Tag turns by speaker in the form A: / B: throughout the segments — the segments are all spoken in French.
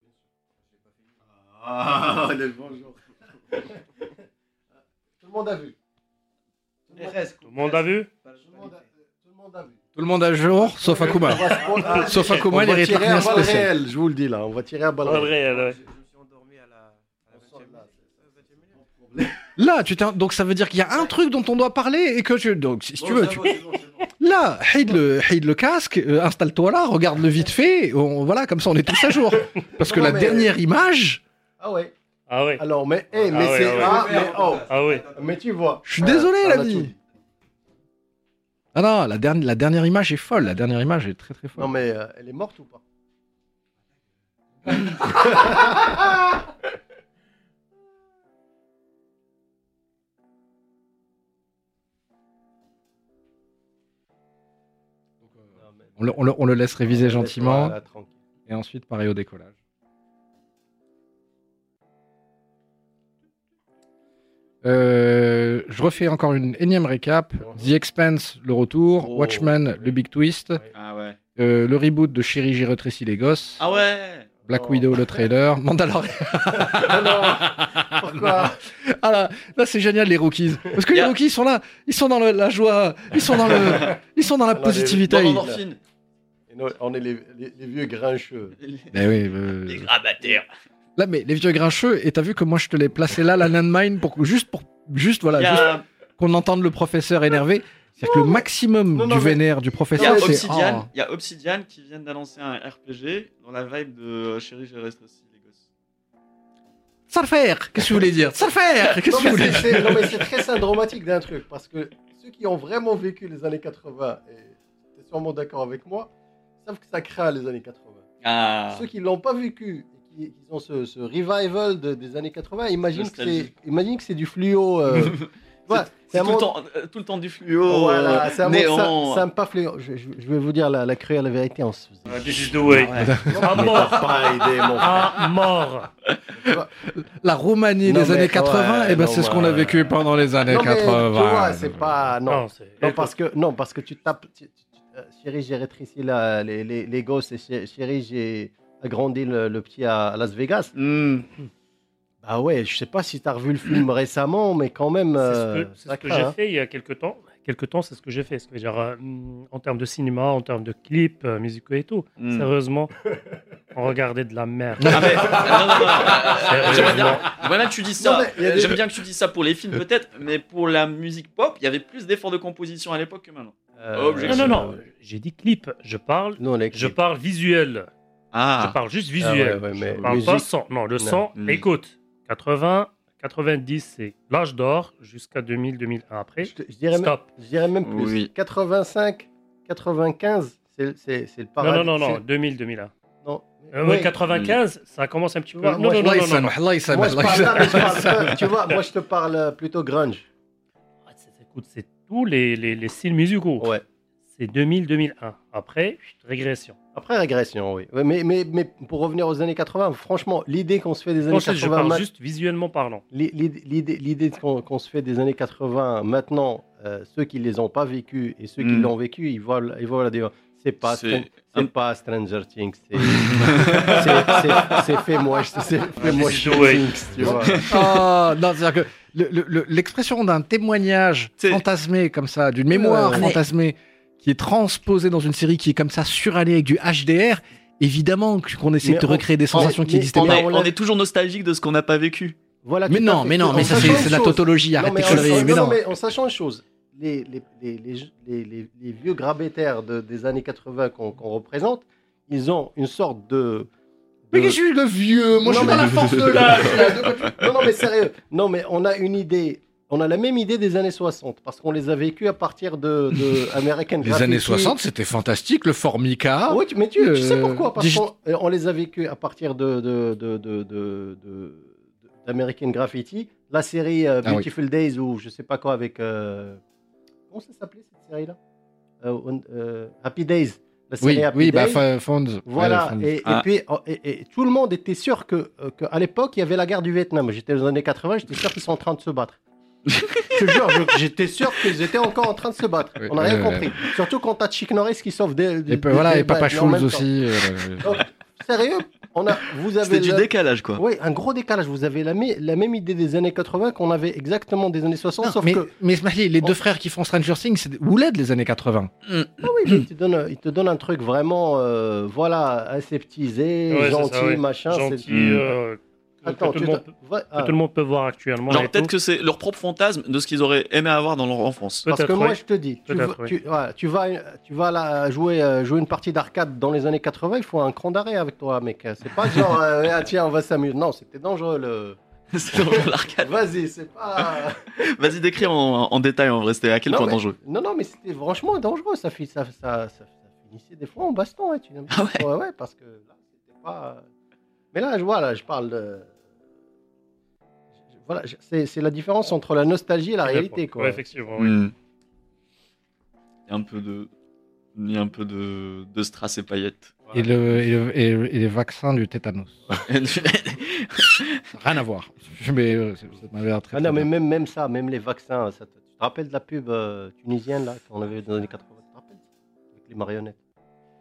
A: Ah, le bonjour.
B: Tout le monde a vu. Tout le monde-
C: Tout le monde a vu
D: Bah,
B: tout le monde a- tout le monde a vu.
E: Tout le monde à jour, sauf Akuma.
B: On va se prendre-
E: Ah, sauf
B: On
E: Akuma, il
B: va
E: est
B: tirer à
E: rien
B: balles
E: spécial.
B: réelles, je vous le dis là. On va tirer à balles
C: Pas
B: réelles.
C: vrai, Eh, ouais.
D: Je, je me suis endormi à la, à la
B: On sort
D: 20e
B: de là.
D: minute. Euh, 20e minute.
E: Là, tu t'es- donc ça veut dire qu'il y a un truc dont on doit parler et que tu. Donc si tu veux, tu. Là, hide le, hide le casque, euh, installe-toi là, regarde le vite fait, on- voilà, comme ça on est tous à jour. Parce que
B: Non,
E: la
B: mais- euh,
E: dernière image,
B: Ah ouais.
C: Ah ouais.
B: Alors, mais, eh, mais
C: Ah ouais,
B: c'est.
C: ah ouais.
B: Ah,
D: Ouais,
B: mais oh.
C: Ah ouais.
B: Mais tu vois.
E: je suis désolé,
B: Ah, on a tout
E: l'ami.
B: dit.
E: Ah non, la, dernière la dernière image est folle, la dernière image est très très
B: Non,
E: folle.
B: mais euh, elle est morte ou pas
E: euh, On le, on le- on le laisse réviser gentiment
B: Voilà, tranquille.
E: et ensuite pareil au décollage. Euh, je refais encore une énième récap. The Expanse, le retour.
A: Oh.
E: Watchmen, le big twist.
A: Ah ouais.
E: Euh, le reboot de Chérie, j'ai rétréci les gosses.
A: Ah ouais
E: Black
B: Oh.
E: Widow, le trailer. Mandalorian.
B: Ah non Pourquoi
E: Ah là, là c'est génial les rookies. Parce que
A: Y
E: les
A: a-
E: rookies sont là, ils sont dans le- la joie, ils sont dans le, ils sont dans la
B: Dans les-
E: positivité.
A: Dans l'endorphine.
B: Et nous, On est les, les- les vieux grincheux.
E: Ben oui, euh,
A: Les grabataires.
B: Ah,
E: Là mais les vieux grincheux et t'as vu que moi je te l'ai placé là la landmine pour que- juste pour juste voilà
A: Il y
E: juste
A: a,
E: qu'on entende le professeur énervé. C'est-à-dire que le maximum
B: Non, non,
E: du
B: mais-
E: vénère du
A: il y a
E: professeur c'est
B: oh.
A: Obsidian,
E: Ah,
A: il y a Obsidian qui vient d'annoncer un RPG dans la vibe de euh, Chérie, je reste aussi, les gosses.
E: ça le faire. Qu'est-ce que vous voulez dire Ça le faire. Qu'est-ce
B: Non
E: que vous
B: mais,
E: voulez
B: c'est,
E: dire
B: c'est- non, mais c'est très syndromatique d'un truc, parce que ceux qui ont vraiment vécu les années 80, et t'es sûrement d'accord avec moi, savent que ça craint les années 80.
A: Ah
B: Ceux qui l'ont pas vécu, et qui, qui ont ce, ce revival de- des années 80, imagine que, c'est,
A: Nostalgie.
B: imagine que c'est du fluo. euh,
C: Oh,
B: voilà,
A: C'est
B: un
A: tout, le
B: monde-
A: temps, euh, tout le temps du fluo,
B: Oh, voilà,
A: euh,
B: c'est un monde
A: néon.
B: sy- sympa fluo. Je, je- je vais vous dire la, la cruelle vérité en sous.
C: Ah, This is the way.
B: Ah,
C: À mort.
B: pas aidé, mon
C: À mort.
E: La Roumanie
B: Non,
E: des
B: mais-
E: années 80
B: ouais,
E: et ben
B: non,
E: c'est ce qu'on
B: ouais.
E: a vécu pendant les années
B: Non, mais,
E: 80.
B: tu vois, c'est pas. Non,
C: Non, c'est.
B: Non parce que non parce que tu tapes tu- tu- tu- euh, chérie j'ai rétréci la- les, les, les gosses et chérie, chérie, j'ai agrandi le, le petit à Las Vegas.
A: Hmm.
B: Bah ouais je sais pas si t'as revu le film récemment mais quand même
C: C'est
B: euh,
C: ce que, c'est
B: ça
C: ce que
B: craint,
C: j'ai
B: hein.
C: fait il y a quelques temps. Quelques temps, c'est ce que j'ai fait. C'est-à-dire, euh, en termes de cinéma, en termes de clips, euh, musicaux et tout,
A: Hmm.
C: sérieusement, on regardait de la merde.
A: Ah, mais- non, non, non, euh, j'aimerais bien-
C: Sérieusement.
A: Voilà, tu dis ça.
B: Non, mais il y a des-
A: J'aime bien que tu dis ça pour les films peut-être, mais pour la musique pop, il y avait plus d'efforts de composition à l'époque que maintenant.
B: Euh,
C: Non,
A: Objection.
C: non, non. Oh, J'ai dit clip. Je parle,
B: Nous, on est
C: je parle visuel. Je
A: Ah,
C: parle juste
B: Ah ouais,
C: visuel.
B: ouais, mais
C: Je parle
B: musique,
C: pas son. Non,
B: Non.
C: le son,
A: Hmm.
C: écoute, 80, 90, c'est l'âge d'or jusqu'à 2000, 2001. Après,
B: je, te- je dirais même,
C: stop.
B: je dirais même plus
A: Oui.
B: 85 95 c'est c'est c'est le paradis.
C: Non, non, non, non,
B: c'est-
C: 2000, 2001.
B: non.
C: Euh,
B: Ouais.
C: ouais, 95, ça commence un petit peu.
B: Moi,
C: Non,
B: moi,
C: non, non,
E: Allah
C: non, non,
E: Islam,
C: non.
E: Allah Islam,
B: Moi, je
E: Allah
B: parle,
E: Islam.
B: non, mais je parle pas- tu vois, moi je te parle euh, plutôt grunge.
C: Ah, c'est- Écoute, c'est tous les, les, les styles musicaux.
B: Ouais.
C: C'est 2000-2001. Après, chut, régression.
B: Après régression, oui. Ouais, mais, mais, mais pour revenir aux années 80, franchement, l'idée qu'on se fait des années
C: Ensuite, je
B: 80
C: parle
B: ma-
C: juste visuellement parlant.
B: l'i- l'idée- l'idée l'idée qu'on qu'on se fait des années 80 maintenant, euh, ceux qui les ont pas vécu et ceux qui
A: Mm.
B: l'ont vécu, ils voient, ils voient la dire, c'est pas,
A: C'est
B: Stran-
A: un-
B: c'est pas Stranger Things, c'est- c'est c'est- c'est fait moi, je- c'est fait moi,
C: c'est
B: je-
C: Joey.
B: Things, tu vois.
E: Ah, non, c'est-à-dire que le- le- le- l'expression d'un témoignage
A: C'est-
E: fantasmé comme ça, d'une mémoire
B: Ouais.
E: fantasmée qui est transposée dans une série qui est comme ça surannée avec du HDR, évidemment que- qu'on essaie
B: Mais
E: de te
B: on-
E: recréer des sensations
B: mais-
E: qui n'existaient
A: on
E: pas.
A: est, on est toujours nostalgique de ce qu'on n'a pas vécu.
B: Voilà,
E: Mais
B: tout à
E: non,
B: fait.
E: mais non,
B: On
E: mais ça
B: sachant
E: c'est
B: une
E: c'est de la
B: chose.
E: tautologie,
B: Non,
E: arrête tes
B: mais, en,
E: conneries,
B: non,
E: mais
B: non,
E: non.
B: mais en sachant une chose, les, les, les, les- les- les- les vieux grabataires de- des années 80 qu'on qu'on représente, ils ont une sorte de.
E: Mais
B: de-
E: qu'est-ce que je suis le vieux Moi je
B: Non,
E: suis dans
B: mais-
E: la force de l'âge là, de quoi tu-
B: Non, non, mais sérieux. Non, mais on a une idée. On a la même idée des années 60 parce qu'on les a vécus à partir de, de American
E: Les
B: Graffiti.
E: années 60 c'était fantastique, le formica.
B: Oui, tu- mais tu, tu sais
E: Euh,
B: pourquoi Parce
E: digi-
B: qu'on euh, on les a vécus à partir de, de, de, de, de- de- d'American Graffiti, la série euh,
E: Ah oui.
B: Beautiful Days ou je sais pas quoi avec. euh, Comment ça s'appelait cette série-là Euh, on- euh, Happy Days. La série
E: Oui,
B: Happy
E: oui, bah
B: Days.
E: fa- Fonds. Ouais,
B: Voilà,
E: Fonds.
B: et, et
A: Ah.
B: puis oh, et, et tout le monde était sûr que, euh, que à l'époque il y avait la guerre du Vietnam. J'étais dans les années 80, j'étais sûr qu'ils sont en train de se battre. je te jure, je- j'étais sûr qu'ils étaient encore en train de se battre.
E: Oui,
B: On n'a rien
E: euh,
B: compris. Surtout quand t'as Chick Norris qui sauve des.
E: Et
B: des-
E: puis, voilà,
B: des-
E: et Papa
B: des- en même
E: Schulz
B: temps.
E: aussi. euh,
B: Sérieux on a, vous avez
F: C'était du
B: la-
F: décalage, quoi.
B: Oui, un gros décalage. Vous avez la, mé- la même idée des années 80 qu'on avait exactement des années 60,
E: Non,
B: sauf
E: mais,
B: que
E: mais Ismaili, les
B: Oh.
E: deux frères qui font Stranger Things, c'est des Wooled les années 80.
B: ah oui, mais il te donne, il te donne un truc vraiment, euh, voilà, aseptisé,
C: Ouais, c'est
B: gentil,
C: ça, ouais.
B: machin. c'est-
C: Gentil, euh, que-
B: Attends,
C: que,
B: tu
C: tout le monde,
B: te-
C: peut-
B: va-
C: que
B: ah,
C: tout le monde peut voir actuellement.
A: Genre,
C: et
A: peut-être
C: tout.
A: que c'est leur propre fantasme de ce qu'ils auraient aimé avoir dans leur enfance.
B: parce que
C: Peut-être,
B: moi,
C: oui.
B: je te dis, tu,
C: Peut-être,
B: vas-
C: oui.
B: tu, voilà, tu vas, tu vas là jouer, euh, jouer une partie d'arcade dans les années 80, il faut un cran d'arrêt avec toi, mec. C'est pas genre, euh, ah tiens, on va s'amuser. Non, c'était dangereux. Le...
F: C'est dans l'arcade.
B: Vas-y, c'est pas.
F: Vas-y, décris en, en détail, en vrai, c'était à quel
B: Non,
F: point
B: mais-
F: dangereux.
B: Non, non, mais c'était franchement dangereux. Ça, fi- ça, ça, ça, ça finissait des fois en baston. hein, tu l'as
F: Ah
B: ouais. ouais, parce que là, c'était pas. euh, Mais là, je vois, là, je parle de. je- Voilà, je- c'est c'est la différence entre la nostalgie et la
C: Ouais,
B: réalité.
C: pour-
B: Quoi.
C: ouais, effectivement, oui.
F: Hmm.
A: Il y a un peu de. Il y a un peu de, de strass et paillettes.
E: Et, le, et, le- et le- et les vaccins du tétanos. Rien à voir. Mais euh, c'est- ça m'avait l'air très,
B: ah non,
E: très
B: mais
E: bien.
B: même, même ça, même les vaccins. Ça te... Tu te rappelles de la pub euh, tunisienne là qu'on avait dans les années 80 Tu te rappelles Avec les marionnettes.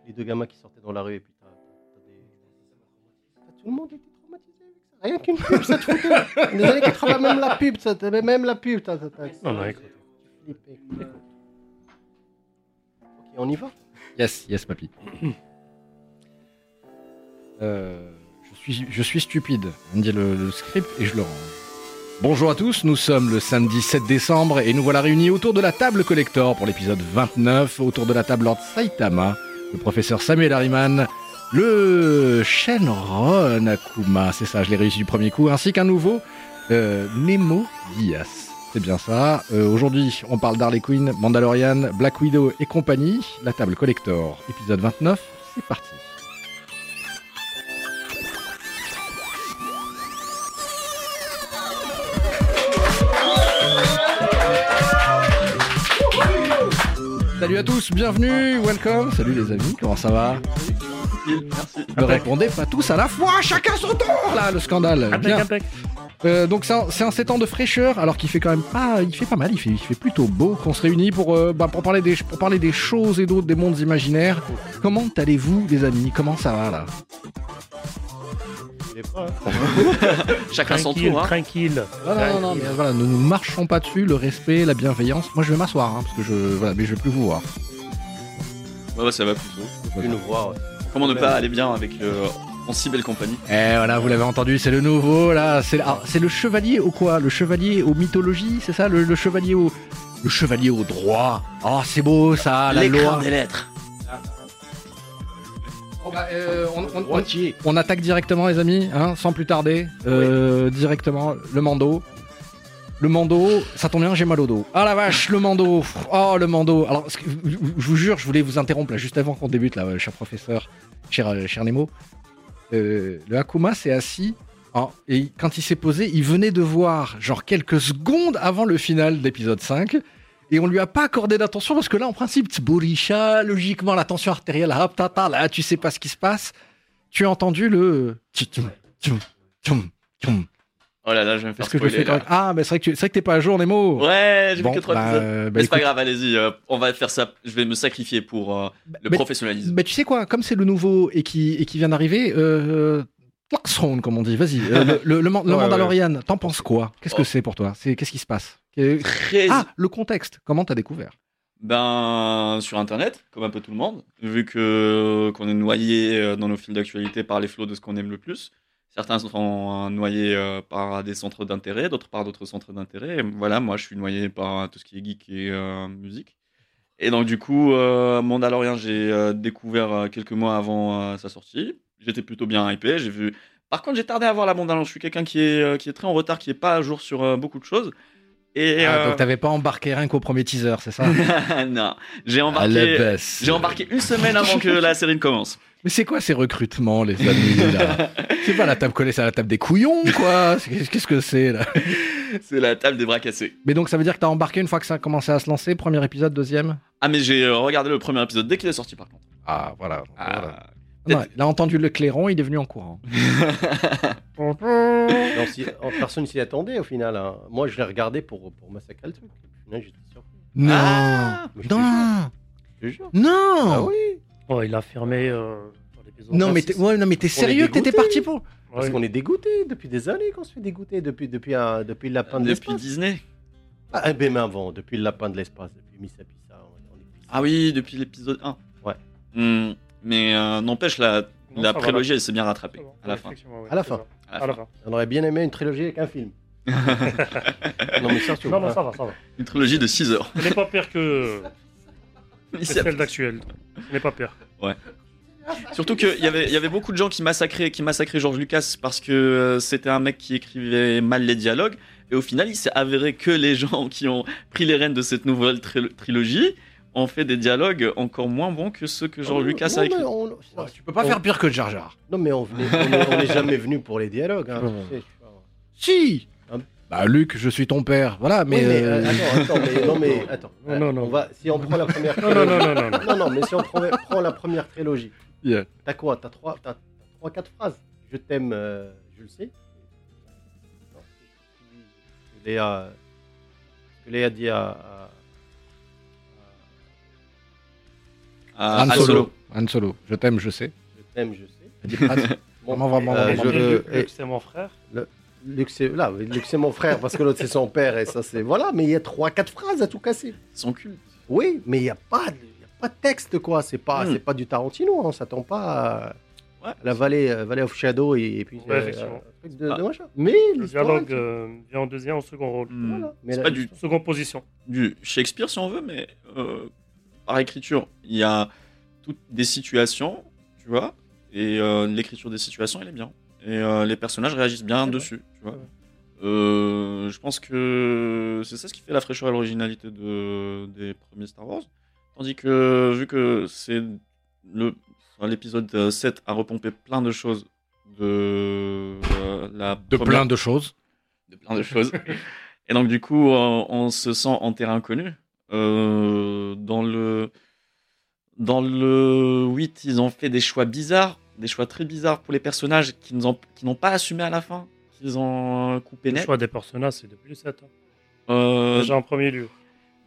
B: Les deux gamins qui sortaient dans la rue et puis t'as t'as des. Tout le monde était traumatisé avec ça. Rien qu'une pub, ça te foutait. Dans les années 80, même la pub, ça te- même la pub, t'as- t'as- t'as-
C: Non, non, écoute.
B: Flippé. Ok, on y va
E: Yes, yes, papy. Euh, je, suis, je suis stupide. On dit le, le script et je le range. Bonjour à tous, nous sommes le samedi 7 décembre et nous voilà réunis autour de la table collector pour l'épisode 29, autour de la table Lord Saitama, le professeur Samuel Harriman, le Shenron Akuma, c'est ça, je l'ai réussi du premier coup, ainsi qu'un nouveau euh, Nemo Diaz. C'est bien ça. Euh, Aujourd'hui, on parle d'Harley Quinn, Mandalorian, Black Widow et compagnie. La table collector, épisode 29, c'est parti. Salut à tous, bienvenue, welcome. Salut les amis, comment ça va Ne
C: Impec.
E: répondez pas tous à la fois, chacun son tour Là, le
A: Mm.
E: scandale.
C: Impec,
E: Bien.
C: impec.
E: Euh, donc c'est un, c'est un 7 ans de fraîcheur, alors qu'il fait quand même pas, il fait pas mal, il fait, il fait plutôt beau qu'on se réunit pour, euh, bah, pour, parler des, pour parler des choses et d'autres, des mondes imaginaires. Comment allez-vous les amis Comment ça va là
B: hein.
A: Chacun son
C: Tranquille,
A: tour, hein.
C: tranquille.
E: Ah, Non, non, non, non, mais voilà, ne nous marchons pas dessus, le respect, la bienveillance. Moi je vais m'asseoir, hein, parce que je, voilà, mais je vais plus vous voir.
A: Ouais, ouais, ça va plutôt.
B: Tu nous vois. ouais.
A: Comment ne pas aller bien avec euh, On si belle compagnie
E: Eh voilà, vous l'avez entendu, c'est le nouveau là, c'est ah, c'est le chevalier au quoi Le chevalier aux mythologies, c'est ça le, le chevalier au... Le chevalier au droit. Ah c'est beau ça, la
A: L'écran
E: loi.
A: des lettres.
E: Oh, bah, euh, on- on- on- On attaque directement, les amis, hein, sans plus tarder. Euh, Directement, le mando. Le mando, ça tombe bien, j'ai mal au dos. Ah la vache, le mando. pff, Oh le mando. Alors, ce que- je vous jure, je voulais vous interrompre là, juste avant qu'on débute, là, cher professeur, cher, euh, cher Nemo. Euh, le Akuma s'est assis. hein, et il- quand il s'est posé, il venait de voir, genre quelques secondes avant le final d'épisode 5, et on lui a pas accordé d'attention parce que là, en principe, c'est Borisha, logiquement, la tension artérielle, hop, tata, là, tu sais pas ce qui se passe. Tu as entendu le. tchoum, tchoum, tchoum, tchoum.
A: Oh là là, je vais me faire
E: Est-ce que je le
A: spoiler.
E: fais correct
A: là.
E: Ah, mais c'est vrai que tu- c'est vrai que t'es pas à jour, Nemo.
A: Ouais, j'ai
E: Bon,
A: vu que 3
E: bah,
A: épisodes.
E: euh, bah,
A: Mais c'est pas
E: écoute,
A: grave, allez-y, euh, on va faire ça. Je vais me sacrifier pour euh, le
E: mais-
A: professionnalisme.
E: bah, tu sais quoi, comme c'est le nouveau et qui, et qui vient d'arriver, euh, Tlaxron, comme on dit, vas-y. euh, le le, le Man- le Ouais, ouais. Mandalorian, t'en penses quoi Qu'est-ce que
A: Oh.
E: c'est pour toi C'est- Qu'est-ce qui se passe Qu'est-
A: Très-
E: Ah, le contexte, comment t'as découvert
A: Ben, sur Internet, comme un peu tout le monde, vu que qu'on est noyé euh, dans nos fils d'actualité par les flots de ce qu'on aime le plus. Certains sont euh, noyés euh, par des centres d'intérêt, d'autres par d'autres centres d'intérêt. Et Voilà, moi, je suis noyé par tout ce qui est geek et euh, musique. Et donc, du coup, euh, Mandalorian, j'ai euh, découvert euh, quelques mois avant euh, sa sortie. J'étais plutôt bien hypé. J'ai vu. Par contre, j'ai tardé à voir la bande-annonce. Je suis quelqu'un qui est euh, qui est très en retard, qui est pas à jour sur euh, beaucoup de choses. Et
E: Ah,
A: euh,
E: Donc t'avais pas embarqué rien qu'au premier teaser, c'est ça
A: non, j'ai
E: À Ah, la
A: embarqué.
E: baisse.
A: J'ai embarqué une semaine avant que la série ne commence.
E: Mais c'est quoi ces recrutements, les amis là C'est pas la table collée, c'est la table des couillons, quoi C'est- Qu'est-ce que c'est là
A: C'est la table des bras cassés.
E: Mais donc ça veut dire que t'as embarqué une fois que ça a commencé à se lancer, premier épisode, deuxième
A: Ah mais j'ai euh, regardé le premier épisode dès qu'il est sorti par contre.
E: Ah voilà. voilà.
A: Ah.
E: Non, il a entendu le clairon, il est venu en courant.
B: Non, si- en- personne s'y attendait au final. hein. Moi, je l'ai regardé pour, pour massacrer le truc. Au final, j'étais surpris.
E: Non
A: Ah
B: Mais je te jure,
E: Non
B: je te jure.
E: Non
B: Ah oui
C: Oh, il a fermé euh, dans les Ils ont
E: Non,
C: pas
E: mais
C: six-
E: t'es ouais, non, mais t'es sérieux que t'étais
B: dégoûté.
E: parti pour
B: Parce
C: Ouais.
B: qu'on est dégoûté depuis des années qu'on se fait dégoûter depuis depuis un- depuis le lapin de
A: Depuis
B: l'espace.
A: Disney.
B: Ah ben mais avant, depuis le lapin de l'espace, depuis Missa Pissa, on- on est plus-
A: Ah oui, depuis l'épisode 1.
B: Ouais.
A: Hmm, mais euh, n'empêche, la,
C: Non,
A: la
C: ça va,
A: prélogie, elle s'est bien
C: ça
A: rattrapée
C: va.
A: à la
C: Ouais,
A: fin.
C: effectivement, ouais,
B: À la
C: c'est
B: fin.
C: ça.
A: À la
C: À la
A: fin.
C: fin.
B: On aurait bien aimé une trilogie avec un film. non mais surtout.
C: Non, non, ça va, ça va.
A: Une trilogie de 6 heures.
C: Elle n'est pas pire que que
A: Ici,
C: celle d'actuelle. Elle n'est pas pire.
A: Ah, Surtout qu'il y avait, il y avait beaucoup de gens qui massacraient, qui massacraient George Lucas parce que euh, c'était un mec qui écrivait mal les dialogues. Et au final, il s'est avéré que les gens qui ont pris les rênes de cette nouvelle tri- trilogie ont fait des dialogues encore moins bons que ceux que George Lucas
B: Ah, Non,
A: a
B: mais
A: écrits.
B: on-
E: Tu peux pas
B: on-
E: faire pire que Jar Jar.
B: Non mais on venait- on est- on n'est jamais venu pour les dialogues. hein,
E: Non.
B: tu sais, tu vois.
E: Si
B: Ah.
E: Bah, Luc, je suis ton père. Voilà, mais.
B: Oui, mais euh,
E: euh,
B: attends, attends, mais, non mais attends.
C: Non, non, non.
B: On va, si on prend la première.
C: Non, non, non, non, non. non.
B: Non, non, mais si on prend, prend la première trilogie,
E: Yeah.
B: t'as quoi T'as trois, t'as t'as trois, quatre phrases. Je t'aime, euh, je le sais. Non. Ce que Léa, ce que Léa dit à, à-
A: Ah,
E: Han
A: Han
E: Solo. Han Solo. Je t'aime, je sais.
B: je t'aime, je sais.
E: Elle dit pas-
B: Bon,
E: Vraiment, vraiment,
B: euh,
E: vraiment.
B: je le-
C: Luc, Luc, c'est mon frère.
B: Luc, c'est là, oui, Luc c'est mon frère parce que l'autre c'est son père et ça c'est voilà, mais il y a trois, quatre phrases à tout casser.
A: Son cul.
B: Oui, mais il n'y a pas, de- il y a pas de texte quoi. C'est pas,
A: Hmm.
B: c'est pas du Tarantino. On s'attend pas à
A: Ouais.
B: la vallée, euh, Valley of Shadow et, et puis euh,
C: Ouais, effectivement.
B: un truc de, de
A: Ah.
B: machin. Mais
C: Le
B: l'histoire,
C: dialogue
B: elle-
E: hein.
C: euh, vient en deuxième, en second rôle.
A: Hmm.
B: voilà. Mais
A: C'est
B: la-
A: pas du-
C: Seconde position.
A: du Shakespeare si on veut, mais euh, par écriture. Il y a toutes des situations, tu vois, et euh, l'écriture des situations, elle est bien. Et euh, les personnages réagissent bien
C: C'est
A: dessus, tu vois.
C: C'est vrai.
A: Euh, je pense que c'est ça ce qui fait la fraîcheur et l'originalité de, des premiers Star Wars. Tandis que, vu que c'est le- enfin, l'épisode euh, 7 a repompé plein de choses de euh, la
E: De
A: première-
E: plein de choses.
A: de plein de choses. Et donc, du coup, euh, on se sent en terrain inconnu. Euh, dans, le, dans le 8, ils ont fait des choix bizarres, des choix très bizarres pour les personnages qui nous ont- qui n'ont pas assumé à la fin, qu'ils ont euh, coupé
C: Le
A: net.
C: choix des personnages, c'est depuis le 7. hein.
A: Euh,
C: Déjà en premier lieu.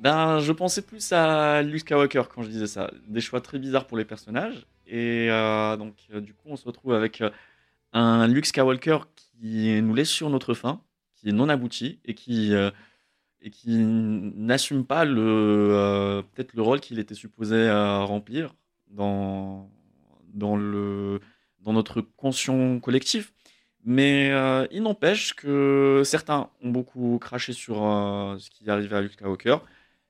A: ben, je pensais plus à Luke Skywalker quand je disais ça. Des choix très bizarres pour les personnages. Et euh, donc, euh, du coup, on se retrouve avec euh, un Luke Skywalker qui nous laisse sur notre faim, qui est non abouti et qui, euh, et qui n'assume pas le, euh, peut-être le rôle qu'il était supposé euh, remplir dans, dans, le, dans notre conscient collectif. Mais euh, il n'empêche que certains ont beaucoup craché sur euh, ce qui arrivait à Luke Skywalker.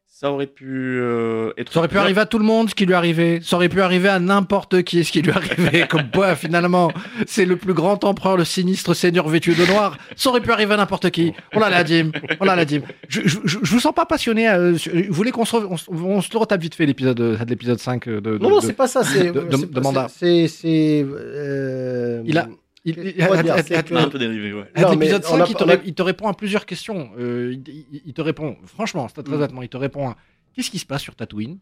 A: Ça aurait pu euh, être.
E: Ça aurait pu arriver à tout le monde ce qui lui arrivait. Ça aurait pu arriver à n'importe qui ce qui lui arrivait. Comme quoi, finalement, c'est le plus grand empereur, le sinistre seigneur vêtu de noir. Ça aurait pu arriver à n'importe qui. On a la dîme. On a la dîme. Je, je, je- je vous sens pas passionné. euh, sur- vous voulez qu'on se, re- on, se- on se le retape vite fait l'épisode euh, de l'épisode 5 euh, de. de-
B: Non, non,
E: de-
B: c'est pas ça. C'est
E: de- de-
B: c'est-
E: de mandat.
B: C'est, c'est, euh,
E: Il a- Il- il-
B: Comment dire,
E: Ad-
B: c'est
E: Ad-
B: que-
A: un peu dérivé, ouais.
E: Ad-
B: Non, mais
E: l'épisode
B: on
E: 5,
B: a-
E: il te,
B: on a-
E: ré- il te répond à plusieurs questions. Euh, il, il- il te répond, franchement, c'est
B: Mm.
E: très honnêtement, il te répond à qu'est-ce qui se passe sur Tatooine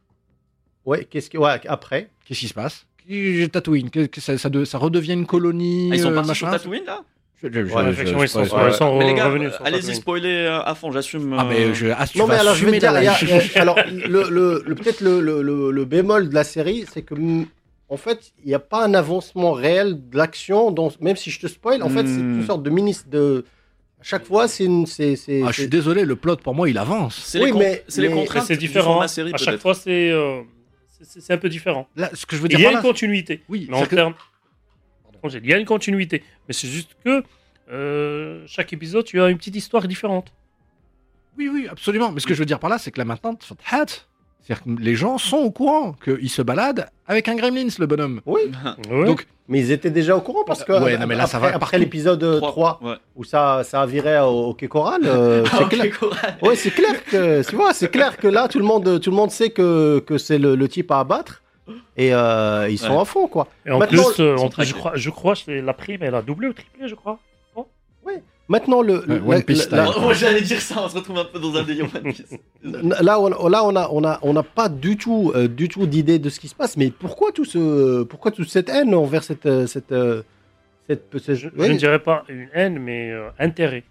B: Ouais, qu'est-ce que ouais après
E: Qu'est-ce qui se passe Qui- Tatooine, que, que ça, ça de- ça redevient une colonie
A: Ah, ils sont
E: euh,
A: partis
E: machin.
A: sur Tatooine là
E: Je- je- je-
B: Ouais,
E: je-
C: effectivement,
E: je-
C: ils sont
E: je-
C: sur- ils sont
A: Mais les gars,
C: Oh, revenus
A: euh,
C: sur
A: allez-y,
C: Tatooine.
A: spoiler euh, à fond, j'assume.
E: Ah, mais
A: euh,
E: je, ah, tu
B: non,
E: vas
B: mais alors je vais
E: assumer
B: dire,
E: la-
B: il y a- il y a- alors le, le- le- peut-être le, le- le- le bémol de la série, c'est que mm, en fait, il n'y a pas un avancement réel de l'action, dont- même si je te spoil, en fait, c'est
A: Hmm.
B: une sorte de ministre de. À chaque fois, c'est une. C'est, c'est,
E: Ah, je
B: c'est-
E: suis désolé, le plot pour moi il avance.
A: C'est
B: Oui,
A: les, con-
B: mais-
A: c'est les
B: mais-
C: Mais
A: contraintes
C: c'est
A: du
C: différent.
A: format
C: À
A: série,
C: chaque
A: peut-être.
C: fois, c'est euh, c'est- c'est- c'est un peu différent.
E: Là, ce que je veux dire,
C: Il y a
E: par
C: une
E: là-
C: continuité.
E: oui,
C: Mais en
E: c'est que-
C: termes. Pardon, j'ai- Il y a une continuité. Mais c'est juste que euh, chaque épisode, tu as une petite histoire différente.
E: oui, oui, absolument. Mais ce que je veux dire par là, c'est que là maintenant, t'as fait hat. C'est-à-dire que les gens sont au courant qu'il se balade avec un gremlins, le bonhomme.
B: Oui,
C: Ouais.
E: Donc,
B: mais ils étaient déjà au courant parce que.
E: Ouais, non, mais là,
B: après,
E: ça va partout.
B: après l'épisode euh, 3,
A: Ouais.
B: où ça, ça a viré au, au quai Coral, euh, c'est clair. Ouais, c'est clair que tu vois, c'est clair que là tout le monde tout le monde sait que, que c'est le, le type à abattre et euh, ils sont
A: Ouais.
B: à fond quoi.
C: Et en
B: Maintenant,
C: plus, euh,
A: ils
C: en
A: sont
C: plus, je
A: traqués.
C: crois, je crois que c'est la prime, elle a doublé ou triplé, je crois.
B: Maintenant le,
E: Ouais,
B: le-
E: One Piece
B: la-
E: style.
A: Oh, J'allais dire ça, on se retrouve un peu dans un délire One Piece.
B: la- là on, là on a on a on n'a pas du tout euh, du tout d'idée de ce qui se passe mais pourquoi tout ce pourquoi toute cette haine envers cette euh, cette euh, cette, cette-
C: Je,
B: ouais,
C: je ne dirais pas une haine, mais euh, intérêt.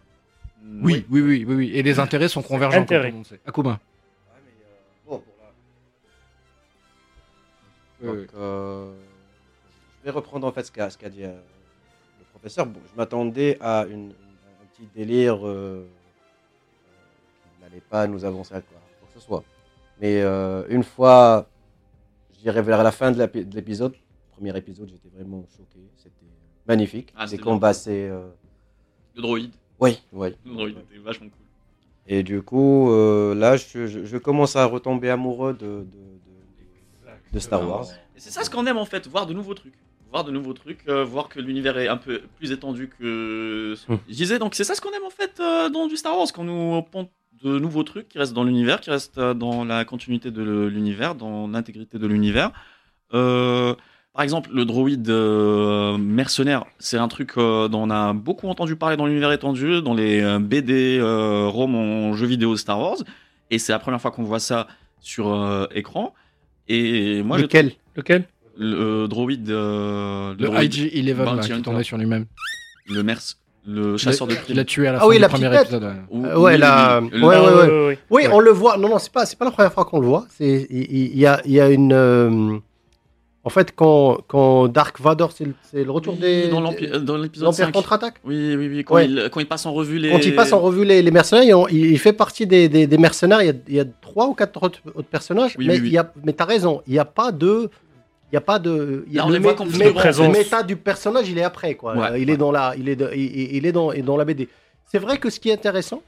E: oui, oui, oui, oui, oui. Et les intérêts sont convergents. comme
C: Intérêt.
E: tout le monde sait. À Cuba.
D: Ouais, mais, euh, bon, pour la-
E: Oui, oui.
B: donc, euh,
D: Je Je vais reprendre en fait ce qu'a ce qu'a dit euh, le professeur. Bon, je m'attendais à une- une- un petit délire euh, euh, qui n'allait pas nous avancer à quoi, quoi que ce soit. Mais euh, une fois, je dirais vers la fin de l'api- de l'épisode, premier épisode, j'étais vraiment choqué. C'était magnifique.
A: Ah,
D: Les
A: c'était
D: combats, c'est. euh,
A: Le droïde.
D: Oui, oui.
A: Le droïde était vachement cool.
D: Et du coup, euh, là, je, je- je commence à retomber amoureux de, de- de- de Star Wars.
A: Et c'est ça ce qu'on aime en fait, voir de nouveaux trucs. Voir de nouveaux trucs, euh, voir que l'univers est un peu plus étendu que ce que
C: Hmm.
A: je disais. Donc c'est ça ce qu'on aime en fait euh, dans du Star Wars, qu'on nous pond de nouveaux trucs qui restent dans l'univers, qui restent euh, dans la continuité de le- l'univers, dans l'intégrité de l'univers. Euh, par exemple, le droïde euh, mercenaire, c'est un truc euh, dont on a beaucoup entendu parler dans l'univers étendu, dans les euh, BD, euh, romans, jeux vidéo Star Wars. Et c'est la première fois qu'on voit ça sur euh, écran. Et moi, je
B: Lequel
C: Lequel
A: le euh, droïde, euh,
E: Le
A: droïde,
E: IG-11 là,
A: Bounty
E: qui
A: Hunter.
E: tombait sur lui-même.
A: le merce, le chasseur de
E: Il l'a
A: primes.
E: tué à la
B: Ah
E: fin
B: oui,
E: du
B: la
E: premier
B: petite
E: épisode. ouais.
A: Ou-
B: Euh, ouais,
A: oui,
B: la-
A: oui, oui.
B: Ouais,
C: Ah,
B: ouais, ouais.
C: ouais.
B: Oui,
E: Ouais.
B: on le voit. Non, non, c'est pas, c'est pas la première fois qu'on le voit. C'est, il il- il y a, il y a une. euh, en fait, quand, quand Dark Vador, c'est le, c'est le retour
A: Oui,
B: des.
A: dans
B: des-
A: l'empi- euh, dans l'épisode
B: l'Empire
A: 5.
B: contre-attaque.
A: Oui, oui, oui. Quand,
B: Ouais.
A: il, quand il passe en revue les.
B: Quand il passe en revue les, les mercenaires, il, en- il- il fait partie des, des- des mercenaires. Il y, a, il y a trois ou quatre autres, autres personnages.
A: Oui,
B: mais
A: oui, oui.
B: il y a, mais t'as raison. Il n'y a pas de. Il y a pas de. Il y a
A: Là, on
B: le
A: les voit
B: mé-
A: comme
B: le
A: plus
B: mé-
A: de présence.
B: Le méta du personnage, il est après, quoi.
A: Ouais,
B: Euh, il
A: ouais.
B: est dans la, il est, de- il- il, il est dans, dans la BD. C'est vrai que ce qui est intéressant,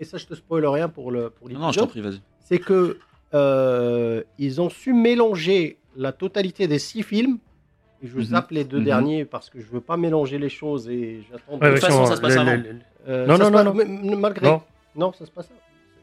B: et ça, je te spoil rien pour le pour
A: Non, non, je t'en
B: l'épisode,
A: prie, vas-y.
B: c'est que euh, ils ont su mélanger la totalité des six films. Et je
A: Mhm.
B: zappe les deux
A: Mhm.
B: derniers parce que je veux pas mélanger les choses et j'attends.
C: Ouais, ouais,
A: façon,
C: sûrement.
A: ça se passe
C: Le-
A: avant.
C: le- le-
B: Euh,
C: Non,
B: ça
C: non,
B: se
C: non,
B: passe-
C: non.
B: m- m- Malgré.
C: Non.
B: Non, ça se passe.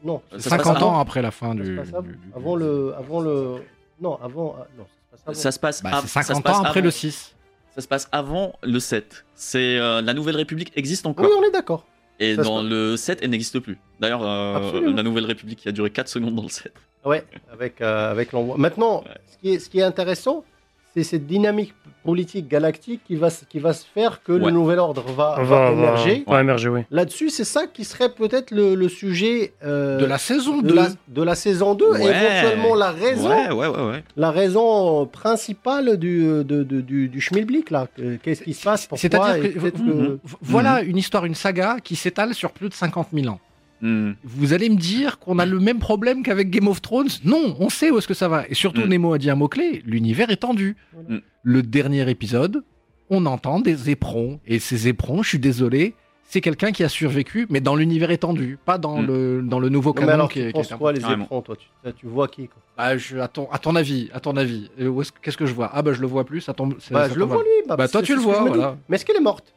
B: Non.
A: Ça se passe
E: 50
A: avant.
E: ans après la fin
B: Ça se
E: du.
B: passe avant,
E: du- du-
B: avant le, avant le, non, avant, ah, non, ça se passe avant.
A: Ça se passe,
E: Bah,
A: av-
E: c'est
A: Ah, ça se
E: 50
A: passe
E: ans après
A: avant-
E: le 6.
A: Ça se passe avant le 7. C'est euh, la Nouvelle République existe encore.
B: oui, on est d'accord.
A: et
B: ça se
A: dans
B: passe-
A: le 7, elle n'existe plus. D'ailleurs, euh,
B: Absolument.
A: la Nouvelle République qui a duré 4 secondes dans le 7.
B: Ouais, avec euh, avec l'envoi. Maintenant,
A: Ouais.
B: ce qui est, ce qui est intéressant, c'est cette dynamique politique galactique qui va, se- qui va se faire que
A: Ouais.
B: le nouvel ordre va,
C: va,
B: va
C: va-
B: émerger.
C: va émerger, oui.
B: Là-dessus, c'est ça qui serait peut-être le, le sujet euh,
E: De la saison
B: de
E: 2.
B: la- de la saison 2 et
A: Ouais.
B: éventuellement la raison,
A: Ouais, ouais, ouais, ouais.
B: la raison principale du, de- de- du, du schmilblick. là. Que- Qu'est-ce qui se passe Pourquoi
E: C'est-à-dire
B: et
E: que-
B: peut-être
A: Mhm.
E: V- Voilà une histoire, une saga qui s'étale sur plus de 50 000 ans.
A: Hmm.
E: Vous allez me dire qu'on a le même problème qu'avec Game of Thrones Non, on sait où est-ce que ça va. Et surtout,
A: Mm.
E: Nemo a dit un mot-clé, l'univers est tendu.
A: Voilà.
B: Mhm.
A: Mm.
E: Le dernier épisode, on entend des éperons. Et ces éperons, je suis désolé, c'est quelqu'un qui a survécu, mais dans l'univers étendu, pas dans,
A: Mm.
E: le, dans le
B: Non,
E: nouveau
B: mais
E: canon
B: alors,
E: qui
B: tu
E: est- qui
B: penses
E: est un
B: quoi, les
A: carrément.
B: éperons, toi tu, toi, tu vois qui quoi
E: Bah, je- à, ton, à ton avis, à ton avis, euh, où est-ce- qu'est-ce que je vois Ah bah je le vois plus, ça tombe. ça-
B: Bah,
E: ça
B: je le
E: tombe à-
B: vois, lui.
E: Bah, toi,
B: c'est-
E: tu
B: c'est
E: le
B: ce que
E: vois,
B: je me dis.
E: voilà.
B: Mais est-ce qu'elle est morte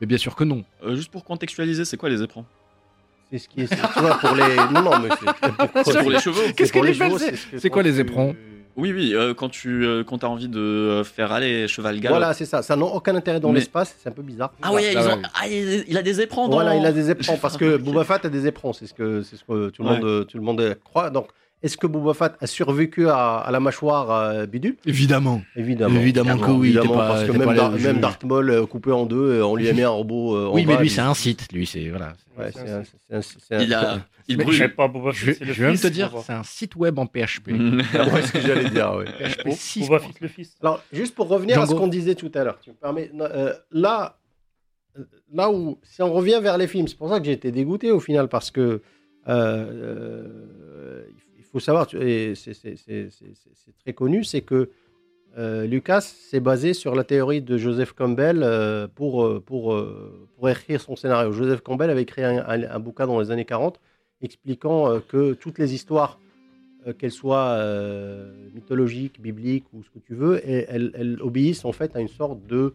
E: Mais bien sûr que non.
A: Euh, juste pour contextualiser, c'est quoi les éperons
B: C'est ce qui est. c'est- Tu vois, pour les. Non, non, mais c'est.
A: C'est pour les chevaux.
B: C'est
E: Qu'est-ce
B: pour
E: qu'elle
B: les
E: est belle,
B: chevaux,
E: c'est-
B: ce que
E: c'est quoi,
B: quand
E: les
B: tu-
E: éperons
A: Oui, oui, euh, quand tu euh, quand as envie de euh, faire aller cheval galop.
B: Voilà, c'est ça. Ça n'a aucun intérêt dans
A: Mais-
B: l'espace. C'est un peu bizarre.
A: Ah ouais,
E: Là,
A: ils
E: ouais,
A: ont-
E: oui.
A: ah, il il a des éperons dans-
B: Voilà, il a des éperons parce que
A: Ok.
B: Boba Fett a des éperons, c'est ce que c'est ce que tout le
A: Ouais.
B: monde euh, tout le monde euh, croit. Donc, est-ce que Boba Fett a survécu à, à la mâchoire euh, bidule
E: Évidemment.
B: Évidemment.
E: Évidemment que oui,
B: Évidemment,
E: t'es pas-
B: parce que
E: t'es pas
B: même,
E: allé
B: Dar-
E: au jeu.
B: même Darth Maul euh, coupé en deux, euh, on lui a mis un robot. euh, en
E: Oui, mais
B: bas,
E: lui, c'est un site. Lui, c'est voilà.
B: Ouais, c'est un- c'est un- c'est un-
A: Il a il
C: Mais Je sais
A: brûle.
C: pas, Boba
E: Je,
C: Fett, c'est le
E: je vais même
C: fils.
E: te dire,
C: Boba
E: c'est un site web en PHP.
B: Mm. Ouais, ce que j'allais dire. ouais.
E: PHP 6.
C: Boba Fett, le fils.
B: Alors, juste pour revenir à ce
E: Django.
B: qu'on disait tout à l'heure, tu me permets, non, euh, là, euh, là où, si on revient vers les films, c'est pour ça que j'ai été dégoûté au final, parce que euh, euh, il faut savoir, tu- et c'est c'est- c'est- c'est- c'est- c'est très connu, c'est que euh, Lucas s'est basé sur la théorie de Joseph Campbell euh, pour, euh, pour, euh, pour écrire son scénario. Joseph Campbell avait écrit un, un- un bouquin dans les années 40 expliquant euh, que toutes les histoires, euh, qu'elles soient euh, mythologiques, bibliques ou ce que tu veux, et- elles, elles obéissent en fait à une sorte de,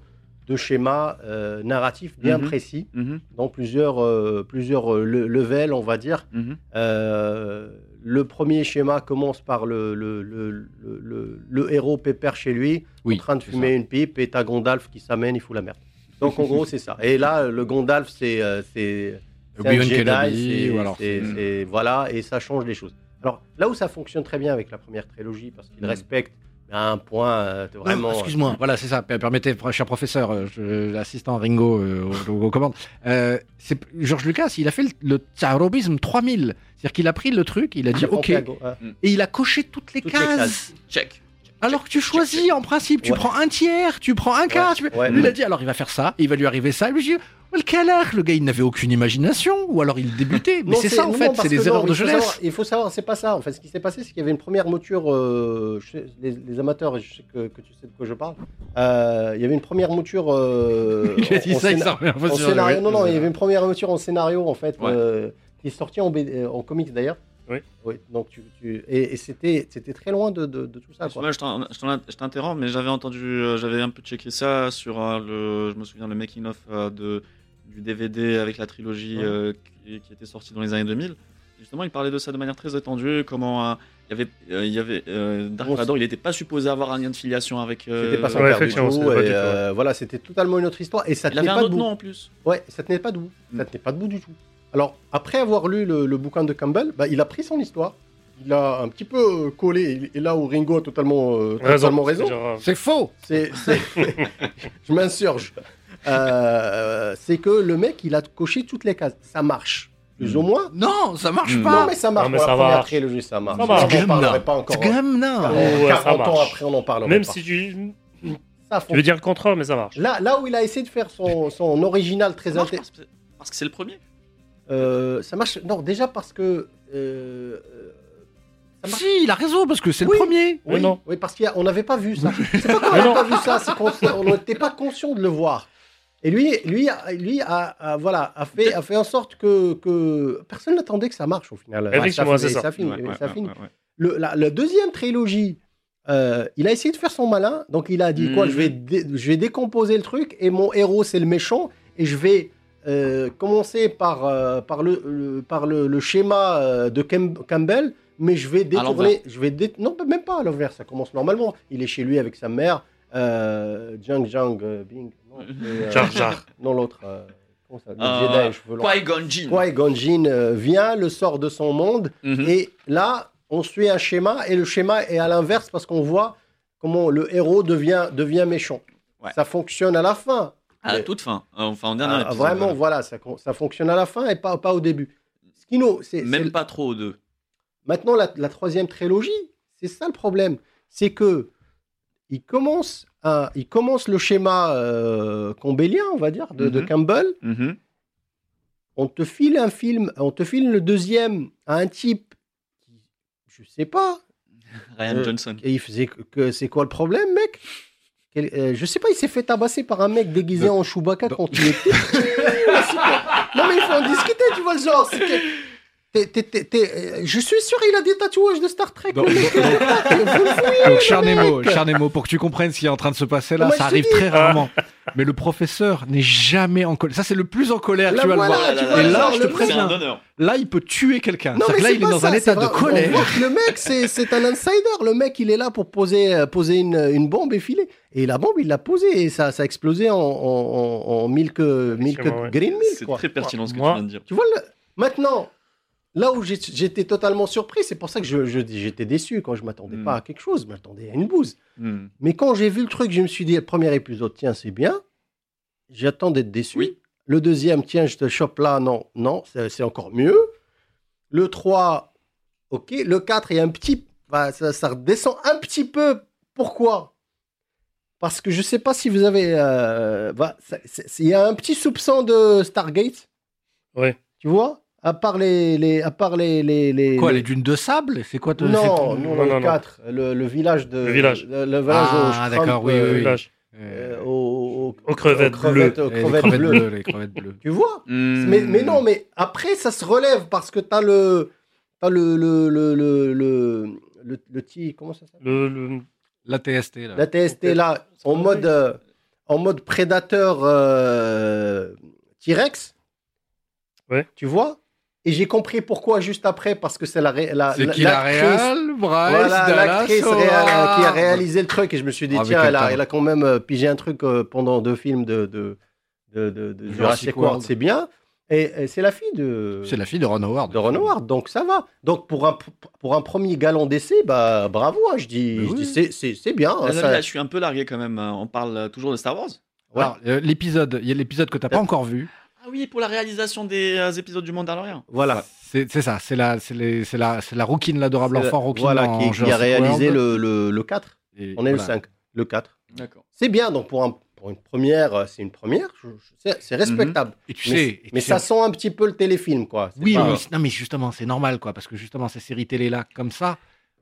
B: de schéma euh, narratif bien
A: Mhm.
B: précis
A: Mhm,
B: dans plusieurs, euh, plusieurs euh, le- levels, on va dire.
A: mhm.
B: Euh, le premier schéma commence par le, le, le, le, le- le héros pépère chez lui, en
E: Oui.
B: train de
E: c'est
B: fumer une pipe, et t'as Gandalf qui s'amène, il fout la merde. Donc en gros, c'est ça. Et là, le Gandalf, c'est euh, c'est
E: ça.
B: c'est un
E: Obi-Wan
B: Jedi,
E: Kenobi,
B: c'est-
E: ou alors
B: c'est-
E: c'est-
B: c'est- voilà, et ça change les choses. Alors là où ça fonctionne très bien avec la première trilogie, parce qu'il
A: Mm.
B: respecte à un point euh,
E: Non,
B: vraiment.
E: Excuse-moi, voilà, c'est ça. P- Permettez, pr- cher professeur, euh, je- l'assistant Ringo euh, aux, aux commandes. Euh, c'est- George Lucas, il a fait le, le tsarobisme
B: euh,
E: 3000. C'est-à-dire qu'il a pris le truc, il a dit
B: Franck
E: OK, et
B: Lago- ah,
E: il a coché toutes les
B: Toutes les
E: cases.
B: cases.
A: Check.
E: Alors que tu choisis en principe, tu
D: Ouais.
E: prends un tiers, tu prends un quart. tu fais-
D: Ouais.
E: Lui, il a dit alors il va faire ça, il va lui arriver ça. Et Lui, je dis, well, quel art Le gars, il n'avait aucune imagination, ou alors il débutait. Mais
B: Non,
E: c'est ça en
B: non,
E: fait,
B: parce
E: c'est
B: que
E: des
B: non,
E: erreurs de
B: il faut savoir-
E: jeunesse.
B: Il faut savoir, c'est pas ça. En fait, ce qui s'est passé, c'est qu'il y avait une première mouture. euh, je sais- les, les amateurs, je sais que, que tu sais de quoi je parle. Euh, il y avait une première mouture. euh,
E: Il a dit
B: en
E: ça, il
B: scénar-
E: s'en remet un peu
B: en
E: sur le-
B: scénario. Non, non, il y avait une première mouture en scénario en fait,
A: Ouais.
B: euh, qui est sortie en, BD en comics d'ailleurs.
C: Oui.
B: donc tu, tu- et, et c'était, c'était très loin de, de- de tout ça. Ah, quoi.
A: Excuse-moi, je t'en- je t'en- je t'interromps, mais j'avais entendu, euh, j'avais un peu checké ça sur euh, le, je me souviens le making of euh, de du DVD avec la trilogie
B: Ouais.
A: euh, qui, qui était sortie dans les années 2000. Justement, il parlait de ça de manière très étendue, comment euh, il y avait, euh, il y avait euh, Dark
B: On s-
A: Vador, il n'était pas supposé avoir un lien de filiation avec. euh,
B: C'était pas son
C: ouais,
B: père du
C: effectivement,
B: tout,
C: c'était pas
B: et,
C: du tout, ouais.
B: euh, voilà, c'était totalement une autre histoire et ça
A: Il
B: tenait
A: avait un
B: pas
A: autre
B: debout.
A: nom en plus.
B: Ouais, ça tenait pas debout.
A: Mm.
B: Ça tenait pas debout du tout. Alors, après avoir lu le, le bouquin de Campbell, bah, il a pris son histoire. Il a un petit peu euh, collé. Et et là où Ringo a totalement, euh, totalement raison.
C: C'est-à-dire, euh,
E: C'est faux.
B: C'est, c'est- je m'insurge. Euh, c'est que le mec, il a coché toutes les cases. Ça marche. Plus
E: Mm.
B: ou moins.
E: Non, ça marche
A: Mm.
E: pas.
B: Non, mais ça marche.
C: Non, mais
B: pour la
C: ça
B: première
C: marche.
B: trilogie, ça marche.
C: Ça marche.
B: On en parlerait
E: Gumna.
B: pas encore.
E: C'est quand même nain.
C: Ouais, ça
B: 40 ans
C: marche.
B: après, on en parlera.
C: Même si tu,
B: Ça
C: tu veux dire le contraire, mais ça marche.
B: Là, là où il a essayé de faire son, son original
A: Ça
B: très
A: marche
B: inté-
A: parce que- parce que c'est le premier.
B: Euh, ça marche. Non, déjà parce que. euh, euh, ça marche.
E: Si, il a raison parce que c'est
B: Oui.
E: le premier.
C: Mais non.
B: Oui, parce qu'on n'avait pas vu ça. C'est pas qu'on
C: Mais
B: n'avait
C: non.
B: pas vu ça, c'est qu'on on n'était pas conscient de le voir. Et lui, lui, a- lui a, a- voilà, a fait, a fait en sorte que, que personne n'attendait que ça marche au final.
C: Eric,
B: ça,
C: moi, c'est
B: et
C: ça.
B: filme,
A: Ouais,
B: et
A: ouais,
B: ça
A: ouais,
B: filme.
A: ouais, ouais.
B: Le, la, la deuxième trilogie, euh, il a essayé de faire son malin. Donc il a dit quoi
A: Mhm.
B: je vais, dé- je vais décomposer le truc et mon héros c'est le méchant et je vais euh, commencer par, euh, par, le, le- par le, le schéma euh, de Kem- Campbell, mais je vais détourner. Je vais dé- non, même pas à l'envers. Ça commence normalement. Il est chez lui avec sa mère. Euh, Jang Jang euh, Bing. Non, mais, euh,
C: Jar Jar.
B: non, l'autre. euh, comment ça le
A: Mhm. Euh,
B: Jedi à cheveux longs.
A: Qui-Gon Jinn.
B: Qui-Gon Jinn, euh, vient, le sort de son monde.
A: Mhm.
B: Et là, on suit un schéma et le schéma est à l'inverse parce qu'on voit comment le héros devient, devient méchant.
A: Ouais.
B: Ça fonctionne à la fin.
A: À la
B: Mais-
A: toute fin, hein, enfin en dernier
B: Ah,
A: épisode,
B: vraiment,
A: voilà.
B: voilà, ça, con- ça fonctionne à la fin et pas, pas au début. Ce qui nous, c'est,
A: Même
B: c'est-
A: pas trop aux deux.
B: Maintenant, la, la troisième trilogie, c'est ça le problème. C'est que il commence, à- il commence le schéma euh, combélien, on va dire, de, de
A: Mhm.
B: Campbell.
A: Mhm.
B: on te file un film, on te file le deuxième à un type qui, je sais pas,
A: Ryan
B: Euh,
A: Johnson.
B: Et il faisait que- que c'est quoi le problème, mec Quel- euh, Je sais pas, il s'est fait tabasser par un mec déguisé en Chewbacca quand il était. non mais il faut en discuter, tu vois le genre. c'est que- t'es- t'es- t'es- t'es- euh, Je suis sûr, il a des tatouages de Star Trek.
E: Dans-
B: le mec. Vous le fouillez,
E: Donc,
B: le
E: cher
B: mec.
E: Nemo, cher Nemo, pour que tu comprennes ce qui est en train de se passer là,
B: Moi, je
E: ça
B: te
E: arrive
B: dis. Ah.
E: très rarement. Mais le professeur n'est jamais en colère. Ça, c'est le plus en colère que
B: Là,
E: tu vas
B: voilà,
E: le voir.
B: tu
E: là,
B: vois,
E: et
B: le
E: là,
B: genre,
E: je te
B: le mec-
A: C'est
E: préviens.
A: un honneur.
E: Là, il peut tuer quelqu'un.
B: Non,
E: C'est-à-dire
B: mais
E: que là,
B: c'est
E: il est
B: pas
E: dans
B: ça,
E: un
B: c'est
E: état de
B: vrai, on
E: colère.
B: voit que le mec, c'est c'est un insider. Le mec, il est là pour poser, euh, poser une, une bombe et filer. Et la bombe, il l'a posée et ça, ça a explosé en, en, en, en milk, milk
C: Effectivement, ouais.
B: green milk.
A: C'est
B: quoi.
A: très pertinent ce que
C: Moi-
A: tu viens de dire.
B: Tu vois, le- maintenant, là où j'ai- j'étais totalement surpris, c'est pour ça que je- je- j'étais déçu quand je m'attendais
A: Mm.
B: pas à quelque chose, je m'attendais à une bouse.
A: Hmm.
B: Mais quand j'ai vu le truc, je me suis dit, le premier épisode, tiens, c'est bien, j'attends d'être déçu.
A: Oui.
B: Le deuxième, tiens, je te chope là, non, non, c'est c'est encore mieux. Le 3, ok. Le 4 est un petit. bah, ça, ça redescend un petit peu. Pourquoi Parce que je sais pas si vous avez. euh, bah, ça- c'est- c'est- Il y a un petit soupçon de Stargate.
C: Ouais.
B: Tu vois À part les. les à part les. les, les-
E: Quoi,
B: les-
E: les dunes de sable C'est quoi ton-
B: Non, nous, on
C: Non,
B: a
C: non,
B: le
C: non.
B: 4. Le, le village de.
C: Le village.
B: Le, le village
E: Ah,
B: de Trump,
E: d'accord, oui, oui, oui.
C: Là, je-
E: Euh,
B: euh, aux,
C: Aux crevettes
B: crevettes, aux
E: eh, les
B: crevettes
E: crevettes
B: bleues.
E: bleues, les crevettes bleues.
B: Tu vois
C: Hmm.
B: mais, mais non, mais après, ça se relève parce que t'as le. T'as le. Le. Le. Le. Le. le- le petit- Comment ça s'appelle
C: le, le-
E: La TST, là.
B: La TST là, en mode. euh, en mode prédateur euh, T-Rex.
C: Ouais.
B: Tu vois Et j'ai compris pourquoi juste après, parce que c'est la. ré- la
E: C'est
B: la-
E: qui la
B: l'actrice-
E: réal Bryce
B: voilà,
E: Dallas
B: l'actrice
E: Howard.
B: réelle qui a réalisé le truc et je me suis dit
E: Ah, mais
B: tiens
E: quel
B: elle a,
E: talent.
B: elle a quand même euh, pigé un truc euh, pendant deux films de, de, de, de- de
E: Jurassic
B: Jurassic World,
E: World.
B: c'est bien et, et c'est la fille de
E: Euh, C'est la fille de Ron Howard.
B: de Ron Howard donc ça va donc pour un pour un premier galon d'essai bah bravo hein, je dis,
E: Mais
B: je
E: oui.
B: dis c'est- c'est c'est bien hein,
A: Là,
B: ça-
A: là, je suis un peu largué quand même. hein. On parle toujours de Star Wars.
B: ouais.
E: Alors, euh, l'épisode, il y a l'épisode que t'as pas encore vu.
A: Ah oui, pour la réalisation des euh, épisodes du Mandalorian.
B: voilà
E: C'est c'est ça, c'est la, c'est les- c'est la, c'est la rouquine, l'adorable
B: C'est la-
E: enfant rouquine.
B: voilà
E: dans
B: qui, qui a
E: Jurassic
B: réalisé
E: World.
B: le, le, le 4
E: Et
B: On est le
E: voilà.
B: 5, le 4.
A: D'accord.
B: C'est bien, donc pour, un- pour une première, euh, c'est une première, je- je- c'est
E: Mhm.
B: c'est respectable.
E: Et tu
B: Mais,
E: sais. et tu
B: mais
E: sais-
B: ça sent un petit peu le téléfilm, quoi. C'est
E: Oui,
B: pas-
E: oui, c'est- non, mais justement, c'est normal, quoi, parce que justement, ces séries télé-là, comme ça,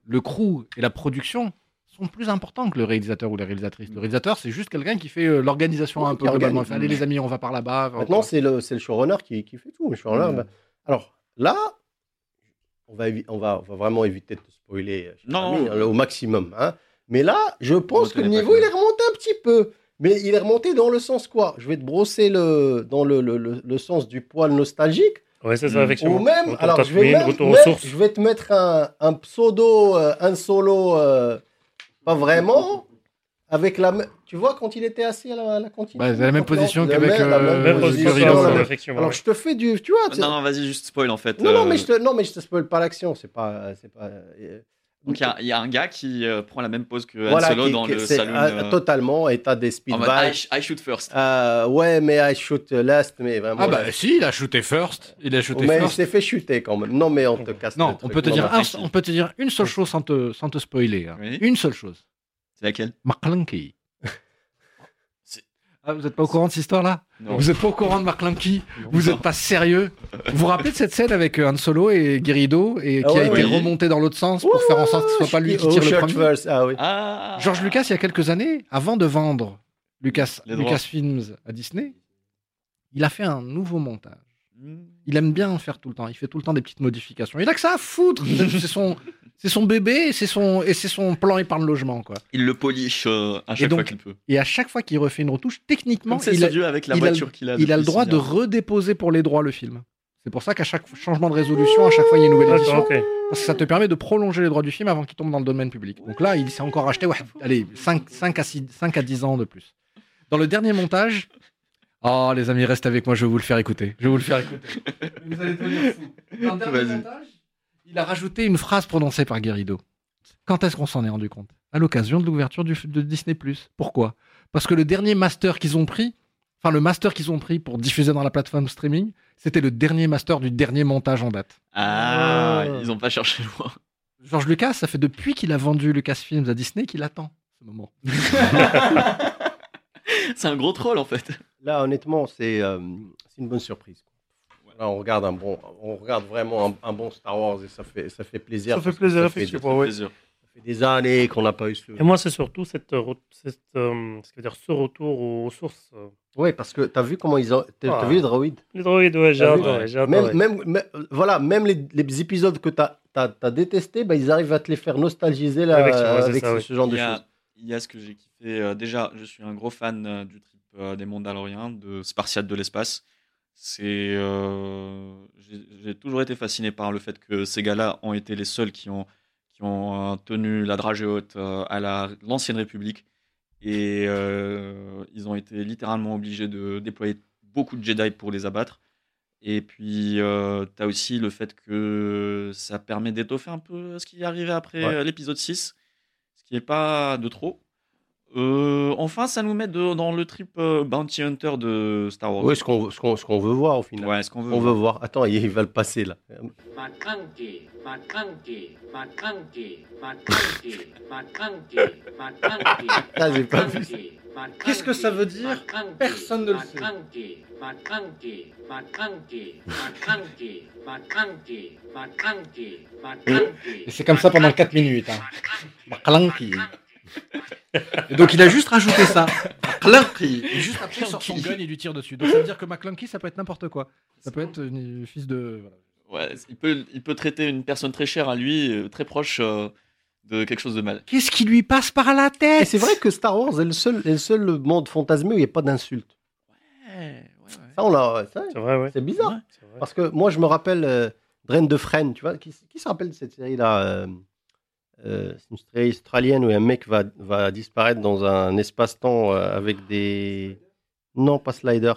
E: le crew et la production sont plus importants que le réalisateur ou la réalisatrice. Le réalisateur, c'est juste quelqu'un qui fait euh, l'organisation
B: Ouais,
E: un
B: qui
E: peu globalement.
B: organise.
E: Fait, Allez, les amis, on va par là-bas. on va
B: Maintenant,
E: par-
B: c'est le, c'est le showrunner qui, qui fait tout. Le showrunner,
A: Mm.
B: ben, alors là, on va, évi- on, va, on va vraiment éviter de te spoiler euh, cher
A: Non,
B: ami,
A: non.
B: euh, au maximum. hein. Mais là, je pense que le
A: tenez pas
B: niveau,
A: compte.
B: il est remonté un petit peu. Mais il est remonté dans le sens quoi Je vais te brosser le, dans le, le- le- le sens du poil nostalgique.
C: Ouais, c'est ça, effectivement.
B: Ou même,
C: Retour
B: alors, je vais,
C: Tatooine,
B: même-
C: retour aux
B: même-
C: sources.
B: je vais te mettre un, un pseudo, euh, un solo, euh, pas vraiment, avec la me- Tu vois, quand il était assis à la, à la cantine.
E: Bah, c'est la même
B: Maintenant,
E: position
B: le
E: qu'avec,
B: même- la même
E: euh,
C: Même
E: position,
C: position,
E: Gurilo,
B: la
C: ouais,
B: même-
C: effectivement.
B: alors, je te fais du. Tu vois,
A: Ah,
B: c'est-
A: Non, non, vas-y, juste spoil en fait.
B: non, non,
A: Euh,
B: mais je te, non, mais je te spoil pas l'action. C'est pas. C'est pas euh,
A: Donc il y a- il y, a un gars qui euh, prend la même pose que Han
B: voilà,
A: Solo
B: qui-
A: dans
B: qui-
A: le
B: c'est,
A: saloon.
B: euh,
A: euh,
B: totalement état des
A: en mode I,
B: speedbags.
A: sh- I shoot first.
B: Euh, ouais, mais I shoot last, mais vraiment.
E: Ah bah
B: là-
E: si, il a shooté first. Il a shooté
B: mais il
E: first.
B: s'est fait chuter quand même. Non, mais on te casse. le
E: Non, on
B: truc.
E: peut, te
B: Non,
E: dire
B: non.
E: un- on peut te dire une seule chose sans te, sans te spoiler. hein.
A: Oui.
E: Une seule chose.
A: C'est laquelle
E: McClunky.
A: C'est-
E: Ah, vous n'êtes pas au courant de cette histoire-là
A: Non.
E: Vous n'êtes pas au courant de McClunky Vous
A: Non.
E: n'êtes pas sérieux Vous vous rappelez de cette scène avec euh, Han Solo et Guérido et
B: Ah
E: qui a
B: ouais,
E: été
A: oui.
E: remontée dans l'autre sens pour faire en sorte que ce soit pas lui qui
B: Oh,
E: tire le
B: shot
E: premier
B: first, Ah oui.
A: Ah
E: George Lucas, il y a quelques années, avant de vendre Lucas,
A: Les droits.
E: Lucasfilms à Disney, il a fait un nouveau montage.
A: Hmm.
E: Il aime bien en faire tout le temps. Il fait tout le temps des petites modifications. Il a que ça à foutre. c'est son, c'est son bébé, et c'est son et c'est son plan épargne logement quoi.
A: Il le polish euh, à
E: Et
A: chaque
E: donc,
A: fois qu'il peut.
E: Et à chaque fois qu'il refait une retouche, techniquement,
A: Comme c'est
E: il
A: ce
E: a,
A: dieu avec la
E: il a le-
A: voiture qu'il a.
E: il a le
A: depuis
E: droit
A: six
E: de
A: ans.
E: redéposer pour les droits le film. C'est pour ça qu'à chaque changement de résolution, à chaque fois, il y a une nouvelle édition.
C: D'accord, ok.
E: Parce que ça te permet de prolonger les droits du film avant qu'il tombe dans le domaine public. Donc là, il s'est encore acheté ouais, allez, 5, à 6, 5 à 10 ans de plus. Dans le dernier montage. Oh, les amis, restez avec moi, je vais vous le faire écouter. Je vais vous le faire écouter. vous allez devenir fou. Dans le dernier
A: Vas-y.
E: montage, il a rajouté une phrase prononcée par Guérido. Quand est-ce qu'on s'en est rendu compte À l'occasion de l'ouverture du- de Disney. Pourquoi Parce que le dernier master qu'ils ont pris, enfin, le master qu'ils ont pris pour diffuser dans la plateforme streaming, c'était le dernier master du dernier montage en date.
B: Ah.
A: Ah, ils ont pas cherché loin.
E: George Lucas, ça fait depuis qu'il a vendu Lucasfilms à Disney qu'il attend ce moment.
A: C'est un gros troll en fait.
B: Là, honnêtement, c'est euh, c'est une bonne surprise. quoi. Là, on regarde un bon, on regarde vraiment un, un bon Star Wars et ça fait, ça fait plaisir.
C: Ça fait
B: parce que
C: plaisir,
B: ça fait,
C: effectivement, ouais.
A: Plaisir.
B: ça fait des années qu'on n'a pas eu ce.
C: Et moi, c'est surtout cette, euh, re- cette, euh, ce, que veut dire, ce retour aux sources. euh.
B: Ouais, parce que t'as vu comment ils ont, t'as
C: Ah.
B: t'as vu les droïdes.
C: Les droïdes, ouais, j'ai
B: Ah oui,
C: adoré, j'ai
B: Même,
C: adoré.
B: même, même- euh, voilà, même les, les épisodes que t'as as, détesté, bah, ils arrivent à te les faire nostalgiser là,
C: Avec ce- ouais, c'est
B: avec
C: ça,
B: ce,
C: ouais.
B: ce genre
A: Il
B: de
A: y,
B: choses.
A: a, il y a ce que j'ai kiffé. euh, déjà, je suis un gros fan euh, du trip euh, des Mandaloriens, de Spartiate de l'espace. C'est, euh, j'ai j'ai toujours été fasciné par le fait que ces gars-là ont été les seuls qui ont, qui ont euh, tenu la dragée haute euh, à la- l'ancienne République. Et euh, ils ont été littéralement obligés de déployer beaucoup de Jedi pour les abattre. Et puis, euh, t'as aussi le fait que ça permet d'étoffer un peu ce qui arrivait après
B: Ouais.
A: euh, l'épisode 6 ce qui n'est pas de trop. Euh, enfin, ça nous met de- dans le trip euh, Bounty Hunter de Star Wars.
B: Oui, ce qu'on ce qu'on- ce qu'on veut voir au final.
A: Ouais, ce qu'on veut.
B: On veut voir. Attends, il, il va le passer là.
G: McClunky, McClunky, McClunky, McClunky, McClunky, McClunky.
B: Ah, j'ai pas vu.
G: McClunky, McClunky,
E: Qu'est-ce que ça veut dire
G: McClunky,
E: Personne ne le sait.
G: McClunky, McClunky, McClunky, McClunky, McClunky, McClunky, McClunky.
E: Et c'est comme ça pendant 4 minutes. Hein. McClunky. Et donc il a juste rajouté ça. McClunky. Et juste après, il sort son gun, il lui tire dessus. Donc ça veut dire que McClunky, ça peut être n'importe quoi. Ça peut être une fils de. voilà.
A: Ouais, il, peut, il peut traiter une personne très chère à lui, euh, très proche euh, de quelque chose de mal.
E: Qu'est-ce qui lui passe par la tête
B: Et c'est vrai que Star Wars est le seul, est le seul monde fantasmé où il n'y a pas d'insultes.
A: Eh,
B: Ça, on l'a. ça,
C: C'est vrai, ouais.
B: C'est bizarre.
C: c'est vrai.
B: Parce que moi, je me rappelle euh, Draine de Fresne, tu vois. Qui, qui se rappelle de cette série-là euh, euh, C'est une série australienne où un mec va, va disparaître dans un espace-temps euh, avec des. Non, pas Slider.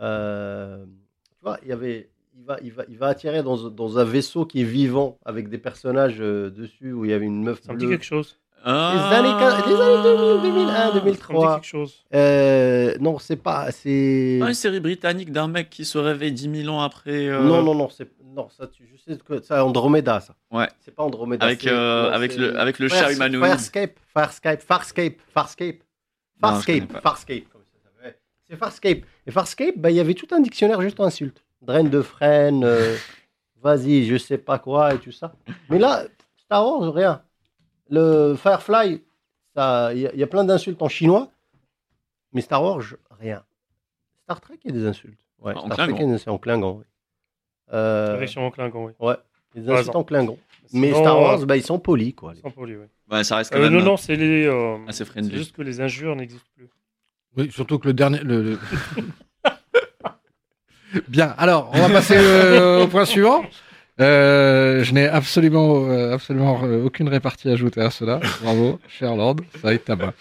B: Euh, tu vois, il y avait. Il va, il, va, il va attirer dans, dans un vaisseau qui est vivant avec des personnages euh, dessus où il y avait une meuf
C: Ça me dit
B: bleue.
C: quelque chose.
A: Ah.
B: Les années, quin- les années 2000, 2001,
C: Ça me dit
B: 2003.
C: quelque chose.
B: Euh, non, c'est pas. C'est.
A: Ah, une série britannique d'un mec qui se réveille 10 000 ans après. euh,
B: Non, non, non. c'est- non, ça, tu, je sais que ça, Andromeda, ça.
A: Ouais.
B: C'est pas Andromeda.
A: Avec,
B: c'est-
A: euh,
B: non,
A: avec,
B: c'est-
A: le, avec le chat
B: Fires-
A: humanoïde.
B: Farscape, Farscape, Farscape, Farscape,
A: Non, je connais
B: Farscape,
A: pas.
B: Farscape. comme ça s'appelait. C'est Farscape. Et Farscape, bah, il y avait tout un dictionnaire juste en insultes. Draine de freine, euh, vas-y, je sais pas quoi et tout ça. Mais là, Star Wars, rien. Le Firefly, ça- il y, a- il y a plein d'insultes en chinois. Mais Star Wars, je- rien. Star Trek, il y a des insultes. Ouais,
A: En
B: Star Trek,
A: Klingon.
B: il y a des insultes en Klingon. oui. Euh,
C: Direction en clinquant, oui.
B: il y a des insultes
C: raison.
B: en Klingon. Mais
C: Sinon,
B: Star
C: euh,
B: Wars, bah, ils sont polis, quoi.
C: sans poli, ouais.
A: Ouais, ça reste quand
C: Euh,
A: même.
C: non, non, c'est les. euh,
A: assez
C: c'est
A: Ah, friendly.
C: juste que les injures n'existent plus.
E: Oui, surtout que le dernier. Le, le- Bien, alors, on va passer euh, au point suivant. Euh, je n'ai absolument, euh, absolument euh, aucune répartie à ajouter à cela. Bravo, cher Lord, ça y est, tabac.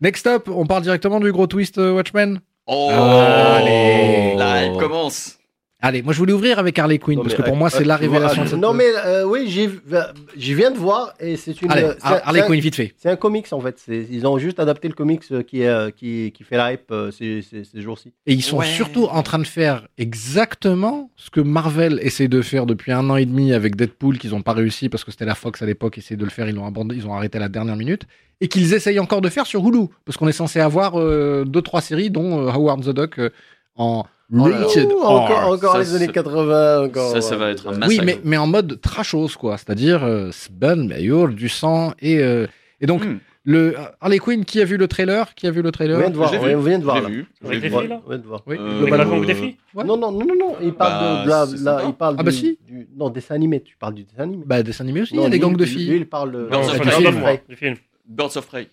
E: Next up, on parle directement du gros twist euh, Watchmen.
A: Oh
E: Allez.
A: La hype commence
E: Allez, moi je voulais ouvrir avec Harley Quinn,
B: Non,
E: parce
B: mais,
E: que pour
B: euh,
E: moi c'est
B: euh,
E: la
B: tu vois,
E: révélation de cette...
B: Non, mais euh, oui, j'ai vu- euh, j'y viens de voir et c'est une.
E: Allez,
B: euh, c'est un-
E: Harley
B: c'est un-
E: Quinn, vite fait.
B: C'est un comics en fait. C'est- Ils ont juste adapté le comics euh, qui, est, euh, qui, qui fait la hype euh, ces, ces- ces jours-ci.
E: Et ils sont
A: Ouais.
E: surtout en train de faire exactement ce que Marvel essaie de faire depuis un an et demi avec Deadpool, qu'ils n'ont pas réussi parce que c'était la Fox à l'époque, essayait de le faire, ils l'ont abandonné, ils ont arrêté à la dernière minute, et qu'ils essayent encore de faire sur Hulu, parce qu'on est censé avoir euh, deux, trois séries, dont euh, Howard the Duck euh, en
A: Oh là là.
E: Rated
B: Ouh,
E: R.
B: encore encore
A: ça,
B: les années
A: c'est-
B: 80. Encore, euh,
A: ça, ça
B: ouais,
A: va être un
B: ouais.
A: massacre.
E: Oui, mais, mais en mode trashos, quoi. C'est-à-dire, euh, Spun, hurle, du sang, et, euh, et donc,
A: Hmm.
E: le euh, Harley Quinn, qui a vu le trailer Qui a vu le
B: On
E: trailer
B: vient de voir.
A: J'ai
B: On
A: vu.
B: vient- on vient de voir.
A: J'ai
B: là.
A: vu.
C: Avec
A: j'ai
C: les
A: vu.
C: filles, là
B: On vient de voir.
E: Oui,
A: Euh,
E: globalement.
C: La gangue des filles
E: Ouais.
B: Non, non, non, non, non. Il parle
A: Bah,
B: de, de la-
A: c'est
B: la-
A: sympa.
B: il parle
E: Ah, bah
B: du-
E: si.
B: du- non, dessin animé. Tu parles du dessin animé.
E: Bah, dessin animé aussi, il
B: Non,
E: y a des
B: lui,
E: gangs de
B: lui,
E: filles.
B: lui, il parle. euh,
A: Non,
B: de
A: ça
C: c'est
A: fait
B: Bird
A: film.
B: of
C: Pardonne-moi,
B: Prey.
C: du film.
A: Birds of Prey.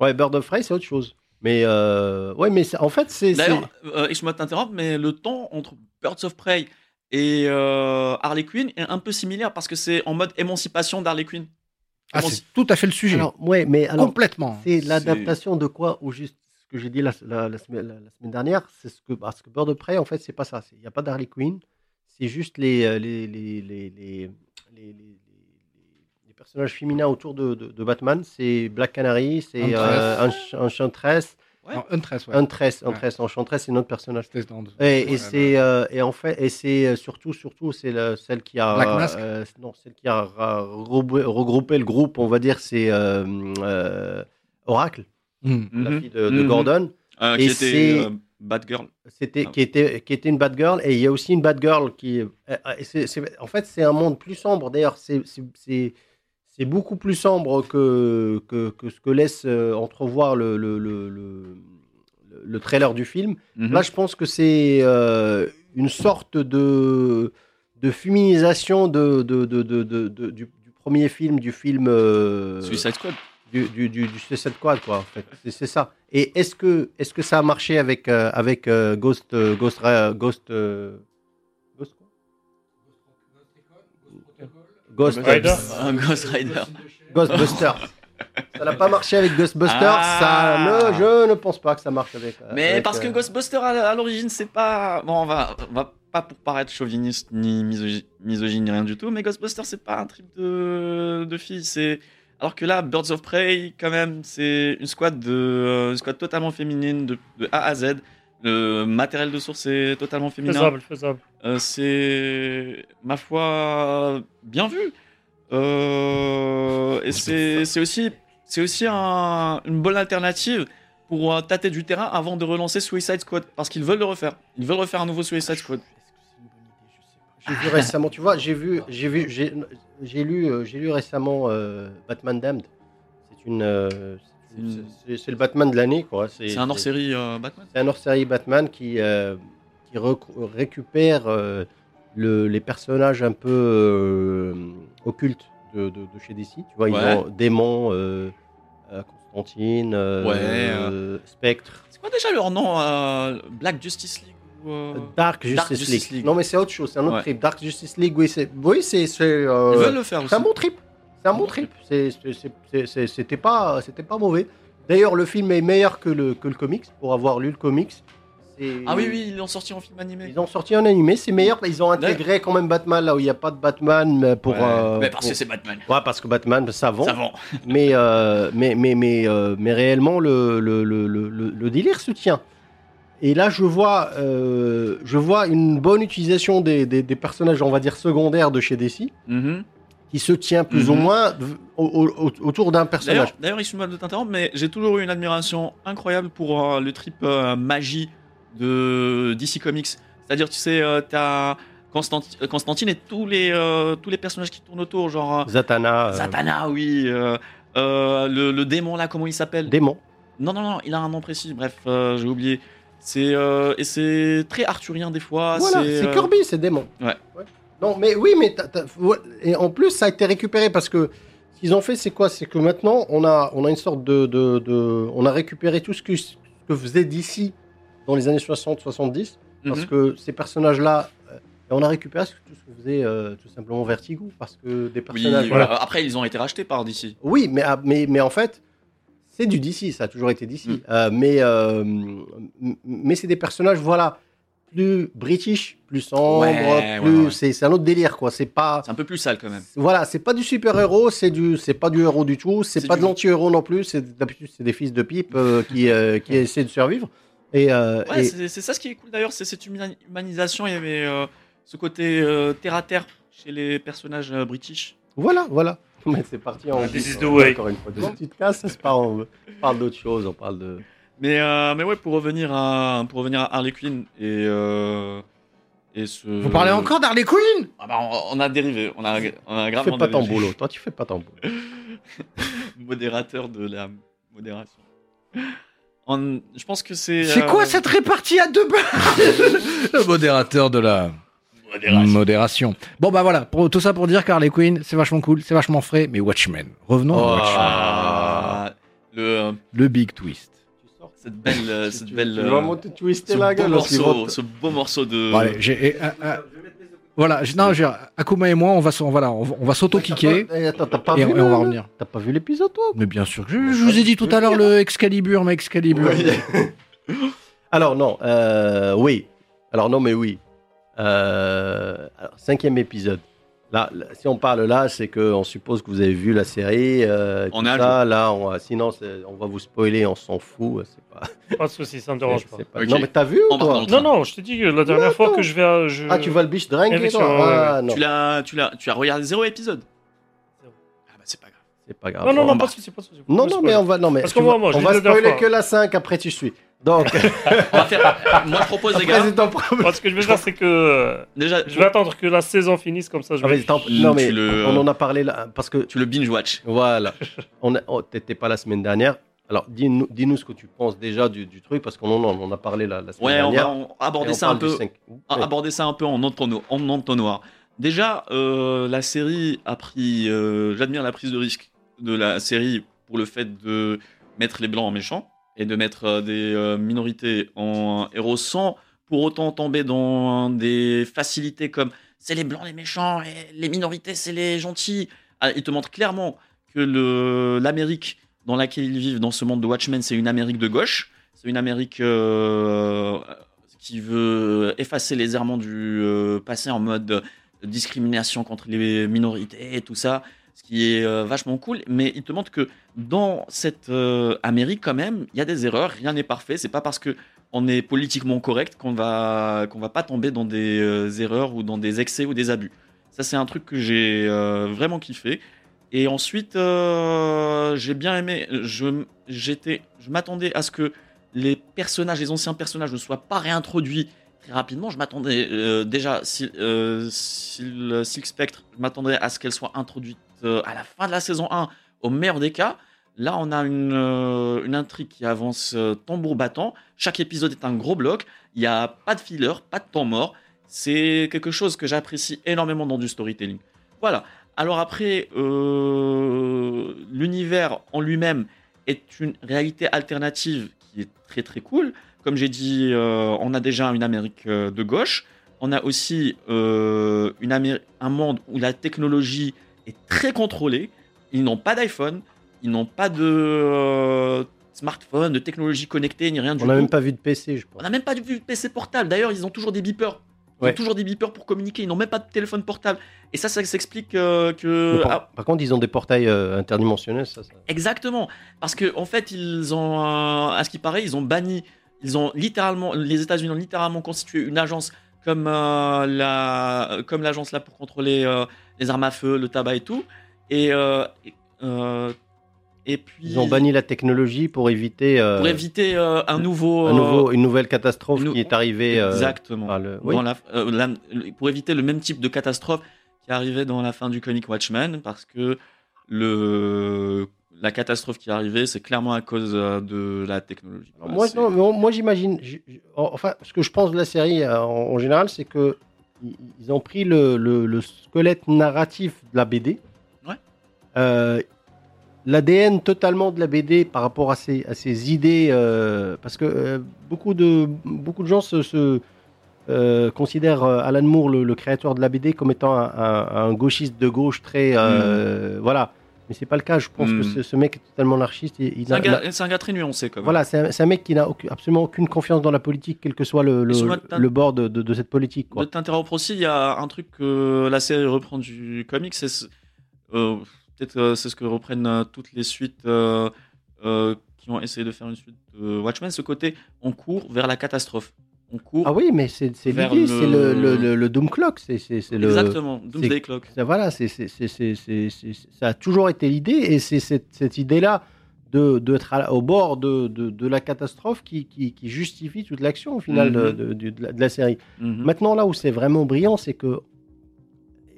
B: Ouais, Bird of Prey, c'est autre chose. Mais euh, ouais, mais c'est- en fait, c'est. c'est-
A: D'ailleurs, euh, excuse-moi de t'interrompre, mais le temps entre Birds of Prey et euh, Harley Quinn est un peu similaire parce que c'est en mode émancipation d'Harley Quinn.
E: Ah, c'est tout à fait le sujet.
B: Alors, ouais, mais alors,
E: Complètement.
B: C'est
A: C'est-
B: l'adaptation de quoi au juste ce que j'ai dit la, la- la semaine, la- la semaine dernière, c'est ce que parce que Bird of Prey en fait c'est pas ça, C'est- il n'y a pas d'Harley Quinn, c'est juste les euh, les, les, les, les, les- les- les- les personnages féminins autour de, de- de Batman, c'est Black Canary, c'est euh,
E: Huntress.
B: Ench- Enchantress,
A: Ouais.
E: Non, Huntress, ouais.
B: Huntress,
E: Ouais. Oh
B: Huntress, Enchantress, c'est notre personnage.
E: C'était dans-
B: Et, et
E: Ouais,
B: c'est euh, et en fait et c'est euh, surtout surtout c'est la- celle qui a
E: Black Mask
B: euh, non celle qui a ra- regroupé regroupé le groupe on va dire c'est euh, euh, Oracle
E: bah, hmm.
B: la
A: Mhm.
B: fille de, de
A: Mhm.
B: Gordon,
A: Euh,
B: Et
A: qui
B: c'est-
A: était euh, Batgirl.
B: c'était
A: Ah.
B: qui était qui était une bad girl et il y a aussi une bad girl qui est- euh, euh, c'est- c'est- en fait c'est un monde plus sombre d'ailleurs c'est c'est- c'est c'est beaucoup plus sombre que, que, que ce que laisse euh, entrevoir le, le, le, le, le trailer du film.
A: Mhm.
B: Là, Bah, je pense que c'est euh, une sorte de, de féminisation de, de, de, de- de- de- du, du premier film, du film euh,
A: Suicide Squad.
B: du, du, du, du Suicide Squad, quoi, en fait. C'est- C'est ça. Et est-ce que, est que ça a marché avec, euh, avec euh, Ghost, euh, Ghost, Ra- Ghost, euh, Ghost quoi Ghost, euh,
C: Rider.
A: Un Ah, Ghost Rider.
B: Ghostbuster. ça n'a pas marché avec Ghostbuster. Ça,
A: Ah.
B: ne- je ne pense pas que ça marche avec.
A: Mais
B: avec,
A: parce que
B: euh,
A: Ghostbuster à, à l'origine, c'est pas. Bon, on va, on va pas pour paraître chauviniste ni misogy- misogyne ni rien du tout, mais Ghostbuster, c'est pas un trip de, de filles. C'est. Alors que là, Birds of Prey, quand même, c'est une squad, de, euh, une squad totalement féminine de, de A à Z. Le matériel de source est totalement féminin.
C: Faisable, faisable.
A: Euh, c'est, ma foi, bien vu. Euh, et c'est c'est aussi, c'est aussi un- une bonne alternative pour euh, tâter du terrain avant de relancer Suicide Squad. Parce qu'ils veulent le refaire. Ils veulent refaire un nouveau Suicide Squad.
B: J'ai vu récemment, tu vois, j'ai vu, j'ai vu, j'ai j'ai lu, euh, j'ai lu récemment euh, Batman Damned. C'est une, euh, c'est une- c'est- c'est le Batman de l'année, quoi.
A: C'est un hors-série euh, Batman.
B: C'est un hors-série Batman qui euh, qui recou- récupère euh, le- les personnages un peu euh, occultes de, de- de chez DC. Tu vois, ils
A: Ouais.
B: ont démon, euh, euh, Constantine, euh,
A: Ouais, hein.
B: euh, Spectre,
A: C'est quoi déjà leur nom euh, Black Justice League ou, euh,
B: Dark Justice,
A: Justice
B: League.
A: League.
B: Non, mais c'est autre chose, c'est un autre
A: Ouais.
B: trip. Dark Justice League, oui, c'est, oui, c'est, c'est, euh,
A: Ils veulent le faire aussi.
B: C'est un bon trip. C'est un bon trip. C'est- c'est- c'est- c'est- c'est- C'était pas, c'était pas mauvais. D'ailleurs, le film est meilleur que le, que le comics. Pour avoir lu le comics, C'est-
A: Ah oui, oui, ils l'ont sorti en film animé.
B: Ils ont sorti un animé, c'est meilleur. Ils ont intégré quand même Batman là où il n'y a pas de Batman euh, pour.
A: Ouais.
B: euh,
A: Mais parce
B: pour-
A: que c'est Batman.
B: Ouais, parce que Batman, ça vend.
A: Ça vend.
B: Mais, euh, mais, mais, mais, euh, mais réellement, le, le, le, le, le- le délire se tient. Et là, je vois, euh, je vois une bonne utilisation des, des- des personnages, on va dire, secondaires de chez DC,
A: Mhm.
B: qui se tient plus ou
A: Mhm.
B: moins v- au- au- au- autour d'un personnage.
A: D'ailleurs, d'ailleurs, excuse-moi de t'interrompre, mais j'ai toujours eu une admiration incroyable pour euh, le trip euh, magie de DC Comics. C'est-à-dire, tu sais, euh, t'as Constanti- euh, Constantine et tous les, euh, tous les personnages qui tournent autour, genre euh,
B: Zatanna, euh,
A: Zatanna, oui, euh, euh, le, le démon là, comment il s'appelle
B: démon.
A: Non, non, non, il a un nom précis, bref, euh, j'ai oublié. C'est euh, et c'est très arthurien des fois.
B: voilà,
A: c'est
B: c'est
A: euh,
B: Kirby, c'est démon.
A: Ouais.
B: Non, mais oui, mais t'as- t'as- ouais, et en plus, ça a été récupéré parce que ce qu'ils ont fait, c'est quoi C'est que maintenant, on a, on a une sorte de, de- de- On a récupéré tout ce que, ce que faisait DC dans les années 60-70, parce
A: Mhm.
B: que ces personnages-là. euh, et on a récupéré ce que- tout ce que faisait euh, tout simplement Vertigo, parce que des
A: Oui,
B: personnages.
A: voilà. Après, ils ont été rachetés par DC.
B: Oui, mais, ah, mais, mais en fait, c'est du DC, ça a toujours été DC.
A: Mm.
B: Euh, mais euh, m- mais c'est des personnages, voilà, plus british, plus sombre,
A: Ouais,
B: plus.
A: ouais, ouais.
B: C'est c'est un autre délire, quoi. C'est pas.
A: C'est un peu plus sale quand même.
B: Voilà, c'est pas du super-héros, c'est du, c'est pas du héros du tout, c'est
A: C'est
B: pas
A: du-
B: de l'anti-héros non plus. C'est d'habitude c'est des fils de pipe euh, qui euh, qui essaient de survivre. Et, euh,
A: Ouais,
B: et-
A: c'est c'est ça ce qui est cool d'ailleurs, c'est cette humani- humanisation. Il y avait euh, ce côté euh, terre à terre chez les personnages euh, british.
B: voilà, voilà. Mais c'est parti en.
C: This is the way.
B: Encore une fois, des petites casses, ça se part en- on parle d'autre chose, on parle de.
A: Mais, euh, mais ouais, pour revenir à, pour revenir à Harley Quinn et, euh, et ce.
E: Vous parlez encore d'Harley Quinn
A: Ah bah, on, on a dérivé, on a, on a
B: Tu
A: gravement
B: fais pas ton
A: dérivé.
B: boulot, toi tu fais pas ton boulot.
A: Modérateur de la modération. En- je pense que c'est.
E: C'est
A: euh,
E: quoi cette répartie à deux balles Le modérateur de la modération. Bon bah voilà, pour- tout ça pour dire qu'Harley Quinn, c'est vachement cool, c'est vachement frais, mais Watchmen. Revenons à Watchmen.
A: Ah, Oh, le,
E: Le big twist.
B: Tu sors
A: cette belle. euh,
B: Tu-
A: cette
B: tu-
A: belle
B: tu
A: euh,
B: vas monter twister
A: ce,
B: la
A: beau
B: gueule parce qu'ils vont
A: morceau,
B: te-
A: ce beau morceau de.
E: Bon, allez, j'ai- et, ah, ah, voilà, je- non, j'ai- Akuma et moi, on va, s- on, voilà, on, va- on va s'auto-kicker
B: Eh, attends, t'as pas
E: et,
B: vu
E: on- et on
B: le-
E: va revenir.
B: T'as pas vu l'épisode toi
E: Mais bien sûr que je, je vous ai dit tout à l'heure le Excalibur, mais Excalibur.
B: Alors non, euh, oui. Alors non, mais oui. Euh, alors, cinquième épisode. Là, là, si on parle là, c'est que on suppose que vous avez vu la série. euh,
A: On
B: tout
A: est à
B: ça, là, on va- sinon c'est- on va vous spoiler, on s'en fout. euh, C'est pas.
C: Pas de soucis, ça me dérange
B: c'est-
C: pas.
B: c'est pas-
A: Ok.
B: Non, mais t'as vu ou
A: On part
B: toi
A: dans le
C: Non, non, je t'ai dit que la dernière
B: Non,
C: fois
B: non.
C: que je vais à. je-
B: Ah, tu vas le bitch drinker
C: Effectivement,
B: toi Ah non,
A: Tu l'as, tu l'as, tu as regardé zéro épisode.
C: Zéro.
A: Ah bah c'est pas grave.
B: c'est pas grave.
C: Non, non,
B: On
C: non,
B: va-
A: bah.
C: pas de soucis, pas de soucis.
B: non, non, mais on va, non mais
C: Parce
B: tu
C: qu'on va-
B: vas-
C: moi, je
B: on
C: l'ai
B: va
C: dit la dernière
B: spoiler que
C: fois.
B: la 5, après tu suis. Donc,
A: On va faire. Moi je propose les
B: après
A: gars.
B: c'est ton problème.
C: Parce que je vais faire, c'est que. euh,
A: Déjà,
C: Je vais attendre que la saison finisse, comme ça je
B: Ah,
C: vais.
B: mais t'en-
A: le-
B: non
A: tu
B: mais
A: le-
B: on en a parlé là parce que
A: tu le binge watch.
B: voilà, on a- oh, t'étais pas la semaine dernière. Alors dis-nous dis-nous ce que tu penses déjà du, du truc parce qu'on en, on en a parlé la, la semaine
A: Ouais, on
B: dernière.
A: va en- aborder
B: Et on
A: ça un
B: parle du
A: peu.
B: cinq.
A: a-
B: Ouais.
A: Aborder Ah, ça un peu en entonno- en entonnoir. Déjà, euh, la série a pris. euh, J'admire la prise de risque de la série pour le fait de mettre les blancs en méchants et de mettre euh, des euh, minorités en héros sans pour autant tomber dans des facilités comme c'est les blancs les méchants et les minorités c'est les gentils. Ah, il te montre clairement que le- l'Amérique dans laquelle ils vivent dans ce monde de Watchmen, c'est une Amérique de gauche, c'est une Amérique euh, qui veut effacer les errements du euh, passé en mode discrimination contre les minorités et tout ça, ce qui est euh, vachement cool. Mais il te montre que dans cette euh, Amérique, quand même, il y a des erreurs, rien n'est parfait. C'est pas parce que on est politiquement correct qu'on va qu'on va pas tomber dans des euh, erreurs ou dans des excès ou des abus. Ça, c'est un truc que j'ai euh, vraiment kiffé. Et ensuite, euh, j'ai bien aimé. Je j'étais, je m'attendais à ce que les personnages, les anciens personnages ne soient pas réintroduits très rapidement. Je m'attendais euh, déjà, si, euh, si le Silk Spectre, je m'attendais à ce qu'elle soit introduite euh, à la fin de la saison 1, au meilleur des cas. Là, on a une, euh, une intrigue qui avance euh, tambour battant. Chaque épisode est un gros bloc. Il n'y a pas de filler, pas de temps mort. C'est quelque chose que j'apprécie énormément dans du storytelling. Voilà. Alors après, euh, l'univers en lui-même, est une réalité alternative qui est très très cool. Comme j'ai dit, euh, on a déjà une Amérique euh, de gauche. On a aussi euh, une Amé- un monde où la technologie est très contrôlée. Ils n'ont pas d'iPhone, ils n'ont pas de euh, smartphone, de technologie connectée, ni rien du
B: On n'a
A: tout.
B: même pas vu de PC, je
A: On
B: pense.
A: n'a même pas vu de PC portable. D'ailleurs, ils ont toujours des beepers. Ils
B: Ouais.
A: ont toujours des beepers pour communiquer. Ils n'ont même pas de téléphone portable. Et ça, ça s'explique euh, Ah, que.
B: Mais par,
A: ah,
B: par contre, ils ont des portails euh, interdimensionnels, ça. ça-
A: Exactement, parce que en fait, ils ont, euh, à ce qui paraît, ils ont banni Ils ont littéralement, les États-Unis ont littéralement constitué une agence comme euh, la, comme l'agence là pour contrôler euh, les armes à feu, le tabac et tout. Et euh, et, euh, et puis
B: Ils ont banni la technologie pour éviter, euh,
A: pour éviter euh, un nouveau,
B: un nouveau- une nouvelle catastrophe
A: nou-
B: qui est arrivée. euh,
A: exactement.
B: par le-
A: dans
B: oui.
A: la- euh, la- le- pour éviter le même type de catastrophe qui arrivait dans la fin du comic Watchmen, parce que le, la catastrophe qui arrivait, c'est clairement à cause euh, de la technologie.
B: Alors,
A: Voilà,
B: moi,
A: Bah, c'est-
B: non, mais on- moi j'imagine. j- j- en- Enfin, ce que je pense de la série euh, en, en général, c'est que i- ils ont pris le, le- le squelette narratif de la BD.
A: Ouais.
B: Euh, L'ADN totalement de la BD par rapport à ses, à ses idées, euh, parce que euh, beaucoup, de, beaucoup de gens se, se, euh, considèrent euh, Alan Moore, le, le créateur de la BD, comme étant un, un- un gauchiste de gauche très. euh, Voilà. Mais c'est pas le cas. Je pense
A: Mm.
B: que ce, ce mec est totalement anarchiste. et il
A: C'est
B: a-
A: un,
B: il a-
A: gars, c'est un gars très nuancé quand même.
B: voilà, c'est un, c'est un mec qui n'a aucune- absolument aucune confiance dans la politique, quel que soit le, le-
A: sur notre-
B: le bord de, de- de cette politique.
A: De
B: Quoi.
A: t'interrompre aussi, il y a un truc que la série reprend du comic, c'est ce- euh, peut-être euh, c'est ce que reprennent euh, toutes les suites euh, euh, qui ont essayé de faire une suite de Watchmen, ce côté on court vers la catastrophe. On court
B: Ah oui, mais c'est c'est
A: Vers
B: l'idée, c'est le,
A: le-
B: le, le- le Doom Clock. c'est c'est- c'est le-
A: exactement Doomsday Clock.
B: Ça, voilà, c'est c'est- c'est- c'est- c'est- c'est- ça a toujours été l'idée, et c'est cette, cette idée-là de d'être à la- au bord de, de- de la catastrophe qui, qui- qui justifie toute l'action au final de-
A: Mhm.
B: de- du- de la- de la série.
A: Mhm.
B: Mm. Maintenant, là où c'est vraiment brillant, c'est que,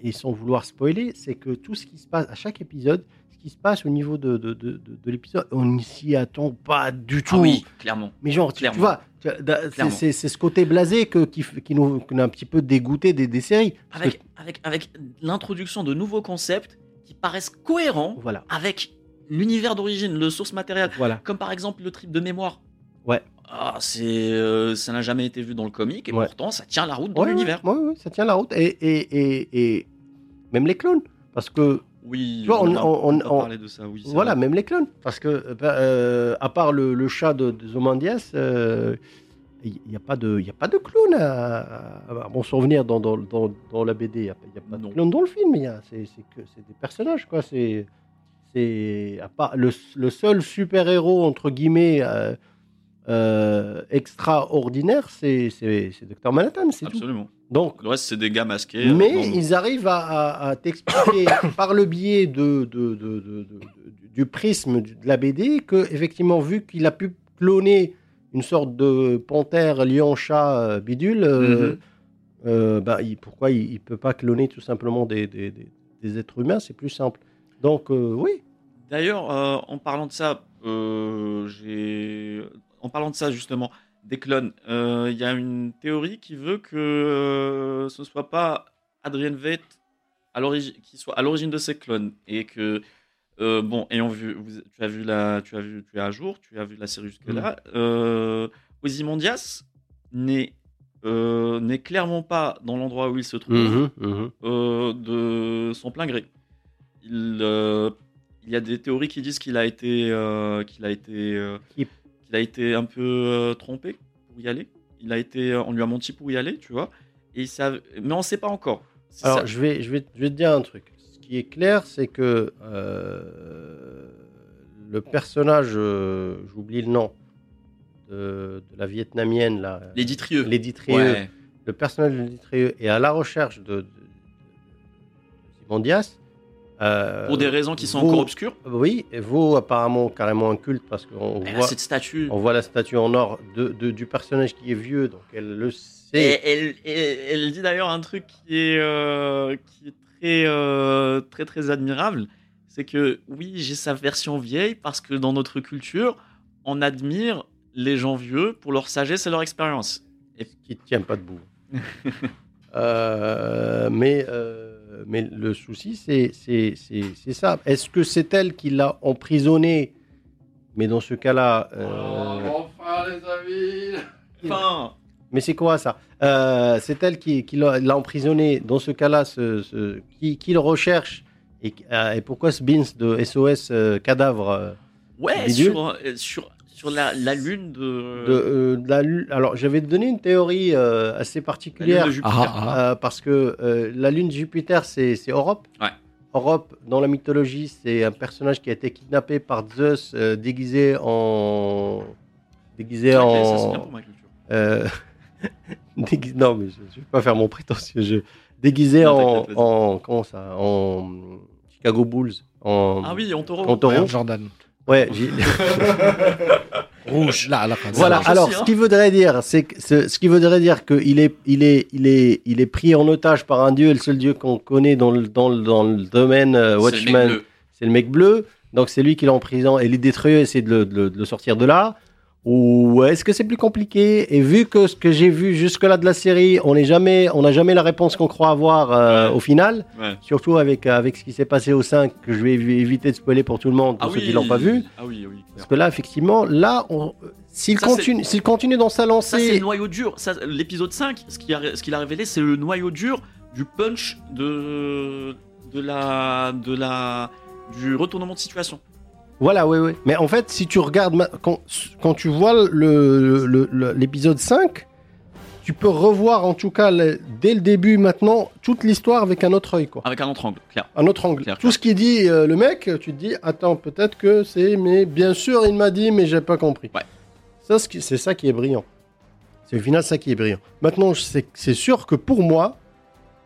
B: et sans vouloir spoiler, c'est que tout ce qui se passe à chaque épisode, ce qui se passe au niveau de, de, de- de- de l'épisode, on ne s'y attend pas du tout.
A: Ah oui, clairement.
B: Mais genre, tu, tu
A: Clairement.
B: vois, tu as- da- c'est-
A: Clairement.
B: c'est c'est ce côté blasé que, qui, f- qui nous, qui nous a un petit peu dégoûté des, des séries. Parce
A: Avec, avec, avec l'introduction de nouveaux concepts qui paraissent cohérents
B: que- voilà.
A: avec l'univers d'origine, le source matérielle,
B: Voilà.
A: comme par exemple le trip de mémoire.
B: Ouais.
A: Ah, c'est, euh, ça n'a jamais été vu dans le comic et
B: Ouais.
A: pourtant ça tient la route dans
B: Ouais,
A: l'univers.
B: ouais, ouais, ouais, ça tient la route. Et, et, et, et même les clones. Parce que
A: Oui,
B: Tu vois, on-
A: a-
B: on-
A: a
B: on-
A: parlé de ça, oui. c'est
B: Voilà,
A: vrai.
B: même les clones. Parce que, euh, bah, euh, à part le, le chat de, de Zomandias, euh, il n'y a, pas de- il y a pas de clown à, à- à mon souvenir dans, dans, dans, dans la BD. Il n'y a, il y a pas
A: Non.
B: de clown dans le film. il y a- C'est c'est que- c'est des personnages, quoi. C'est. C'est à part le, le seul super-héros, entre guillemets, euh, euh, extraordinaire, c'est c'est- c'est Dr. Manhattan, c'est tout.
A: Absolument.
B: Donc,
A: Le reste, c'est des gars masqués. euh, dans
B: mais
A: le-
B: ils arrivent à, à- à t'expliquer par le biais de, de- de- de- de- du prisme du- de la BD que, effectivement, vu qu'il a pu cloner une sorte de panthère, lion, chat, euh, bidule, euh,
A: Mhm.
B: euh, bah, il- pourquoi il ne peut pas cloner tout simplement des, des- des- des êtres humains C'est plus simple. Donc, euh, oui,
A: D'ailleurs, euh, en parlant de ça, euh, j'ai... En parlant de ça, justement, des clones, euh, il y a une théorie qui veut que euh, ce ne soit pas Adrienne Veidt à l'origine, qui soit à l'origine de ces clones. Et que, euh, bon, ayant vu, vous- tu, as vu la, tu, as vu, tu es à jour, tu as vu la série jusque-là, euh, Ozymandias n'est, euh, n'est clairement pas dans l'endroit où il se trouve
B: Mm-hmm.
A: euh, de son plein gré. Il, euh, il y a des théories qui disent qu'il a été, euh, qu'il a été, euh,
B: Qui-
A: qu'il a été un peu euh, trompé pour y aller. Il a été, euh, on lui a menti pour y aller, tu vois. Et ça, mais on ne sait pas encore. C'est
B: Alors,
A: ça.
B: je vais, je, vais, je vais te dire un truc. Ce qui est clair, c'est que euh, le personnage, euh, j'oublie le nom, de, de la vietnamienne, là. euh,
A: Lady Trieux.
B: Lady Trieux.
A: Ouais.
B: Le personnage de Lady Trieux est à la recherche de, de, de Simondias. Euh,
A: Pour des raisons qui sont
B: vaut- euh,
A: encore obscures.
B: Oui, et vaut apparemment carrément un culte parce qu'on
A: Elle a
B: voit,
A: cette statue.
B: on voit la statue en or de, de- du personnage qui est vieux, donc elle le
A: Et
B: sait.
A: elle, elle- elle dit d'ailleurs un truc qui est, euh, qui est très, euh, très, très admirable. C'est que oui, j'ai sa version vieille parce que dans notre culture, on admire les gens vieux pour leur sagesse et leur expérience.
B: qui ne tient pas debout. Euh, mais, euh, mais le souci, c'est- c'est c'est- c'est ça. Est-ce que c'est elle qui l'a emprisonné Mais dans ce cas-là. euh,
A: Enfin,
B: mais c'est quoi ça Euh, C'est elle qui, qui l'a l'a emprisonné. Dans ce cas-là, ce, ce- qui, qui le recherche et, euh, et pourquoi ce Beans de SOS euh, cadavre euh,
A: ouais,
B: Bidule.
A: sur, euh, sur, sur la, la lune de,
B: de, euh, de la Lune Alors, j'avais donné une théorie euh, assez
A: la lune
B: particulière.
A: de Jupiter.
E: Ah, ah.
B: Euh, parce que euh, la lune de Jupiter, c'est c'est Europe.
A: Ouais.
B: Europe, dans la mythologie, c'est un personnage qui a été kidnappé par Zeus, euh, déguisé en déguisé
A: Ok,
B: en.
A: ça, c'est bien pour ma culture.
B: Euh, dégui- Non, mais je ne vais pas faire mon prétentieux jeu. Déguisé
A: Non,
B: en,
A: t'inquiète, vas-y.
B: en. Comment ça En Chicago Bulls. En,
A: Ah oui, en taureau.
B: en taureau.
E: Merde, Jordan.
B: Ouais, j'ai-
E: Rouge. Là, là.
B: voilà.
A: marche
B: Alors,
A: aussi, hein.
B: ce qui voudrait dire, c'est que ce, ce qui voudrait dire qu'il est, il est, il est, il est pris en otage par un dieu, et le seul dieu qu'on connaît dans le, dans le, dans le domaine euh, Watchmen. c'est le mec bleu. Donc c'est lui qui l'a en prison et l'idée et c'est de, le- de le- de le sortir de là. Ou est-ce que c'est plus compliqué Et vu que ce que j'ai vu jusque-là de la série, on n'est jamais, on n'a jamais la réponse qu'on croit avoir euh,
A: Ouais.
B: au final.
A: Ouais.
B: Surtout avec avec ce qui s'est passé au 5, que je vais évi- éviter de spoiler pour tout le monde, pour
A: Ah
B: ceux
A: oui.
B: qui l'ont pas vu.
A: Ah oui, oui. clair.
B: Parce que là, effectivement, là, on- s'il
A: Ça,
B: continue, s'il continue dans sa
F: Ça, c'est
B: lancée,
F: le noyau dur. Ça, L'épisode 5, ce qu'il a, ce qu'il a révélé, c'est le noyau dur du punch de, de la, de la, du retournement de situation.
B: Voilà, oui, oui. Mais en fait, si tu regardes, ma- quand, quand tu vois le- le- le- l'épisode 5, tu peux revoir en tout cas le- dès le début maintenant toute l'histoire avec un autre œil, quoi.
A: Avec un autre angle, clair.
B: Un autre angle.
A: Clair,
B: Tout ce qu'il dit euh, le mec, tu te dis, attends, peut-être que c'est, mais bien sûr, il m'a dit, mais j'ai pas compris.
A: Ouais.
B: Ça, ce qui- c'est ça qui est brillant. C'est au final ça qui est brillant. Maintenant, je sais- c'est sûr que pour moi,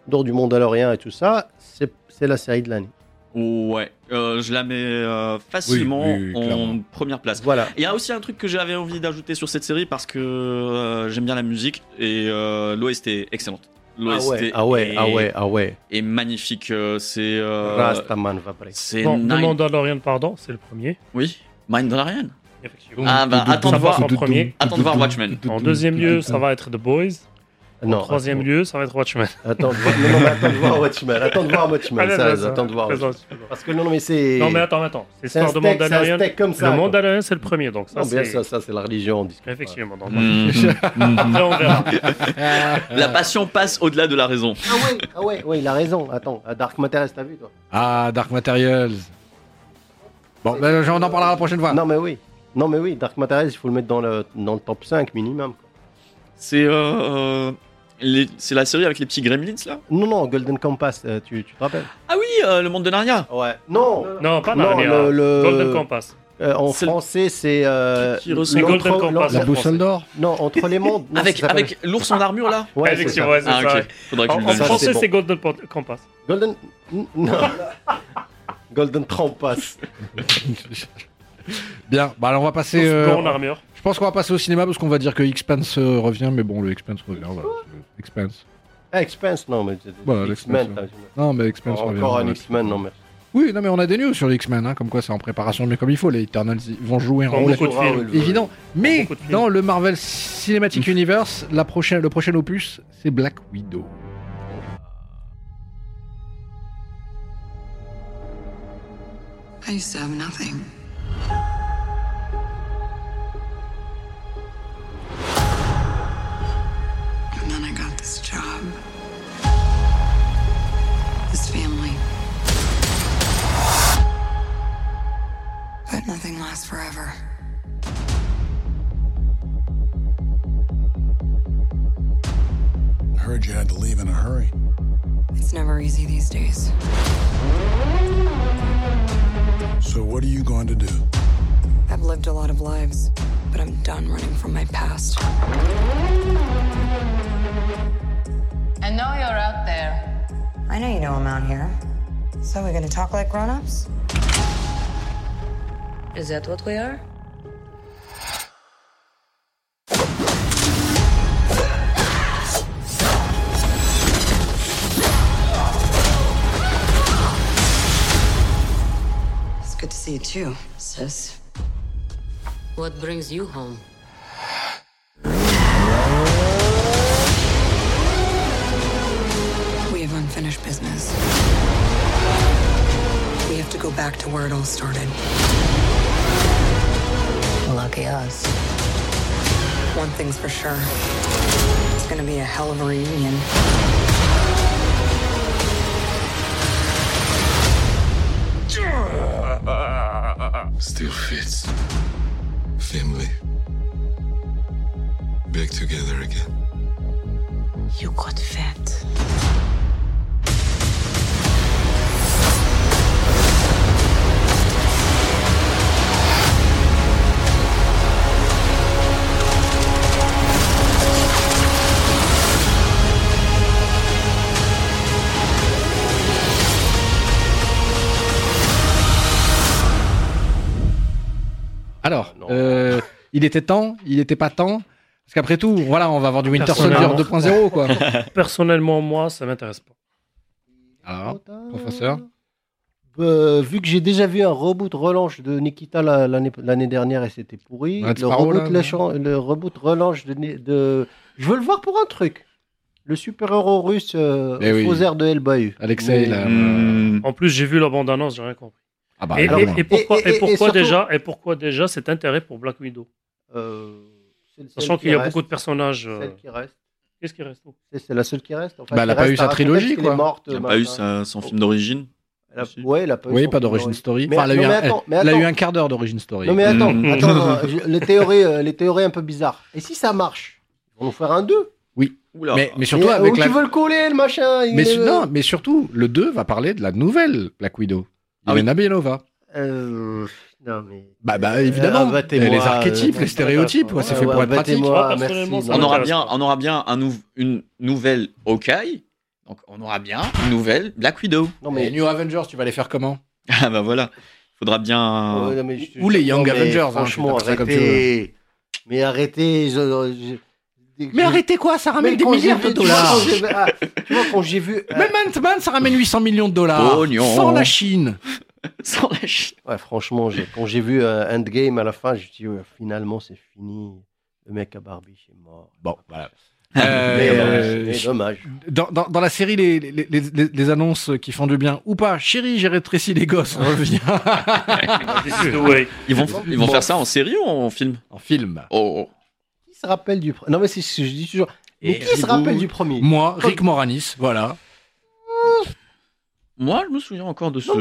B: dans du Mandalorian et tout ça, c'est c'est la série de l'année.
A: Ouais. Euh, je la mets euh, facilement
E: Oui, oui, oui,
A: en
E: clairement.
A: première place.
B: Voilà.
A: Il y a aussi un truc que j'avais envie d'ajouter sur cette série parce que euh, j'aime bien la musique et euh, l'OST est excellente.
B: Ah
A: L'OST
B: ouais, ah ouais,
A: est,
B: ah ouais, ah ouais.
A: est magnifique. euh, C'est. euh,
B: Rastaman va briller.
A: c'est
C: Bon,
A: nine-
C: demande à Lorient pardon, c'est le premier.
A: Oui. Mandalorian.
C: Effectivement.
A: Ah bah attends de
C: Ça
A: voir.
C: passe en premier.
A: Attends de voir Watchmen.
C: En deuxième lieu, ça va être The Boys.
B: Non,
C: En troisième
B: attends.
C: lieu, ça va être Watchmen.
B: Attends, de voir- non, non, mais attends de voir Watchmen. Attends de voir Watchmen.
C: Ah,
B: Bah, ça,
C: là, là, ça.
B: attends de voir.
C: Ça, ça,
B: Watchmen.
C: ça, ça.
B: Parce que non, non, mais c'est.
C: Non mais attends, attends. C'est
B: c'est un
C: l'histoire de
B: steak, c'est un
C: Mandalorian.
B: steak comme ça.
C: Le
B: quoi.
C: Mandalorian, c'est le premier, donc ça
B: Non, bien
C: c'est...
B: ça, ça c'est la religion. On discute.
C: Effectivement, donc
A: Mhm.
C: là on verra.
E: Ah.
A: La
C: Euh.
A: passion passe au-delà de la raison.
B: Ah ouais, ah ouais, ouais, il a raison. Attends, à Dark Matter, t'as vu toi
E: Ah, Dark Materials. Bon, ben, on en parlera la prochaine fois.
B: Non, mais oui. Non, mais oui, Dark Matter, il faut le mettre dans le, dans le top 5 minimum. quoi.
A: C'est euh, euh, les- c'est la série avec les petits gremlins là.
B: Non, non, Golden Compass, euh, tu, tu te rappelles
A: Ah oui, euh, le monde de
C: Ah,
A: Narnia.
B: Ouais. Non,
C: Non, pas
B: Non,
C: Narnia.
B: le- le-
C: Golden Compass.
B: euh, en
A: C'est le-
B: français, c'est. euh,
A: Qui ressemble-
B: l'entre-
C: Golden Compass.
E: La
B: l'entre-
E: boussole d'or.
B: Non, entre les mondes. non,
A: avec
B: ça s'appelle-
A: avec l'ours en armure là.
B: Ouais, c'est ça.
C: Effectivement, ouais, c'est ça.
A: ah ok.
C: ouais.
A: Faudrait que
C: En,
A: tu me
C: en
A: le donnes.
B: France-
C: français,
B: bon.
C: c'est Golden Pon- Compass.
B: Golden. N- Non. Golden Trampas.
E: Bien, bah, alors on va passer. euh,
C: Golden armure.
E: je pense qu'on va passer au cinéma parce qu'on va dire que Expense euh, revient, mais bon, le Expense revient. voilà. Expense.
B: Ah, Expense, non, mais.
E: Voilà,
B: X-Men,
E: Bah, l'Expense,
B: t'as-
E: Non, mais Expense revient.
B: Encore un
E: voilà.
B: X-Men, non, mais.
E: Oui, non, mais on a des news sur les X-Men, hein, comme quoi c'est en préparation, mais comme il faut, les Eternals ils vont jouer un
C: Dans
E: rôle
C: beaucoup de films.
B: euh,
E: évident. Mais
C: beaucoup de films. Mm.
E: dans le Marvel Cinematic Universe, la prochaine, le prochain opus, c'est Black Widow.
H: I used to have nothing. And then I got this job, this family. But nothing lasts forever.
I: I heard you had to leave in a hurry.
H: It's never easy these days.
I: So, what are you going to do?
H: I've lived a lot of lives, but I'm done running from my past.
J: I know you're out there.
H: I know you know I'm out here. So we're gonna talk like grown-ups?
J: Is that what we are?
H: It's good to see you too, sis.
J: What brings you home?
H: We have unfinished business. We have to go back to where it all started.
J: Lucky us.
H: One thing's for sure. It's gonna be a hell of a reunion.
I: Still fits. Family. Back together again.
H: You got fat.
E: Alors,
B: Non.
E: euh, il était temps, il n'était pas temps. Parce qu'après tout, voilà, on va avoir du Winter Soldier
C: Personnellement.
E: 2.0, quoi.
C: Personnellement, moi, ça m'intéresse pas.
E: Alors, professeur
B: Euh, vu que j'ai déjà vu un reboot relance de Nikita la- l'année l'année dernière et c'était pourri,
E: Red
B: le
E: Sparrow,
B: reboot,
E: là,
B: la- le reboot relance de, Ni- de- Je veux le voir pour un truc. Le super-héros russe euh,
E: Eh oui.
B: aux airs de Hellboy. Mais-
E: Alexei,
C: euh,
E: là.
C: Mm.
A: Hmm.
C: En plus, j'ai vu la bande-annonce, j'ai rien compris.
E: Ah bah,
C: Et,
E: alors,
C: et- et pourquoi,
B: Et- et-
C: et pourquoi
B: et surtout-
C: déjà, et pourquoi déjà cet intérêt pour Black Widow
B: Euh, c'est celle
C: Sachant
B: qui
C: qu'il y a
B: reste,
C: beaucoup de personnages. euh,
B: Celle qui reste.
C: Qu'est-ce qui reste
B: C'est- C'est la seule qui reste. Enfin,
E: Bah, elle a
B: qui
E: pas
B: reste
E: eu sa
B: à un contexte
E: trilogie,
B: qu'elle
E: quoi.
B: est morte,
A: Il n'a pas
B: machin.
A: eu sa- son film d'origine.
B: Elle a- Ouais, elle a pas eu
E: oui,
B: son
E: pas
B: film
E: d'origine
B: d'origine.
E: story.
B: Mais-
E: Enfin, elle a eu
B: non,
E: un-
B: mais attends, mais
E: elle a eu
B: attends.
E: un quart d'heure d'origine story.
B: Non mais attends,
A: Mm.
B: attends euh, je- les, théories, euh, les théories un peu bizarres. Et si ça marche Ils vont nous faire un 2.
A: Oula.
E: Mais, mais surtout avec
B: Ou
E: la.
B: euh, tu veux le coller, le euh machin il
E: Mais,
B: est-
E: su- non, mais surtout, le 2 va parler de la nouvelle Black Widow.
A: Ah oui.
E: Elena Belova.
B: Euh, non, mais...
E: Bah, bah, évidemment.
B: Ah, battez-moi,
E: les archétypes,
B: euh,
E: les stéréotypes,
C: ouais,
E: ouais, c'est
B: ouais,
E: fait
B: ouais,
E: pour être pratique.
B: battez-moi,
C: Moi,
B: merci,
C: personnellement, ça
B: non.
A: on aura
C: m'intéresse
A: bien,
C: pas.
A: on aura bien un nou- une nouvelle Hawkeye. Donc on aura bien une nouvelle Black Widow.
B: Non,
E: Mais
B: mais...
E: New Avengers, tu vas les faire comment
A: Ah bah voilà. Faudra bien.
B: Ouais, non, mais je-
E: Ou les Young
B: non, mais
E: Avengers, hein,
B: Franchement,
E: tu fais ça comme tu
B: arrêtez. Mais arrêtez. je- je- je- je-
E: quoi Ça
B: Mais quand j'ai vu- tu vois, quand j'ai vu- ah, Tu vois, quand j'ai vu. ah,
E: Même Ant-Man, ça ramène 800 millions de dollars.
A: Pognon.
E: Sans la Chine.
A: Sans la Chine.
B: Ouais, franchement, j'ai- quand j'ai vu euh, Endgame à la fin, je me suis dit, ouais, finalement, c'est fini. Le mec à Barbie, c'est mort.
E: Bon, voilà.
B: Mais,
E: Euh,
B: euh, c'est dommage.
E: dans, dans- dans la série, les, les, les- les- les annonces qui font du bien ou pas, chérie, j'ai rétréci les gosses, reviens
B: Ah,
C: This is the way.
A: Ils vont, ils vont faire ça en série ou en film
E: en film.
A: Oh. oh.
B: Qui se rappelle du. pre- Non, mais c'est ce que je dis toujours. Mais
A: Et
B: qui se
A: vous-
B: rappelle du premier
E: Moi, Rick Moranis, voilà.
A: Moi, je me souviens encore de ce,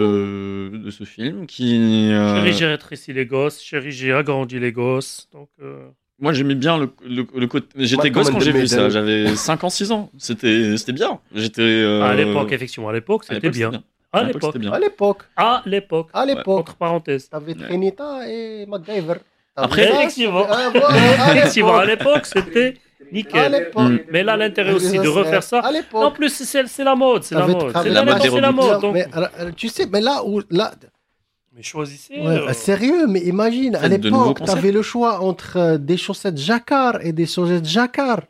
A: de ce film qui. euh,
C: Chérie, j'ai rétréci les gosses. Chérie, j'ai agrandi les gosses. Donc, euh,
A: Moi, j'aimais bien le, le, le côté. J'étais
B: Malcolm
A: gosse quand
B: and
A: j'ai vu
B: Maiden.
A: ça. J'avais 5 ans, 6 ans. C'était c'était bien. J'étais. euh,
C: à l'époque, effectivement, à l'époque,
A: à
C: c'était
A: l'époque,
C: bien. À l'époque,
A: c'était bien.
B: À l'époque.
C: à l'époque,
B: À l'époque.
C: entre parenthèses.
B: T'avais Trinita et MacGyver. T'avais
A: Après-
B: ça,
C: Effectivement.
B: c'est- Ah, voilà, à
C: Effectivement, à
B: l'époque.
C: l'époque, c'était
B: À
C: nickel.
B: l'époque.
A: Mm.
C: Mais là, l'intérêt aussi de
B: Ça,
C: refaire ça.
B: À
C: En
B: l'époque.
C: plus, c'est c'est la mode, c'est la
B: T'avais-
C: mode.
B: t'avais
C: C'est
A: la
C: la mode,
A: mode des
C: c'est la mode. donc-
B: Mais, alors, euh, tu sais, mais là où. Là,
C: Mais choisissez.
B: ouais, bah,
C: euh,
B: Sérieux, mais imagine, à
A: Faites de nouveaux
B: l'époque,
A: concepts.
B: t'avais le choix entre euh, des chaussettes jacquard et des chaussettes jacquard.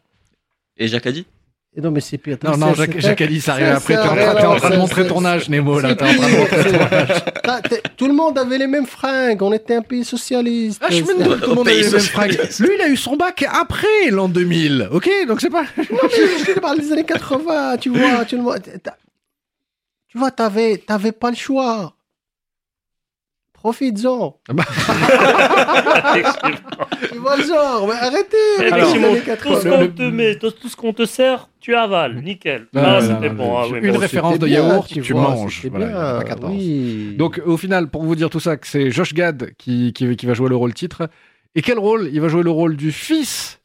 A: Et Jacques a dit
B: Et non, mais c'est pire.
E: Non, non, Jacques, Jacques Alice arrive
B: c'est-
E: après. T'es
B: c'est-
E: en, train- t'es en train de
B: c'est-
E: montrer
B: c'est-
E: ton âge, Nemo, là.
B: C'est
E: T'es en train de
B: pire,
E: montrer ton
B: c'est-
E: âge.
B: T'as- t'es- Tout le monde avait les mêmes fringues. On était un pays socialiste.
E: Ah, je me demande tout le monde a les mêmes fringues. Lui, il a eu son bac après l'an 2000, ok Donc c'est pas...
B: Non, mais je te parle des années 80, tu vois. Tu, le vois, t'as- tu vois, t'avais, t'avais pas le choix. Profites-en. Tu vois le genre. Mais arrêtez. les
C: Effectivement,
B: années
C: Tout
B: 80.
C: ce
E: Le-
C: qu'on
E: le-
C: te met, tout tout ce qu'on te sert, tu avales, nickel.
E: Non,
C: Là,
E: non,
C: c'était
E: non,
C: bon.
E: non,
C: ah
E: je-
C: oui,
E: une
C: bon,
E: référence de
B: C'était bien,
E: yaourt,
B: tu
E: tu
B: vois,
E: manges.
B: c'était
E: Voilà, il y en a
B: bien,
E: pas 14.
B: oui.
E: Donc au final, pour vous dire tout ça, que c'est Josh Gad qui, qui, qui va jouer le rôle titre. Et quel rôle Il va jouer le rôle du fils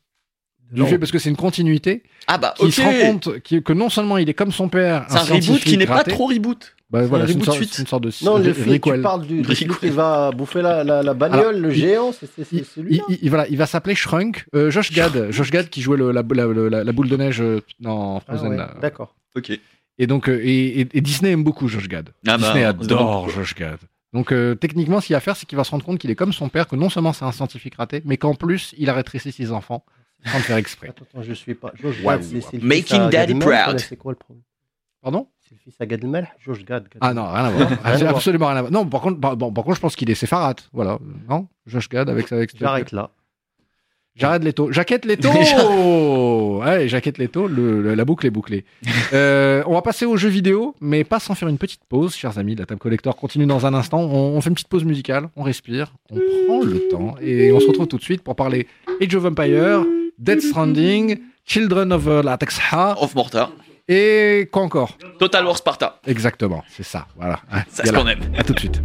E: du
B: Non.
E: fait, parce que c'est une continuité.
A: Ah bah,
E: Qui
A: ok.
E: se rend compte qui- que non seulement il est comme son père,
A: C'est un reboot qui
E: scientifique
A: n'est pas
E: raté,
A: trop reboot.
E: Bah,
A: c'est
E: voilà,
A: un
E: c'est une,
A: reboot
E: sorte-
A: suite.
E: c'est une sorte de
B: Non, le
E: de-
B: film, tu
E: requel.
B: parles du, du film
A: Prequel.
B: qui va bouffer la, la, la bagnole,
E: Alors,
B: le
E: il-
B: géant, c'est, c'est, c'est
E: Il,
B: celui-là.
E: il- il- voilà, il va s'appeler Shrunk. Euh, Josh Gad, Josh Gad qui jouait le- la, la- la- la boule de neige euh, dans
B: Ah ouais,
E: Frozen. euh, là.
B: D'accord.
A: Ok.
E: Et donc, euh, et, et- et Disney aime beaucoup Josh Gad.
A: Ah bah,
E: Disney
A: on se demande
E: adore Josh Gad. Donc, euh, techniquement, ce qu'il y a à faire, c'est qu'il va se rendre compte qu'il est comme son père, que non seulement c'est un scientifique raté, mais qu'en plus, il a rétréci ses enfants sans le faire exprès.
B: Attends, attends, je suis pas. Josh
E: Waouh.
B: Gad, c'est, c'est le
A: Making
B: fils à
A: daddy
B: Gadman,
A: proud.
B: C'est quoi le problème
E: Pardon
B: C'est le fils à Gad Elmaleh, Josh Gad. Gad
E: Ah non, rien à voir.
B: Rien à
E: Absol-
B: voir.
E: absolument rien à voir. Non, par contre, par, bon, par contre, je pense qu'il est séfarate. Voilà. Non Josh Gad avec avec
B: J'arrête là.
E: J'arrête Leto. Jaquette Leto Allez, Jaquette Leto, le, le- la boucle est bouclée. Euh, on va passer aux jeux vidéo, mais pas sans faire une petite pause, chers amis. La table collector continue dans un instant. On, on fait une petite pause musicale, on respire, on prend le temps et on se retrouve tout de suite pour parler Age of Empire, Dead Stranding, Children of euh, Latex Ha
A: Off Mortar.
E: et quoi encore
A: Total War Sparta.
E: Exactement, c'est ça. Voilà. Ah,
A: Ça, c'est ce qu'on aime.
E: À tout de suite.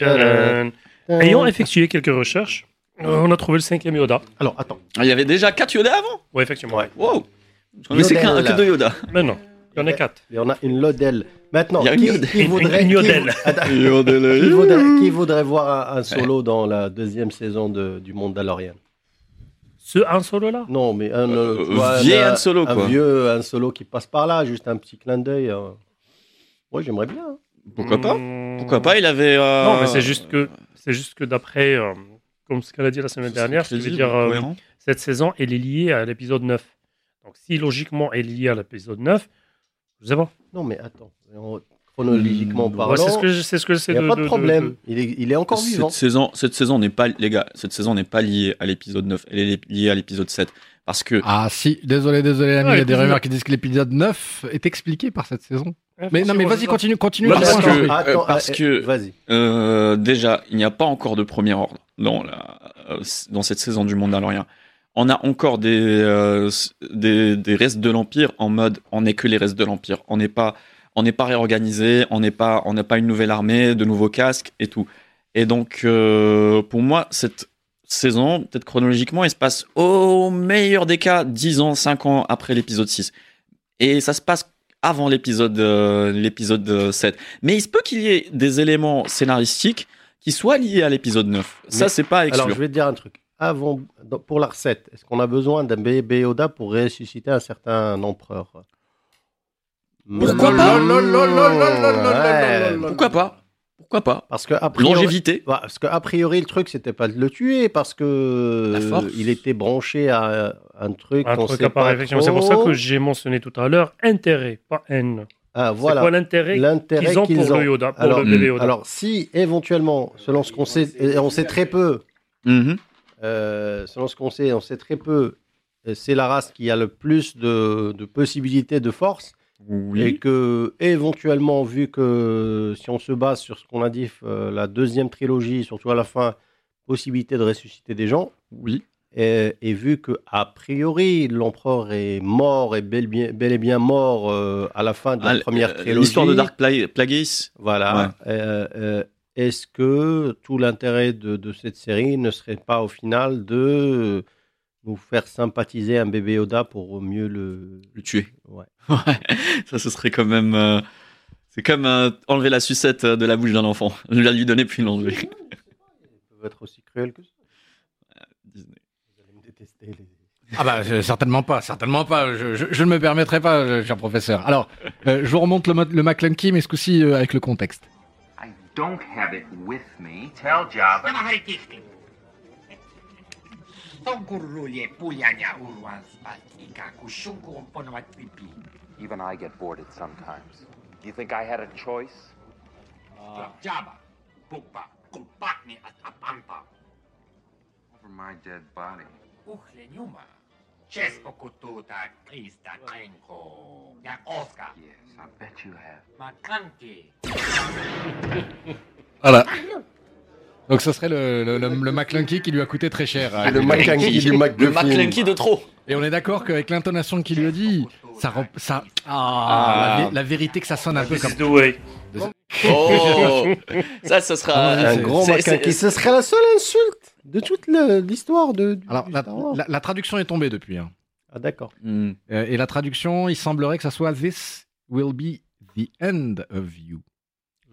B: Euh,
C: Tadam. Ayant effectué quelques recherches, euh, on a trouvé le cinquième Yoda.
B: Alors, attends.
A: Ah, Il y avait déjà 4 Yoda avant
C: Ouais, effectivement.
B: Ouais.
A: Wow Mais c'est qu'un
B: Yodel.
A: que deux Yoda.
C: Mais non, il y en a quatre.
B: Il y en a une lodelle. Maintenant,
A: Il y a une
B: qui,
A: lodelle.
B: qui
C: Une-
B: voudrait,
C: une
B: qui
C: lodelle.
B: vou- Attends, qui
A: Yodel.
B: voudrait, qui voudrait voir un, un solo dans la deuxième saison de, du Mandalorian
C: Ce Han Solo là
B: Non, mais un,
A: Euh,
B: euh, tu vois,
A: vieil
B: un,
A: Han Solo,
B: un
A: quoi.
B: vieux un solo qui passe par là, juste un petit clin d'œil. hein. Ouais, j'aimerais bien. hein.
A: Pourquoi pas
C: Hmm.
A: Mm. Pourquoi pas Il avait. euh,
C: Non, mais c'est juste que c'est juste que d'après, euh, comme ce qu'elle a dit la semaine
A: c'est
C: dernière, ce qui veut
A: crédible,
C: dire euh,
A: cohérent.
C: cette saison, elle est liée à l'épisode 9. Donc si logiquement elle est liée à l'épisode 9, je sais pas.
B: Non, mais attends. On- Chronologiquement
C: Ouais,
B: parlant,
C: c'est ce que je- c'est ce que
B: il
C: c'est.
B: n'y Bah a
C: de-
B: pas de
C: de-
B: problème.
C: de-
B: Il, est, il est encore vivant.
A: Cette saison, cette saison n'est pas, les gars, cette saison n'est pas liée à l'épisode 9, elle est liée à l'épisode 7. Parce que,
E: Ah si, désolé, désolé, l'ami,
C: Ouais,
E: il y a des
C: écoute,
E: rumeurs qui disent que l'épisode 9 est expliqué par cette saison.
C: Ouais,
E: Mais non, mais
C: forcément,
E: vas-y,
C: c'est ça.
E: continue, continue.
A: Parce
E: laisse-moi
A: que-
E: parler.
A: euh, parce
B: ah, eh,
A: que-
B: Vas-y.
A: euh, déjà, il n'y a pas encore de premier ordre dans, la, euh, dans cette saison du Mandalorian. On a encore des, euh, s- des, des restes de l'Empire en mode on n'est que les restes de l'Empire. On n'est pas, on n'est pas réorganisé, on n'est pas, on n'a pas une nouvelle armée, de nouveaux casques et tout. Et donc, euh, pour moi, cette saison, peut-être chronologiquement, il se passe au meilleur des cas 10 ans, 5 ans après l'épisode 6. Et ça se passe avant l'épisode euh, l'épisode euh, 7. Mais il se peut qu'il y ait des éléments scénaristiques qui soient liés à l'épisode 9.
B: Mais-
A: ça, c'est pas à exclure.
B: Alors, je vais te dire un truc. Avant, dans- pour la recette, est-ce qu'on a besoin d'un bébé Yoda pour ressusciter un certain empereur
E: Pourquoi
B: Mm.
E: pas
B: Ouais.
A: Pourquoi pas Pourquoi pas
B: Parce que a priori,
A: Longévité.
B: Ouais, parce que a priori le truc c'était pas de le tuer parce que
A: La force.
B: euh, il était branché à un truc
C: Un
B: qu'on
C: truc
B: sait
C: à part,
B: pas
C: effectivement. C'est pour ça
B: trop.
C: que j'ai mentionné tout à l'heure intérêt, pas haine.
B: ah,
C: C'est quoi
B: voilà
C: l'intérêt
B: l'intérêt
C: qu'ils ont pour le Yoda, pour
B: Alors,
C: le bébé
A: hmm.
C: Yoda
B: Alors si éventuellement selon ce qu'on sait et on sait très peu
A: Mhm.
B: euh, selon ce qu'on sait on sait très peu euh, c'est la race qui a le plus de, de possibilités de force et
A: Oui.
B: que éventuellement vu que si on se base sur ce qu'on a dit euh, la deuxième trilogie surtout à la fin possibilité de ressusciter des gens
A: Oui.
B: Et, et vu que, a priori, l'empereur est mort, est bel, bien- bel et bien mort euh, à la fin de la
A: Ah, l-
B: première
A: euh,
B: trilogie.
A: L'histoire de Dark Pla- Plagueis.
B: Voilà. Euh, euh, Est-ce que tout l'intérêt de, de cette série ne serait pas au final de nous faire sympathiser un bébé Yoda pour mieux le.
A: Le tuer.
B: Ouais.
A: ça, ce serait quand même. euh, C'est comme euh, enlever la sucette euh, de la bouche d'un enfant. Je vais lui donner puis l'enlever.
B: Ils peuvent être aussi cruel que ça.
A: Disney.
B: Vous allez me détester. Les...
E: Ah bah euh, certainement pas, certainement pas. Je, je- je ne me permettrai pas, euh, cher professeur. Alors, euh, je vous remonte le, mo- le McClunky, mais ce coup-ci euh, avec le contexte.
G: I don't have it with me. Tell Jabba. Tämä harikihti. Tonkurulje puljan ja urvan spastika, kun sunkuun ponovat pipiin.
K: Even I get bored sometimes. You think I had a choice?
G: Jabba, puppa, kumpakni at apampa.
K: Over my dead body.
G: Uhlen juma. Chesko kututa krista krenko. Ja oska.
K: Yes, I bet you have.
G: Makanki.
E: Voilà. Donc ça serait le, le, le- le McClunky qui lui a coûté très cher. à
D: Le
E: Hillary Clinton.
D: McClunky du
A: Le
D: McGuffin.
A: McClunky de trop.
E: Et on est d'accord qu'avec l'intonation qu'il lui a dit, ça... rep- ça ah,
A: Ah.
E: La, vé- la vérité que ça sonne un peu
C: This
E: comme...
C: is the way.
A: Oh Ça, ce sera.
E: Ah,
B: Un
E: c'est-
B: grand
A: c'est-
B: macaque.
A: c'est-
B: Ce serait la seule insulte de toute le- l'histoire de. du-
E: Alors,
B: du
E: la,
B: Star Wars.
E: la- la traduction est tombée depuis. hein.
B: Ah, d'accord.
A: Hmm.
E: Euh, et la traduction, il semblerait que ça soit « This will be the end of you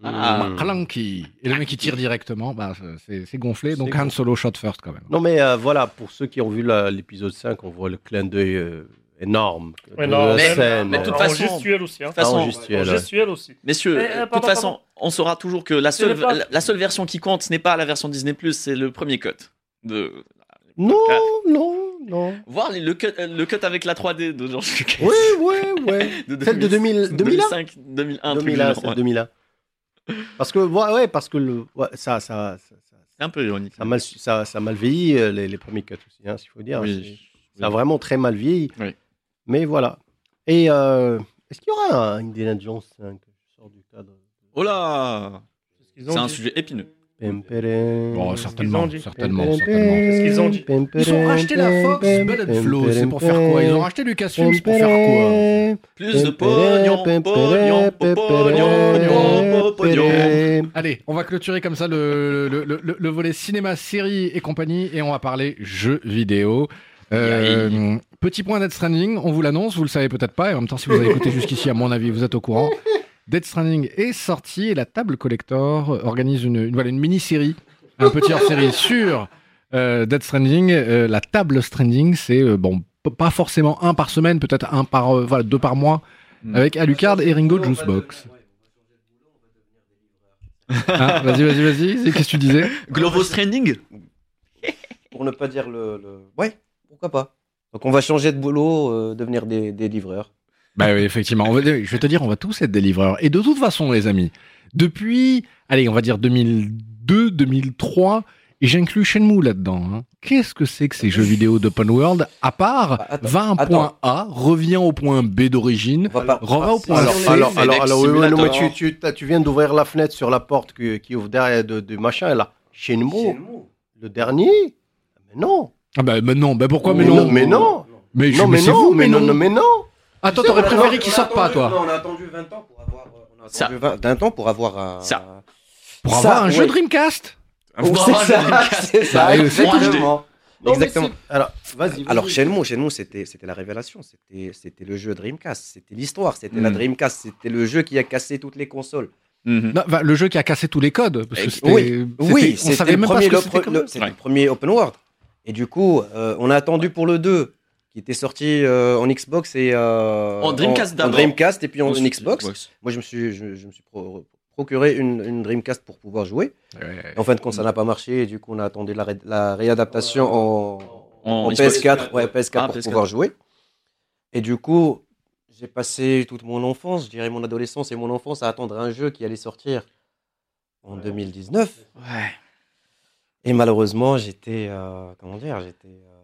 A: Ah.
E: McClunky. Et le mec qui tire directement, bah, c'est c'est gonflé. Mmh.
B: C'est
E: Donc
B: gonflé.
E: Han Solo shot first quand même.
B: Non, mais euh, voilà, pour ceux qui ont vu la- l'épisode 5, on voit le clin d'œil euh, énorme. de
C: Énorme.
B: la
A: Mais-
B: scène,
A: mais
B: euh,
A: de toute
C: En
A: façon-
C: gestuel aussi. Hein.
A: toute façon-
B: ah, en gestuel,
C: En
B: ouais.
C: gestuel aussi.
A: Messieurs, euh,
C: Eh,
A: de
C: eh,
A: toute
C: pardon,
A: façon,
C: pardon.
A: on saura toujours que la
C: Ce
A: seule,
C: n'est pas-
A: la, la seule version qui compte, ce n'est pas la version Disney+, c'est le premier cut. De...
B: Non,
A: Ah.
B: non, non.
A: Voir les- le, cut, euh, le cut avec la 3D de George Lucas.
B: Oui, oui, oui. Celle de 2000, 2001
A: 2005, 2001, un truc du
B: 2001,
A: genre,
B: celle
A: ouais.
B: de 2001. Parce que, ouais, ouais, parce que le, ouais, ça, ça, ça, ça,
A: C'est un peu ironique.
B: ça a mal, ça, ça a mal vieilli, euh, les, les premiers cuts aussi, hein, s'il faut dire.
A: Oui.
B: C'est- Ça a vraiment très mal vieilli.
A: Oui.
B: Mais voilà. Et euh, est-ce qu'il y aura un Indiana Jones 5 Je sors du cadre.
A: Oh là
C: Ils ont
A: C'est un
C: dit-
A: sujet épineux.
B: Bon,
E: Oh, certainement, certainement,
C: Qu'est-ce qu'ils ont
E: certainement.
C: dit
E: Ils ont racheté la Fox, Bell and Flow, c'est pour faire quoi Ils ont racheté Lucasfilm, c'est pour faire quoi
A: Plus de pognon, pognon, pognon, pognon, pognon.
E: Allez, on va clôturer comme ça le, le, le- le- le volet cinéma, série et compagnie, et on va parler jeux vidéo. Euh, petit point Dead Stranding, on vous l'annonce, vous le savez peut-être pas, et en même temps si vous avez écouté jusqu'ici, à mon avis, vous êtes au courant. Dead Stranding est sorti et la table collector organise une, une- voilà, une mini-série, un petit hors-série sur euh, Dead Stranding. Euh, la table Stranding, c'est euh, bon, p- pas forcément un par semaine, peut-être un par, euh, voilà, deux par mois, avec Alucard et Ringo Juicebox. Ah, vas-y, vas-y, vas-y, c'est- qu'est-ce que tu disais
A: Glovo Stranding
D: Pour ne pas dire le, le- Ouais, pourquoi pas. Donc on va changer de boulot, euh, devenir des, des livreurs.
E: Bah oui, effectivement. On va- je vais te dire, on va tous être des livreurs. Et de toute façon, les amis, depuis, allez, on va dire 2002, 2003, et j'inclus Shenmue là-dedans. hein. Qu'est-ce que c'est que ces jeux vidéo d'open world À part,
B: Bah,
E: va à un point A, revient au point B d'origine,
D: On va pas- Ah,
E: revient au point
B: Alors,
E: C.
B: alors, alors, alors, oui, oui, non, mais tu,
E: Simulator.
B: tu, t'as- tu viens d'ouvrir la fenêtre sur la porte que- qui ouvre derrière de, de machin, là. Shenmue, le dernier Mais non
E: Ah bah, mais non, bah pourquoi
B: mais,
E: mais, non
B: non, mais non
E: Mais, je-
B: Non,
E: mais
B: mais
E: c'est
B: non,
E: vous,
B: mais non, non, mais non
E: Attends,
D: On
E: t'aurais
D: a
E: préféré
D: attendu-
E: qu'ils
D: on a
E: sortent pas,
D: attendu-
E: toi
D: non, on a attendu 20 ans pour avoir, euh, on a attendu 20 20 ans pour avoir un.
A: Ça.
E: Pour
D: Ça,
E: avoir un jeu
D: ouais.
E: Dreamcast
A: Ah,
D: Oh, c'est ça, c'est ça,
E: Bah, c'est tout.
D: exactement.
B: Non, mais
D: Exactement.
B: Alors, vas-y. vas-y.
D: Alors Shenmue, Shenmue c'était c'était la révélation, c'était c'était le jeu Dreamcast, c'était l'histoire, c'était la
A: Mm.
D: Dreamcast, c'était le jeu qui a cassé toutes les consoles.
A: Mhm.
E: Non, bah, le jeu qui a cassé tous les codes. Parce que c'était-
D: oui,
E: c'était-
D: oui,
E: on
D: c'était
E: savait
D: le,
E: même pas
D: premier-
E: ce que
D: le
E: c'était.
D: pre-
E: comme
D: le-
E: jeu.
D: c'était le premier open world. Et du coup, euh, on a attendu pour le 2 qui était sorti euh, en Xbox et euh,
F: En Dreamcast
D: en,
F: d'abord.
D: Dreamcast et puis en, en
F: Ensuite,
D: Xbox.
F: Xbox.
D: Moi, je me suis je, je me suis pro- procuré une, une Dreamcast pour pouvoir jouer.
E: Ouais.
D: Et en fin de compte, ça n'a pas marché. Et du coup, on a attendu la, ré- la réadaptation en,
A: En
D: en PS4, ouais, PS4
F: Ah,
D: pour
F: PS4.
D: pouvoir jouer. Et du coup, j'ai passé toute mon enfance, je dirais mon adolescence et mon enfance à attendre un jeu qui allait sortir en 2019.
F: Ouais.
D: Et malheureusement, j'étais euh, comment dire, j'étais euh,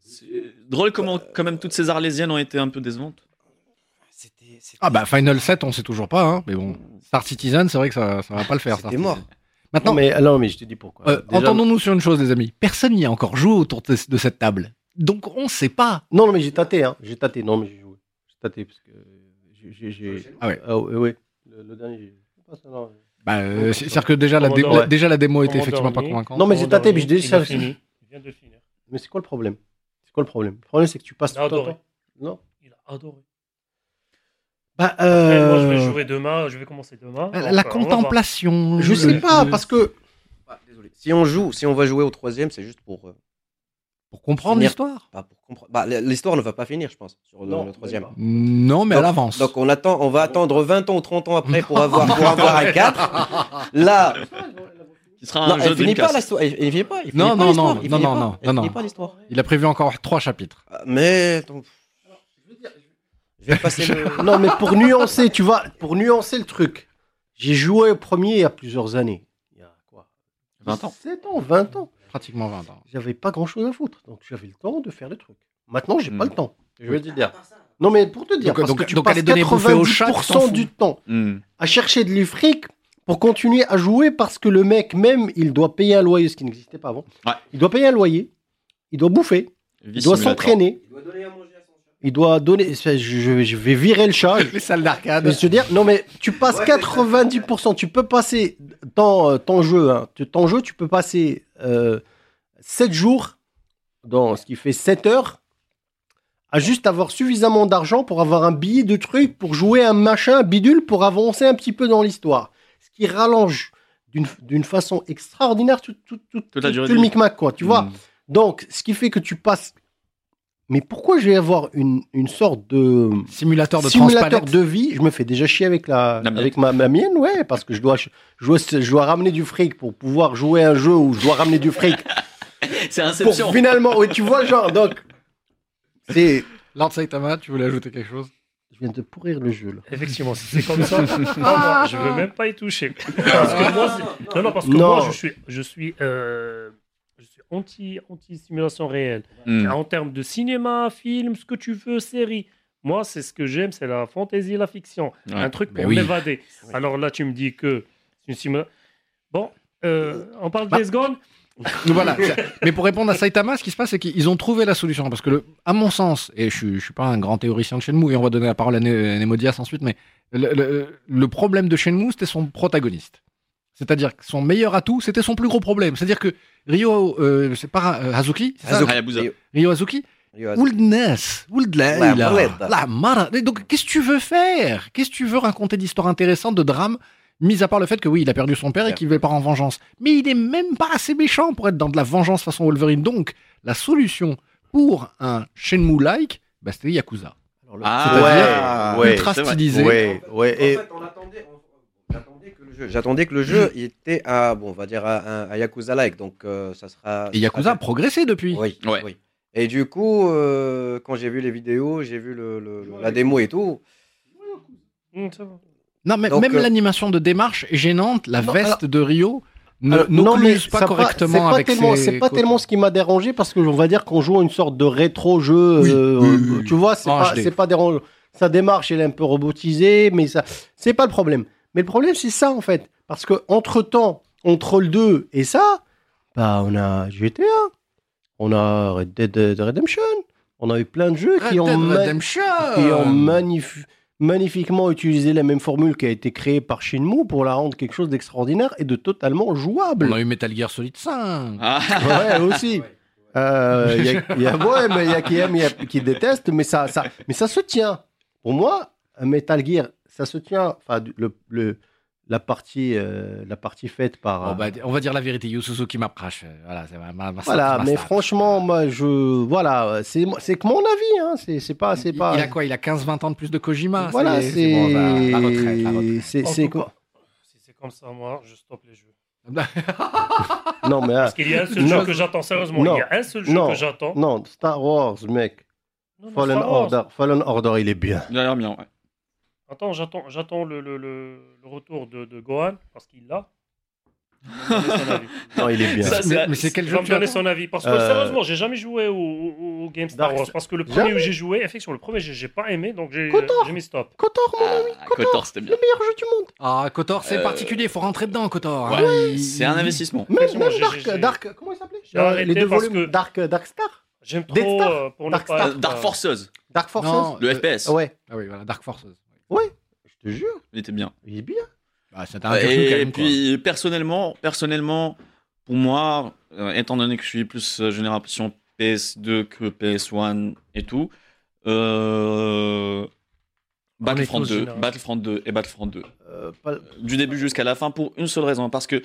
F: C'est Drôle comment quand même toutes ces arlésiennes ont été un peu décevantes.
D: c'était c'était-
E: Ah bah Final 7, on sait toujours pas, hein, mais bon. Star Citizen, c'est vrai que ça, ça va pas le faire. Star
D: c'était mort.
E: Citizen.
B: Non,
E: Maintenant,
B: mais, alors, mais je te dis pourquoi.
E: euh,
B: Déjà-
E: entendons-nous sur une chose, les amis. Personne n'y a encore joué autour de, de cette table. Donc on sait pas.
B: Non, non, mais j'ai tâté, hein. J'ai tâté, non, mais j'ai joué. J'ai tâté parce que j'ai- j'ai. j'ai-
E: Ah ouais.
B: ouais, ouais. Le, le dernier, j'ai. Ah, ça, non.
E: Bah, euh, c'est- C'est-à-dire que déjà la, dé-
C: Commandant,
E: la- déjà la démo était
C: Commandant
E: effectivement pas
C: Lee.
E: convaincante. Euh,
B: Non, mais j'ai tâté, mais je dis
C: Il a
B: ça.
C: fini. Il vient de finir.
B: Mais c'est quoi le problème C'est quoi le problème Le problème, c'est que tu passes
C: Il a
B: tout ton
C: adoré.
B: temps. Non
C: Il a adoré.
B: Bah,
C: Après, Moi, je
B: euh,
C: vais jouer demain, je vais commencer demain. Donc,
E: La, la
C: euh, on va voir.
E: contemplation.
B: Je
E: le-
B: sais pas,
E: le-
B: parce que.
D: Ah, désolé. Si on joue, si on va jouer au troisième, c'est juste pour euh,
E: Pour comprendre
D: Finir.
E: l'histoire.
D: pas pour comprendre. Bah, l'histoire ne va pas finir, je pense, sur le-
B: Non,
D: le troisième.
B: même
E: Non, mais à
D: Donc-
E: l'avance.
D: Donc on attend, on va attendre 20 ans ou 30 ans après pour avoir, pour avoir un 4. Là,
B: Ah,
F: Qui sera un
D: non,
F: jeu
D: elle finit pas
F: Dreamcast.
D: l'histoire. Elle, elle finit pas. elle finit
E: Non,
D: pas
E: non,
D: l'histoire,
E: non,
D: elle
E: non,
D: finit
E: non,
D: pas,
E: non,
D: elle
E: non,
D: finit
E: non.
D: pas l'histoire.
E: Il a prévu encore trois chapitres.
D: Ah, Mais attends, je vais passer le.
B: Non, mais pour nuancer, tu vois, pour nuancer le truc, j'ai joué au premier il y a plusieurs années. Il y a quoi
F: 20 ans.
B: 7 ans, 20 ans.
E: Pratiquement 20 ans.
B: J'avais pas grand chose à foutre. Donc j'avais le temps de faire le truc. Maintenant, j'ai
A: Hmm.
B: pas le temps. Je vais te dire. Non, mais pour te dire,
E: Donc,
B: parce
E: donc-
B: que tu
E: donc,
B: passes
E: aller donner à bouffer au chat,
B: 90%
E: t'en fous.
B: du temps
A: Hmm.
B: à chercher de l'ifric pour continuer à jouer parce que le mec, même, il doit payer un loyer, ce qui n'existait pas avant.
A: Ouais.
B: Il doit payer un loyer, il doit bouffer, il doit
A: Simulator.
B: s'entraîner, il doit donner. Je, je- je vais virer le chat.
E: Les salles
B: Je
E: d'arcade.
B: veux dire, non mais tu passes
D: Ouais,
B: 90%, tu peux passer dans euh, ton jeu, hein, tu- ton jeu, tu peux passer 7 jours, dans ce qui fait 7 heures, à juste avoir suffisamment d'argent pour avoir un billet de truc, pour jouer un machin, un bidule, pour avancer un petit peu dans l'histoire. Ce qui rallonge d'une- d'une façon extraordinaire tout, tout, tout,
F: Toute la
B: tout-
F: durée
B: tout
F: de
B: le
F: vie. Mm.
B: micmac, quoi, tu vois.
A: Hmm.
B: Donc, ce qui fait que tu passes... Mais pourquoi je vais avoir une, une sorte de
E: Simulateur de
B: simulateur
E: transpalette.
B: de vie, je me fais déjà chier avec la,
A: La mienne.
B: avec ma, ma mienne, ouais, parce que je dois, je, dois- je dois ramener du fric pour pouvoir jouer à un jeu où je dois ramener du fric
F: C'est
B: pour
F: Inception.
B: finalement, ouais, tu vois, genre, donc, c'est,
E: Lord Saitama, tu voulais ajouter quelque chose
B: je viens de pourrir le jeu, là.
C: Effectivement, si c'est comme ça, moi, je veux même pas y toucher. Parce que moi, c'est- non, non, parce que
B: Non.
C: moi, je suis, je suis, euh, je suis anti, anti simulation réelle.
A: Hmm.
C: En termes de cinéma, film, ce que tu veux, série. Moi, c'est ce que j'aime, c'est la fantaisie, la fiction,
A: Ouais.
C: un truc
E: Ben
C: pour
E: oui.
C: m'évader.
D: Oui.
C: Alors là, tu me dis que c'est une simulation. Bon, Euh, on parle de
E: Bah.
C: Days Gone
E: voilà. c'est- Mais pour répondre à Saitama, ce qui se passe, c'est qu'ils ont trouvé la solution. Parce que, le, à mon sens, et je, suis- je suis pas un grand théoricien de Shenmue, et on va donner la parole à, Ne- à Nemo Diaz ensuite, mais le, le- le problème de Shenmue, c'était son protagoniste. C'est-à-dire que son meilleur atout, c'était son plus gros problème. C'est-à dire que Ryo, euh, c'est pas euh, Hazuki, c'est ça
D: Hazuki.
A: Hayabusa.
E: Ryo Hazuki, Wildness, Wildness,
D: La
E: il a-
D: malade.
E: la malade. Et Donc, qu'est-ce que tu veux faire Qu'est-ce que tu veux raconter d'histoires intéressantes, de drames, mis à part le fait que oui, il a perdu son père et qu'il veut part en vengeance. Mais il est même pas assez méchant pour être dans de la vengeance façon Wolverine. Donc, la solution pour un Shenmue-like, bah, c'était Yakuza.
D: Ah,
E: C'est-à-dire
D: ouais, ouais,
E: ultra
D: c'est vrai.
E: stylisé.
D: Ouais, ouais,
E: et-
D: En fait, on attendait, on- on attendait que le jeu- J'attendais que le jeu il était à, bon, on va dire à, à- à Yakuza-like, donc euh, ça sera.
E: Et Yakuza a progressé depuis.
D: Oui, oui. Et du coup, euh, quand j'ai vu les vidéos, j'ai vu le, le- le- la démo et tout.
C: Hum, ça va.
E: Non, mais
D: Donc,
E: même
D: euh,
E: l'animation de démarche est gênante. La
B: Non,
E: veste
B: alors-
E: de Rio ne
B: Alors, non, mais
E: n'occluse
B: ça
E: pas
B: va-
E: correctement
B: c'est pas
E: avec
B: tellement-
E: ses
B: C'est pas
E: côtes.
B: tellement ce qui m'a dérangé parce que on va dire qu'on joue à une sorte de rétro jeu. euh, Tu vois, c'est
E: En
B: pas,
E: HD.
B: c'est pas dérangeant. Sa démarche, elle est un peu robotisée, mais ça, c'est pas le problème. Mais le problème, c'est ça en fait, parce que entre temps, entre le 2 et ça, bah on a GTA, on a Red Dead Redemption, on a eu plein de jeux qui
E: Red
B: ont
E: Dead
B: ma-
E: Redemption
B: qui
E: Ah.
B: ont magnif- magnifiquement utilisé la même formule qui a été créée par Shinmu pour la rendre quelque chose d'extraordinaire et de totalement jouable.
E: On a eu Metal Gear Solid 5.
A: Ah,
B: Ouais, aussi. Euh, Il y a, il y a- ouais, mais il y a qui aime, il y a qui déteste, mais ça, ça, mais ça se tient. Pour moi, un Metal Gear, ça se tient. Enfin, du- le, le- la partie, euh, la partie faite par. euh,
E: Bon, bah, on va dire la vérité, Yu Suzuki m'approche. Voilà, c'est ma, ma- ma-
B: voilà,
E: ma-
B: mais
E: ma-
B: franchement, moi, je, voilà, c'est, moi- c'est que mon avis, hein. C'est, c'est pas, c'est
E: Il,
B: pas.
E: il a quoi Il a 15-20 ans de plus de Kojima. ça
B: voilà,
E: y est,
B: c'est,
E: bon, ça, la retraite, la retraite.
B: c'est,
C: En
B: c'est
C: tout
B: quoi
C: Si c'est comme ça, moi, je stoppe les jeux.
B: Non, mais euh,
C: Parce qu'il y a un seul jeu
B: Non.
C: que j'attends, sérieusement.
B: Non.
C: Il y a un seul jeu
B: Non.
C: que j'attends.
B: Non, Star Wars, mec.
C: Non, non,
B: Fallen
C: Star Wars.
B: Order, Fallen Order, il est bien.
A: Il a l'air bien, ouais.
C: Attends, j'attends, j'attends le, le, le, le retour de, de Gohan, parce qu'il l'a.
B: Non, il est bien.
A: Ça,
E: Mais-
A: c'est-
E: mais c'est quel
C: Il
E: jeu
C: va
E: que
C: me
E: tu
C: donner
E: attends
C: son avis. Parce que
B: Euh,
C: sérieusement, j'ai jamais joué au, au, au game Star
B: Dark-
C: Wars. Parce que le premier
B: Jamais.
C: où j'ai joué, effectivement, le premier, j'ai, j'ai pas aimé, donc j'ai, euh,
B: Kotor.
C: j'ai mis stop.
B: Kotor, mon ami,
A: Ah, Kotor, c'était bien.
B: le meilleur jeu du monde.
E: Ah, Kotor, c'est
A: Euh,
E: particulier, il faut rentrer dedans, Kotor. hein.
A: Ouais, c'est un investissement.
B: Même,
C: Effectivement,
B: même
C: j'ai-
B: Dark,
C: j'ai-
B: Dark, comment il s'appelait
C: j'ai arrêté
B: Les deux
C: parce
B: volumes,
C: que-
B: Dark, Dark Star
C: J'aime
B: Dead
C: trop
B: Star
C: euh, pour
B: Dark
C: ne pas.
B: Star.
A: Euh, Dark
C: euh,
A: Forceuse,
B: Dark Forces
E: Non,
A: le
E: euh,
A: FPS,
B: Ah Ouais,
E: Ah oui, voilà, Dark Forces.
B: je te jure,
A: il était bien.
B: il est bien.
E: Bah, c'est un jeu quand
A: et
E: même, quoi.
A: puis personnellement, personnellement, pour moi, euh, étant donné que je suis plus euh, génération PS2 que PS1 et tout, euh, Battlefront
C: tous
A: 2,
C: génération.
A: Battlefront 2 et Battlefront 2,
B: Euh, pas-
A: du début jusqu'à la fin pour une seule raison, parce que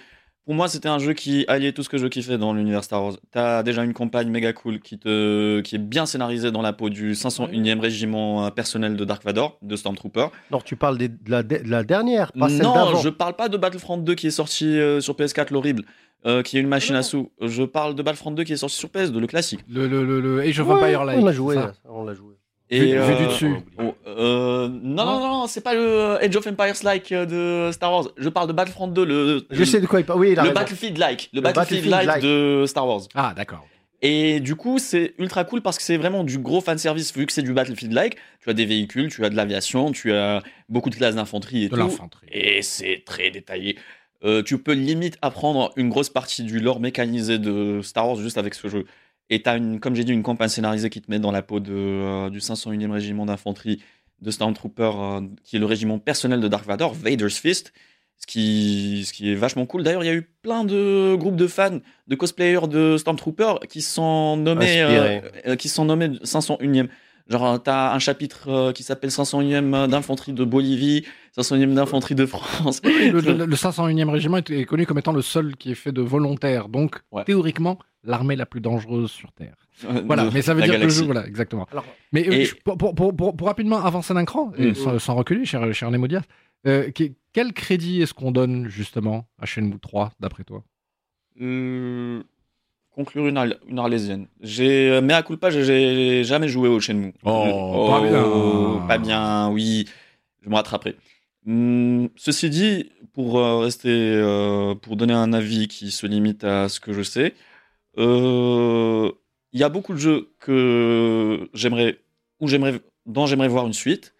A: pour moi c'était un jeu qui alliait tout ce que je kiffais dans l'univers Star Wars. T'as déjà une campagne méga cool qui te, qui est bien scénarisée dans la peau du 501e régiment euh, personnel de Dark Vador, de Stormtrooper.
B: Non, tu parles des- de, la, de la dernière, pas celle
A: Non,
B: d'avant.
A: je parle pas de Battlefront 2 qui est sorti euh, sur PS4, l'horrible, euh, qui est une machine à sous. Je parle de Battlefront 2 qui est sorti sur PS2, le classique.
E: Le, le, le, le Age of
B: Ouais,
E: Empire Live.
B: On l'a joué, là, on l'a joué.
A: Et,
E: Vu- vu
A: euh,
E: du dessus.
A: oh, euh, non, non, non, non, c'est pas le euh, Age of Empires like euh, de Star Wars. Je parle de Battlefront 2, le,
B: Je sais de quoi il parle. Oui, il a
A: le
B: raison.
A: Battlefield like, le,
B: Le
A: Battlefield
B: Battlefield like.
A: like de Star Wars.
E: Ah, d'accord.
A: Et du coup, c'est ultra cool parce que c'est vraiment du gros fan service vu que c'est du Battlefield like. Tu as des véhicules, tu as de l'aviation, tu as beaucoup de classes d'infanterie et
E: De
A: tout.
E: l'infanterie.
A: et c'est très détaillé. Euh, tu peux limite apprendre une grosse partie du lore mécanisé de Star Wars juste avec ce jeu. Et t'as, une, comme j'ai dit, une campagne scénarisée qui te met dans la peau de, euh, du 501e régiment d'infanterie de Stormtrooper, euh, qui est le régiment personnel de Dark Vador, Vader's Fist, ce qui, ce qui est vachement cool. D'ailleurs, il y a eu plein de groupes de fans, de cosplayers de Stormtrooper qui se sont nommés,
B: Inspirés.
A: euh, euh, qui se sont nommés 501e. Genre, euh, t'as un chapitre euh, qui s'appelle 501e d'infanterie de Bolivie, 501e d'infanterie de France.
E: Le, le- le 501e régiment est, est connu comme étant le seul qui est fait de volontaires, donc
A: Ouais.
E: théoriquement l'armée la plus dangereuse sur Terre. Voilà, mais ça veut
A: Euh, La
E: dire que le
A: galaxie.
E: jeu, voilà, exactement.
B: Alors,
E: mais euh,
A: et-
E: je- pour, pour- pour- pour- pour rapidement avancer d'un cran, et
A: Mm.
E: sans, sans reculer, cher, cher Nemo Diaz, euh, qui- quel crédit est-ce qu'on donne justement à Shenmue 3, d'après toi
A: Euh, conclure une, Ar- une arlésienne. J'ai euh, mais à culpa, j'ai- j'ai jamais joué au Shenmue.
E: Oh, pas bien.
A: pas bien, oui. Je me rattraperai. Hum, ceci dit, pour euh, rester, euh, pour donner un avis qui se limite à ce que je sais, euh, il y a beaucoup de jeux que j'aimerais, ou j'aimerais, dont j'aimerais voir une suite.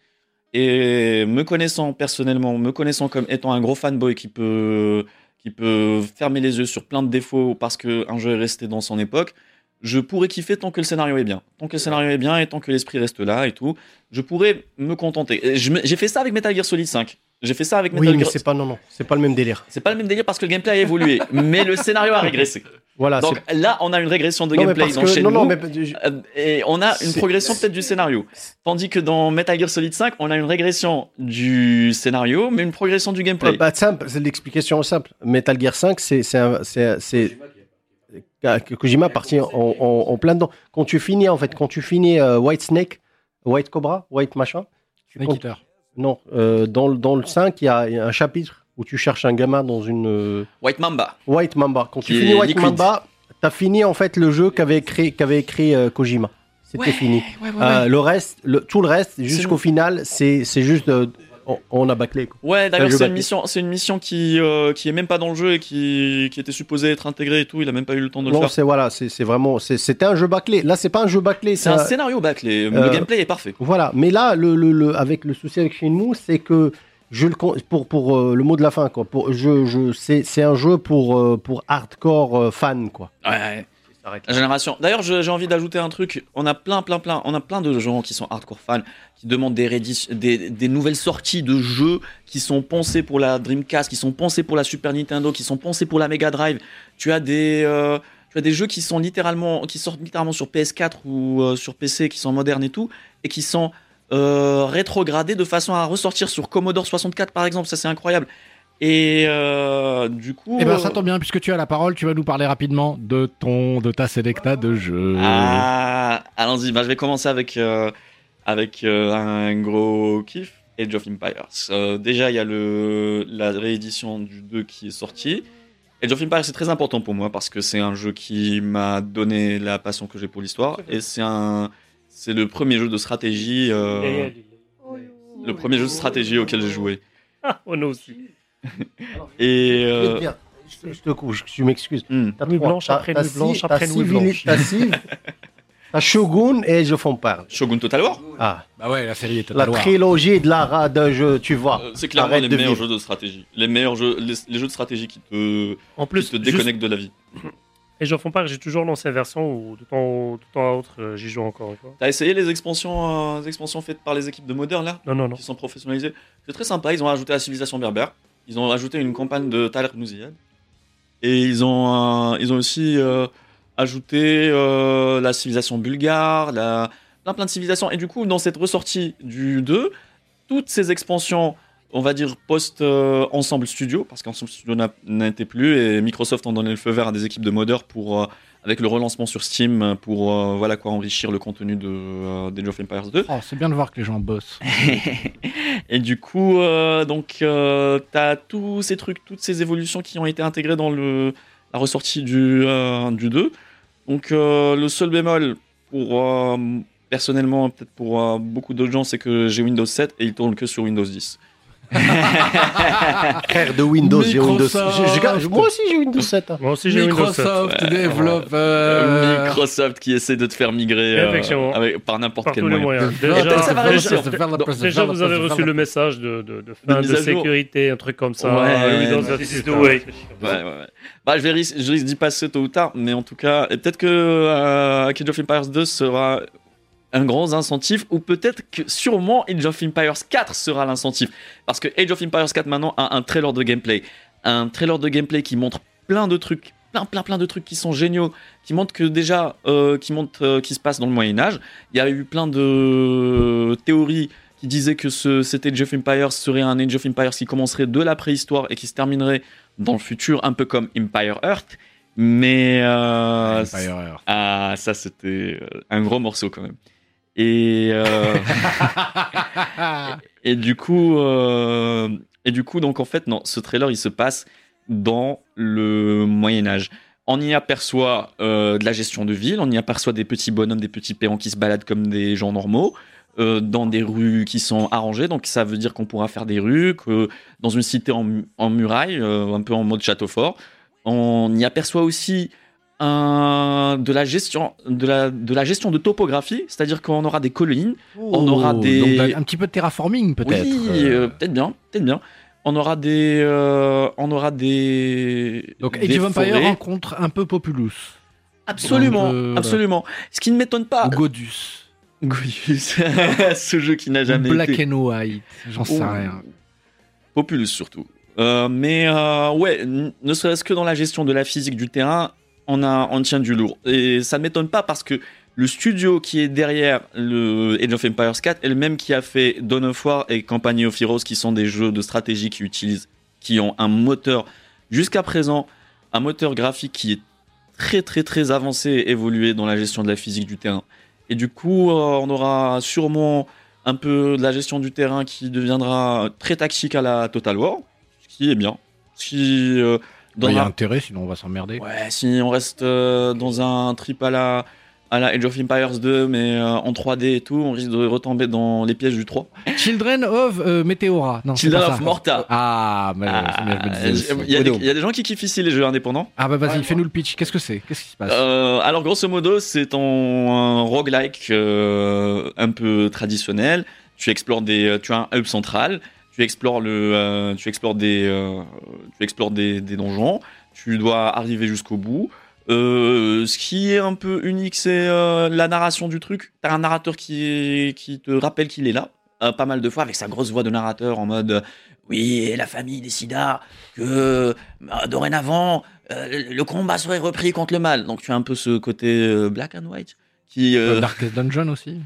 A: Et me connaissant personnellement, me connaissant comme étant un gros fanboy qui peut qui peut fermer les yeux sur plein de défauts parce qu'un jeu est resté dans son époque, je pourrais kiffer tant que le scénario est bien. Tant que le scénario est bien et tant que l'esprit reste là et tout, je pourrais me contenter. Et je me- J'ai fait ça avec Metal Gear Solid 5. J'ai fait ça avec Metal
B: Oui, mais
A: Gear
B: c'est pas, non, non, c'est pas le même délire.
A: C'est pas le même délire parce que le gameplay a évolué, mais le scénario a régressé.
B: Voilà,
A: Donc
B: Ah, c'est-
A: là, on a une régression de
B: Non, mais
A: gameplay
B: parce
A: dans
B: que-
A: Shenmue,
B: non, non, mais- je-
A: euh, et on a une
B: C'est-
A: progression peut-être du scénario. Tandis que dans Metal Gear Solid 5, on a une régression du scénario, mais une progression du gameplay.
B: Bah, simple, c'est l'explication est simple. Metal Gear 5, c'est c'est un- c'est- c'est- Ka- Kojima parti en, en- en plein dedans. Quand tu finis en fait, quand tu finis euh, White Snake, White Cobra, White machin, tu
E: Snake
B: comptes-
E: Eater.
B: Non, euh, dans le dans le 5, il y, a il y a un chapitre où tu cherches un gamin dans une euh,
A: White Mamba.
B: White Mamba. Quand tu
A: Qui
B: finis
A: est
B: White
A: liquide.
B: Mamba, t'as fini en fait le jeu qu'avait écrit qu'avait écrit euh, Kojima. C'était fini. Euh, le reste, le- tout le reste jusqu'au final, c'est c'est juste euh, on, on a bâclé. quoi.
A: Ouais, d'ailleurs,
B: Un jeu
A: c'est une
B: bâclé.
A: mission, c'est une mission qui, euh, qui est même pas dans le jeu et qui, qui était supposée être intégrée et tout. Il a même pas eu le temps de le
B: Non,
A: faire.
B: c'est voilà, c'est c'est vraiment, c'est- c'était un jeu bâclé. Là, c'est pas un jeu bâclé.
A: C'est un scénario bâclé. Le
B: Euh,
A: gameplay est parfait.
B: Voilà, mais là, le, le- le- avec le souci avec Shenmue, c'est que je le con- pour pour euh, le mot de la fin quoi. Pour je je c'est c'est un jeu pour euh, pour hardcore euh, fan quoi.
A: Ouais. La génération. D'ailleurs, je- j'ai envie d'ajouter un truc. On a plein, plein, plein. On a plein de gens qui sont hardcore fans, qui demandent des, rédis- des, des nouvelles sorties de jeux qui sont pensés pour la Dreamcast, qui sont pensés pour la Super Nintendo, qui sont pensés pour la Mega Drive. Tu as des, euh, tu as des jeux qui sont littéralement, qui sortent littéralement sur PS4 ou euh, sur PC, qui sont modernes et tout, et qui sont euh, rétrogradés de façon à ressortir sur Commodore 64 par exemple. Ça, c'est incroyable. Et euh, du coup.
E: Eh ben,
A: euh,
E: ça tombe bien, puisque tu as la parole, tu vas nous parler rapidement de ton, de ta sélecta de jeux.
A: Ah, allons-y. Bah, je vais commencer avec, euh, avec euh, un gros kiff, Age of Empires. Euh, déjà, il y a le, la réédition du 2 qui est sortie. Age of Empires, c'est très important pour moi parce que c'est un jeu qui m'a donné la passion que j'ai pour l'histoire. Et c'est un, c'est le premier jeu de stratégie, euh,
C: Oh,
B: Oh,
A: le premier jeu de stratégie auquel j'ai joué.
C: Ah, on a aussi.
A: Et
B: Je vais
A: euh, hmm,
B: te dire, je, je te coupe, je, je m'excuse. T'as
C: Nuit
B: trois-
C: blanche
B: t'as-
C: après
B: t'as
C: nuit
B: Civ-
C: blanche
B: t'as
C: après nuit
B: Civili-
C: blanche.
B: T'as Civ, t'as Shogun et je font parle.
A: Shogun Total War,
B: Ah,
E: Bah ouais, la série est
B: la trilogie de la ra- d'un jeu, tu vois.
A: euh, c'est clairement
B: Arrête
A: les
B: de
A: meilleurs
B: vivre.
A: jeux de stratégie, les meilleurs jeux, les, les jeux de stratégie qui te,
C: En plus,
A: qui te
C: juste-
A: déconnectent de la vie.
C: Et j'en fais pas, j'ai toujours lancé la version où de temps, de temps à autre, euh, j'y joue encore. une fois.
A: T'as essayé les expansions, euh, les expansions faites par les équipes de Modern là
C: Non, non, non.
A: Qui sont professionnalisées C'est très sympa, ils ont ajouté la civilisation berbère, ils ont ajouté une campagne de Taler Nouziyad, et ils ont, euh, ils ont aussi euh, ajouté euh, la civilisation bulgare, la... plein plein de civilisations. Et du coup, dans cette ressortie du 2, toutes ces expansions, on va dire post-Ensemble Studio, parce qu'Ensemble Studio n'a- n'était plus, et Microsoft en donnait le feu vert à des équipes de modeurs pour... euh, avec le relancement sur Steam pour euh, voilà quoi enrichir le contenu de euh, d'Age of Empires 2.
E: Oh, c'est bien de voir que les gens bossent.
A: Et du coup, euh, donc euh, t'as tous ces trucs, toutes ces évolutions qui ont été intégrées dans le la ressortie du euh, du 2. Donc euh, le seul bémol pour euh, personnellement peut-être pour euh, beaucoup d'autres gens c'est que j'ai Windows 7 et il tourne que sur Windows 10.
B: Frère de Windows, j'ai Windows.
E: Microsoft.
B: j'ai- j'ai gar- moi aussi j'ai Windows 7. hein.
C: Moi aussi, j'ai Windows 7.
E: Microsoft
A: ouais.
E: développe.
A: Euh,
E: euh,
A: Microsoft qui essaie de te faire migrer euh,
C: Effectivement.
A: avec- par n'importe
C: Par
A: quel
C: tous les
A: moyen.
C: moyens.
A: Et peut-être ça va
C: Déjà,
A: réussir.
C: déjà-
E: Developers,
C: déjà, vous avez
E: developers,
C: reçu le
E: developers.
C: message de, de, de fin de,
A: mise à jour.
C: sécurité, un truc comme ça.
A: Ouais,
C: le Windows
A: ouais,
C: Office,
A: ouais.
C: the way.
A: Ouais, ouais, ouais. Bah, je, vais ris- je risque d'y passer tôt ou tard, mais en tout cas, et peut-être que euh, Age of Empires 2 sera un grand incentif, ou peut-être que sûrement Age of Empires 4 sera l'incentif. Parce que Age of Empires 4 maintenant a un trailer de gameplay. Un trailer de gameplay qui montre plein de trucs, plein, plein, plein de trucs qui sont géniaux, qui montrent que déjà, euh, qui montrent euh, qui se passe dans le Moyen-Âge. Il y a eu plein de théories qui disaient que ce, cet Age of Empires serait un Age of Empires qui commencerait de la préhistoire et qui se terminerait dans le futur, un peu comme Empire Earth. Mais euh,
E: Empire Earth.
A: ah, ça c'était euh, un gros morceau quand même. Et euh, et du coup euh, et du coup donc en fait non, ce trailer il se passe dans le Moyen Âge. On y aperçoit euh, de la gestion de ville, on y aperçoit des petits bonhommes, des petits péons qui se baladent comme des gens normaux. euh, dans des rues qui sont arrangées, donc ça veut dire qu'on pourra faire des rues, que dans une cité en, mu- en muraille, euh, un peu en mode château fort. On y aperçoit aussi un- de la gestion de la, de la gestion de topographie, c'est-à-dire qu'on aura des collines, on aura
E: Oh,
A: des-
E: donc, un petit peu de terraforming peut-être. euh,
A: oui, euh, peut-être euh, bien, peut-être bien. on aura des, euh, on aura des.
E: Donc,
A: des
E: Age of Empires
A: forêts.
E: rencontre un peu Populous.
A: Absolument,
E: Donc, euh,
A: absolument. Ce qui ne m'étonne pas.
E: Ou Godus.
A: Goyus, ce jeu qui n'a
E: Ou
A: jamais
E: Black
A: été. Oh.
E: and White. J'en sais
A: Ou-
E: rien.
A: Populus surtout. Euh, mais euh, ouais, n- ne serait-ce que dans la gestion de la physique du terrain, on, a, on tient du lourd. Et ça ne m'étonne pas parce que le studio qui est derrière le Age of Empires 4 est le même qui a fait Dawn of War et Company of Heroes, qui sont des jeux de stratégie qui utilisent, qui ont un moteur jusqu'à présent, un moteur graphique qui est très très très avancé et évolué dans la gestion de la physique du terrain. Et du coup, euh, on aura sûrement un peu de la gestion du terrain qui deviendra très tactique à la Total War, ce qui est bien. Ce qui euh,
E: Bah, Il y a
A: donnera-
E: intérêt, sinon on va s'emmerder.
A: Ouais, si on reste euh, dans un trip à la, à la Age of Empires 2, mais euh, en 3D et tout, on risque de retomber dans les pièges du 3.
E: Children of euh, Meteora. Non, c'est
A: Children
E: pas
A: of
E: ça.
A: Morta.
E: Ah, mais je me
A: Ah,
E: disais
A: Il
E: aussi.
A: y, a des- il y a des gens qui kiffent ici les jeux indépendants.
E: Ah bah vas-y, fais-nous le pitch. Qu'est-ce que c'est Qu'est-ce qui se passe
A: Euh, alors grosso modo, c'est en- un roguelike euh, un peu traditionnel. Tu explores des, euh, tu as un hub central. Tu explores le, euh, tu explores des, euh, tu explores des, des donjons. Tu dois arriver jusqu'au bout. Euh, ce qui est un peu unique, c'est euh, la narration du truc. T'as un narrateur qui, est- qui te rappelle qu'il est là, euh, pas mal de fois, avec sa grosse voix de narrateur en mode euh, Oui, et la famille décida que euh, dorénavant, euh, le le combat serait repris contre le mal. Donc tu as un peu ce côté euh, black and white qui. euh,
E: Euh, Darkest Dungeon aussi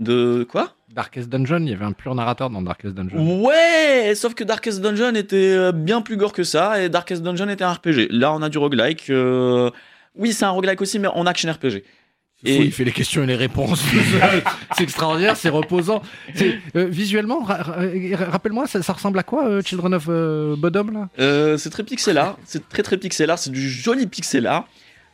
A: de quoi
E: Darkest Dungeon, il y avait un pur narrateur dans Darkest Dungeon.
A: Oh. Ouais, sauf que Darkest Dungeon était euh, bien plus gore que ça, et Darkest Dungeon était un RPG. Là, on a du roguelike. euh, Oui, c'est un roguelike aussi, mais en action
E: C'est
A: RPG. Et-
E: fou, il fait les questions et les réponses. c'est extraordinaire, c'est reposant. C'est- euh, visuellement, ra- ra- ra- rappelle-moi, ça, ça ressemble à quoi, euh, Children of euh, Bodom là
A: Euh, c'est très pixel art, c'est très très pixel art, c'est du joli pixel art.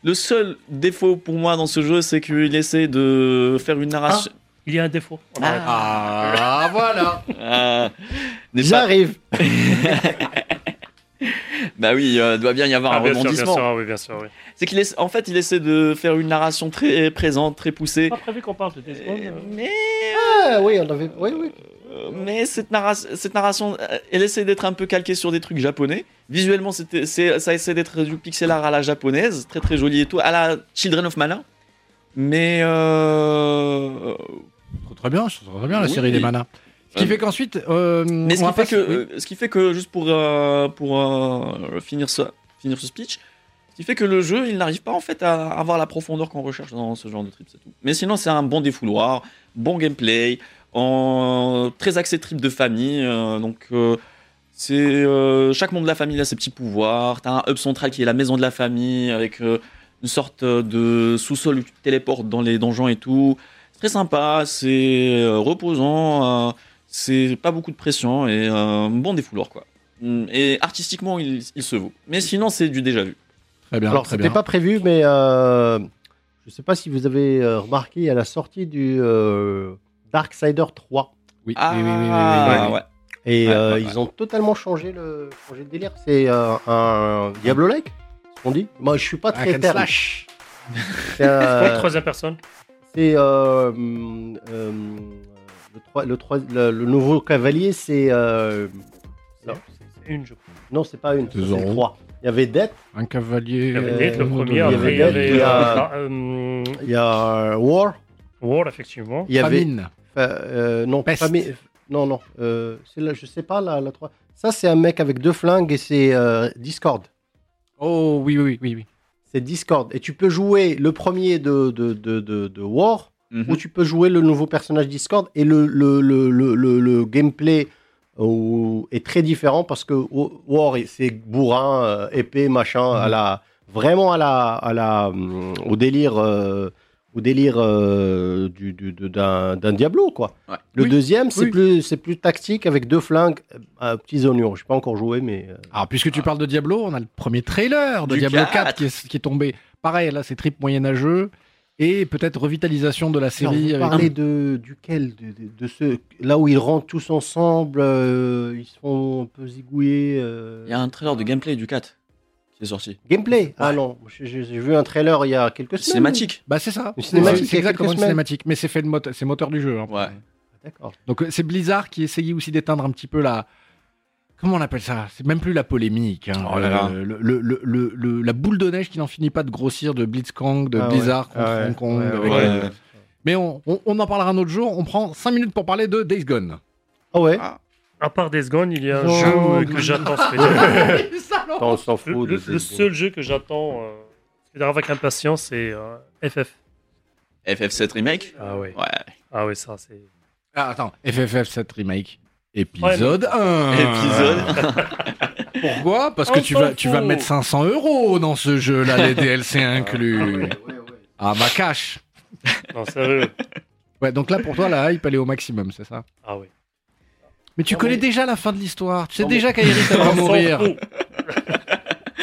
A: Le seul défaut pour moi dans ce jeu, c'est qu'il essaie de faire une narration.
C: Il y a un défaut.
E: Ah voilà
A: Ah, n'est pas-
B: J'arrive.
A: Bah oui, euh, doit bien y avoir
C: Ah,
A: un
C: bien sûr, bien
A: rebondissement.
C: sûr, ah oui, bien sûr. oui.
A: C'est qu'il essa- en fait, il essaie de faire une narration très présente, très poussée.
C: Pas prévu qu'on parle de Days Gone, euh.
A: Mais,
B: Ah oui, on avait. Oui, oui.
A: euh, mais cette, narra- cette narration, euh, elle essaie d'être un peu calquée sur des trucs japonais. Visuellement, c'était- c'est- ça essaie d'être du pixel art à la japonaise, très très joli et tout, à la Children of Mana. Mais euh,
E: Très, Très bien, je trouve très bien la
A: Oui.
E: série des manas. Ce qui
A: Euh,
E: fait qu'ensuite. euh,
A: Mais ce
E: on
A: qui,
E: va passer-
A: fait que,
E: oui.
A: euh, ce qui fait que, juste pour, euh, pour euh, finir, ce, finir ce speech, ce qui fait que le jeu, il n'arrive pas en fait à avoir la profondeur qu'on recherche dans ce genre de trip, c'est tout. Mais sinon, c'est un bon défouloir, bon gameplay, en, très axé trip de famille. euh, donc, euh, c'est euh, chaque membre de la famille a ses petits pouvoirs. T'as un hub central qui est la maison de la famille avec euh, une sorte de sous-sol où tu te téléportes dans les donjons et tout. C'est très sympa, c'est euh, reposant. euh, c'est pas beaucoup de pression et un bon défouloir quoi. Mm, Et artistiquement, il, il se vaut. Mais sinon, c'est du déjà vu.
E: Très bien,
B: Alors,
E: très
B: c'était
E: bien.
B: pas prévu, mais euh, je sais pas si vous avez euh, remarqué à la sortie du euh, Darksider 3.
E: Oui,
A: Ah
E: oui, oui, oui, oui, oui, oui.
A: ouais.
B: Et
A: Ouais,
B: euh,
A: ouais,
B: ils ont totalement changé le, changé le délire. C'est euh, un Diablo-like, ce qu'on dit. Moi, je suis pas
E: Hack
B: très
E: and
B: terre.
E: slash.
B: C'est
C: Ouais,
B: euh,
C: troisième personne.
B: c'est, euh, hum, euh, le, trois- le, trois- le- le nouveau cavalier, c'est. euh, Non.
C: C'est Une, je crois.
B: non, c'est pas une,
E: C'est
B: c'est
E: Zorro.
B: trois. Il y avait Death,
E: Un cavalier.
C: Il y avait Death, le
E: euh,
C: premier,
B: avait
C: après il y
B: Death,
C: avait
B: il y a-
C: euh, euh,
B: il y a euh, War,
C: War, effectivement.
B: il y avait.
E: Famine.
B: Fa- euh, non,
E: Peste.
B: pas mais- non, non. euh, c'est là, je sais pas, la, la 3. Ça, c'est un mec avec deux flingues et c'est euh, Discord.
E: Oh oui, oui, oui, oui.
B: C'est Discord. Et tu peux jouer le premier de, de, de, de, de War
A: Mhm.
B: ou tu peux jouer le nouveau personnage Discord. Et le, le, le, le, le- le gameplay euh, est très différent parce que Wa- War, c'est bourrin, euh, épée, machin, à la, vraiment à la, à la, hum, au délire. euh, au délire euh, du- du- de- d'un d'un Diablo, quoi.
A: Ouais.
B: Le
E: Oui.
B: deuxième, c'est
E: Oui.
B: plus c'est plus tactique avec deux flingues, euh, petits oignons. Je n'ai pas encore joué, mais euh,
E: Alors, puisque tu parles de Diablo, on a le premier trailer de
A: Ah. Du
E: Diablo 4,
A: quatre.
E: qui, est, qui est tombé. Pareil, là, c'est trip moyenâgeux. Et peut-être revitalisation de la
B: Alors,
E: série.
B: vous
E: avec-
B: parlez de, duquel de, de, de ce, Là où ils rentrent tous ensemble, euh, ils se font un peu zigouiller. euh,
A: Il y a un trailer de gameplay du 4 qui est sorti.
B: Gameplay Ah non, j'ai j'ai- j'ai vu un trailer il y a quelques semaines.
A: Cinématique.
E: Bah, c'est ça.
B: Une cinématique,
E: C'est-
B: il
E: C'est
B: y a quelques
E: exactement une
B: semaines.
E: cinématique. Mais c'est fait de moteur, c'est moteur du jeu. hein.
A: Ouais.
B: Ah, D'accord.
E: Donc, euh, c'est Blizzard qui essayait aussi d'éteindre un petit peu la. Comment on appelle ça C'est même plus la polémique. hein.
A: Oh là là.
E: Euh, le- le- le- le- le- la boule de neige qui n'en finit pas de grossir de Blitzkrieg, de
B: Ah ouais.
E: Blizzard contre
B: Ah ouais.
E: Hong Kong.
B: Ouais,
E: avec,
A: ouais.
E: euh, Mais on, on- on en parlera un autre jour. On prend 5 minutes pour parler de Days Gone.
B: Ah ouais
C: À part Days Gone, il y a un
B: Non,
C: jeu euh,
B: non.
C: que j'attends. Spider-Man.
B: Attends, On s'en
C: le,
B: fout.
C: le-
B: de ces-
C: le seul jeu que j'attends euh, Spider-Man avec impatience, c'est euh, FF.
A: FF7 Remake
B: Ah ouais.
A: Ouais.
C: Ah oui, ça c'est.
E: Ah, attends, FFF7 Remake. Épisode 1.
A: Épisode.
E: Pourquoi Parce que
C: On
E: tu
C: s'en
E: vas, tu vas
C: fout.
E: mettre 500 euros dans ce jeu-là, les DLC inclus.
D: Ouais, ouais.
E: Ah, ma cash.
C: Non, sérieux.
E: Ouais, donc là, pour toi, la hype, elle est au maximum, c'est ça
C: Ah oui.
E: Mais tu
C: Non,
E: connais
C: mais-
E: déjà la fin de l'histoire. Tu sais
C: Non,
E: déjà qu'Aerith elle va mourir.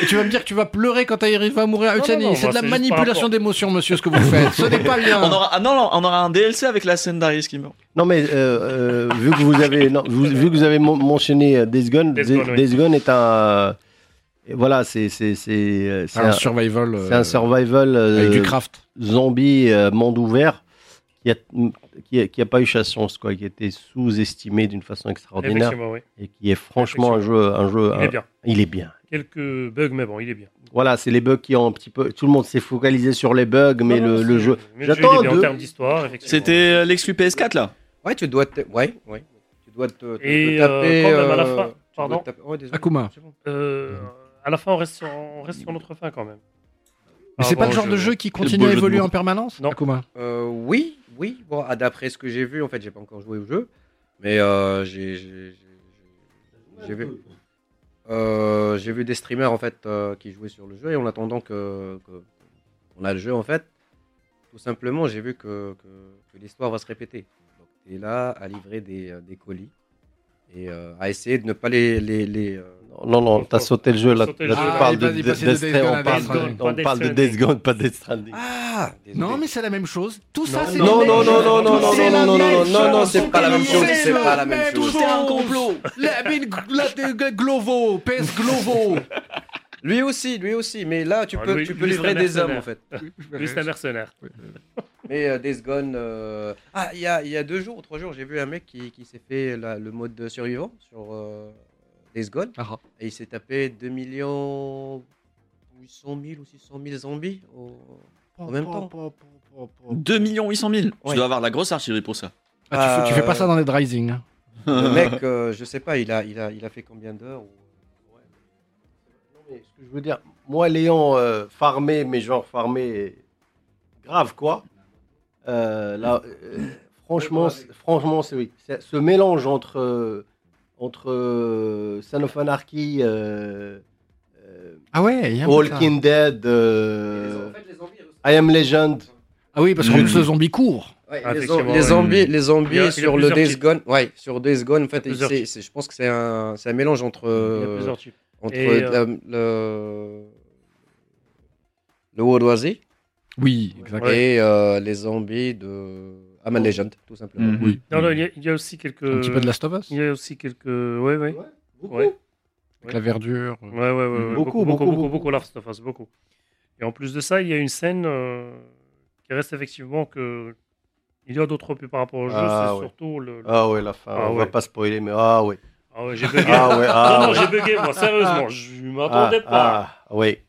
E: Et tu vas me dire que tu vas pleurer quand Aerith va mourir.
C: Non,
E: Utsani,
C: non, non,
E: c'est de la
C: moi, c'est juste par
E: manipulation
C: rapport-
E: d'émotions, monsieur, ce que vous faites. Ce n'est pas bien.
A: On aura, ah non, non, on aura un DLC avec la scène d'Aris qui meurt.
B: Non mais euh, euh, vu que vous avez non, vous- vu que vous avez mon- mentionné euh, Days Gone,
C: Days
B: Days,
C: Gone, oui.
B: Days Gone est un euh, voilà c'est c'est c'est euh, c'est
E: C'est un
B: un,
E: survival.
B: c'est
E: euh,
B: un survival euh,
E: Avec du craft.
B: zombie euh, monde ouvert qui a qui a, qui a pas eu sa chance quoi, qui était sous-estimé d'une façon extraordinaire
C: Effectivement, oui.
B: et qui est franchement un jeu un jeu un-
C: Il est bien.
B: il est bien.
C: Quelques bugs, mais bon, il est bien.
B: Voilà, c'est les bugs qui ont un petit peu tout le monde s'est focalisé sur les bugs mais
C: Non,
B: le,
C: non,
B: le
C: c'est-
B: jeu
C: mais le jeu, il est
B: J'attends
C: bien
B: de-
C: en termes d'histoire, effectivement.
A: C'était euh, l'exclu PS4 là
D: Ouais, tu dois te... ouais, ouais. Tu dois te, te-
C: Et,
D: te taper.
C: euh, quand même, à la
D: euh,
C: fin-
D: tu dois
C: pardon.
D: te taper- ouais, désolé.
E: Akuma.
D: C'est bon.
C: Euh, à la fin, on reste sur, on reste sur notre fin quand même.
E: Mais c'est
C: Ah,
E: pas
C: bon,
E: le genre
C: je-
E: de jeu qui
A: beau
E: continue à
A: jeu de
E: évoluer
A: mots.
E: en permanence
C: Non.
E: Akuma.
D: Euh, oui, oui. Bon, ah, d'après ce que j'ai vu, en fait, j'ai pas encore joué au jeu, mais euh, j'ai j'ai- j'ai- j'ai vu. euh, j'ai vu des streamers en fait euh, qui jouaient sur le jeu et en attendant que, que- qu'on a le jeu en fait, tout simplement j'ai vu que, que- que l'histoire va se répéter. Donc t'es là à livrer des, euh, des colis et euh, à essayer de ne pas les les, les, euh,
B: Non, non, t'as sauté le jeu là.
C: Sauté le
B: Là,
C: jeu.
B: tu
C: Ah,
B: parles
E: il
B: de,
E: va- il
B: de-
E: passait de
B: Death
E: Days
B: Stranding,
E: Gone à
B: on parle,
E: Death Gone,
B: de-
C: pas
B: on parle de
C: Death
B: Death Gone, pas Death Stranding.
E: Ah
D: désolé.
E: Non, mais c'est la même chose. Tout ça,
D: Non,
E: c'est
D: non,
E: les
D: non,
E: mêmes
D: non,
E: jeux.
D: non, non,
E: Tout
D: non,
E: c'est
D: non,
E: la
D: non,
E: même
D: non,
E: chose.
D: non, non, c'est pas la même chose,
E: C'est
D: c'est
E: le
D: pas la même chose.
E: Tout est un complot. La, la- la- Glovo, PS Glovo.
D: Lui aussi, lui aussi, mais là tu
C: Ah,
D: peux
C: lui-
D: tu peux
C: lui,
D: livrer
C: c'est un
D: des hommes en
C: mercenaire.
D: fait.
C: Juste un mercenaire.
D: Mais euh, Days Gone. euh, Ah, il y a, il y a deux jours ou trois jours, j'ai vu un mec qui, qui s'est fait la- le mode survivant sur euh, Days Gone.
E: Ah.
D: Et il s'est tapé 2 millions 800 000 ou 600 000 zombies. au- En même temps.
A: 2 800 000
D: Ouais.
A: Tu dois avoir la grosse archiverie pour ça.
E: Ah, tu, fais, tu fais pas ça dans les Rising. hein.
D: Le mec, euh, je sais pas, il a, il a, il a fait combien d'heures ou-
B: Mais ce que je veux dire, moi, l'ayant euh, farmé, mais genre farmé grave, quoi. euh, là, euh, franchement, c'est- franchement, c'est oui. C'est- Ce mélange entre, euh, entre euh, Son of Anarchy, euh, euh,
E: Ah ouais, il y a un peu ça.
B: Walking Dead, euh, I Am Legend.
E: Ah oui, parce que
A: Mm.
E: ce zombie court.
D: Ouais,
C: Ah,
D: les, zo-
C: effectivement,
D: les
C: ouais.
D: zombies, les zombies
C: Il y a- il y a
D: sur le
C: plusieurs
D: Days
C: types.
D: Gone, ouais, sur Days Gone, en fait,
C: Il y a plusieurs
D: c'est-
C: types.
D: c'est- je pense que c'est un, c'est un mélange entre,
C: Il y a
D: euh,
C: plusieurs types.
D: entre
C: Et,
D: la- le, le World
E: Oui, exactement.
C: Ouais.
D: et euh, les zombies de Aman Legend, tout simplement.
A: Mhm.
E: Oui.
C: Non, non, il y a, il y a aussi quelques.
E: Un petit peu de Last of Us.
C: Il y a aussi quelques. Ouais, ouais.
B: Beaucoup.
C: Ouais.
E: Avec la verdure.
C: Ouais, ouais, ouais, ouais.
B: Beaucoup, beaucoup,
C: beaucoup, beaucoup,
B: beaucoup.
C: beaucoup, Last of Us, beaucoup. Et en plus de ça, il y a une scène euh, qui reste effectivement que il y a d'autres plus par rapport au jeu,
B: Ah,
C: c'est
B: ouais.
C: surtout le. le-
B: Ah ouais, la fin.
C: Ah
B: on
C: ouais.
B: va pas spoiler, mais ah ouais.
C: Ah ouais, j'ai bugué.
B: Ah ouais, ah
C: non, non,
B: ouais.
C: j'ai bugué, moi, sérieusement, je
B: Ah,
C: m'attendais pas.
B: ah, ouais.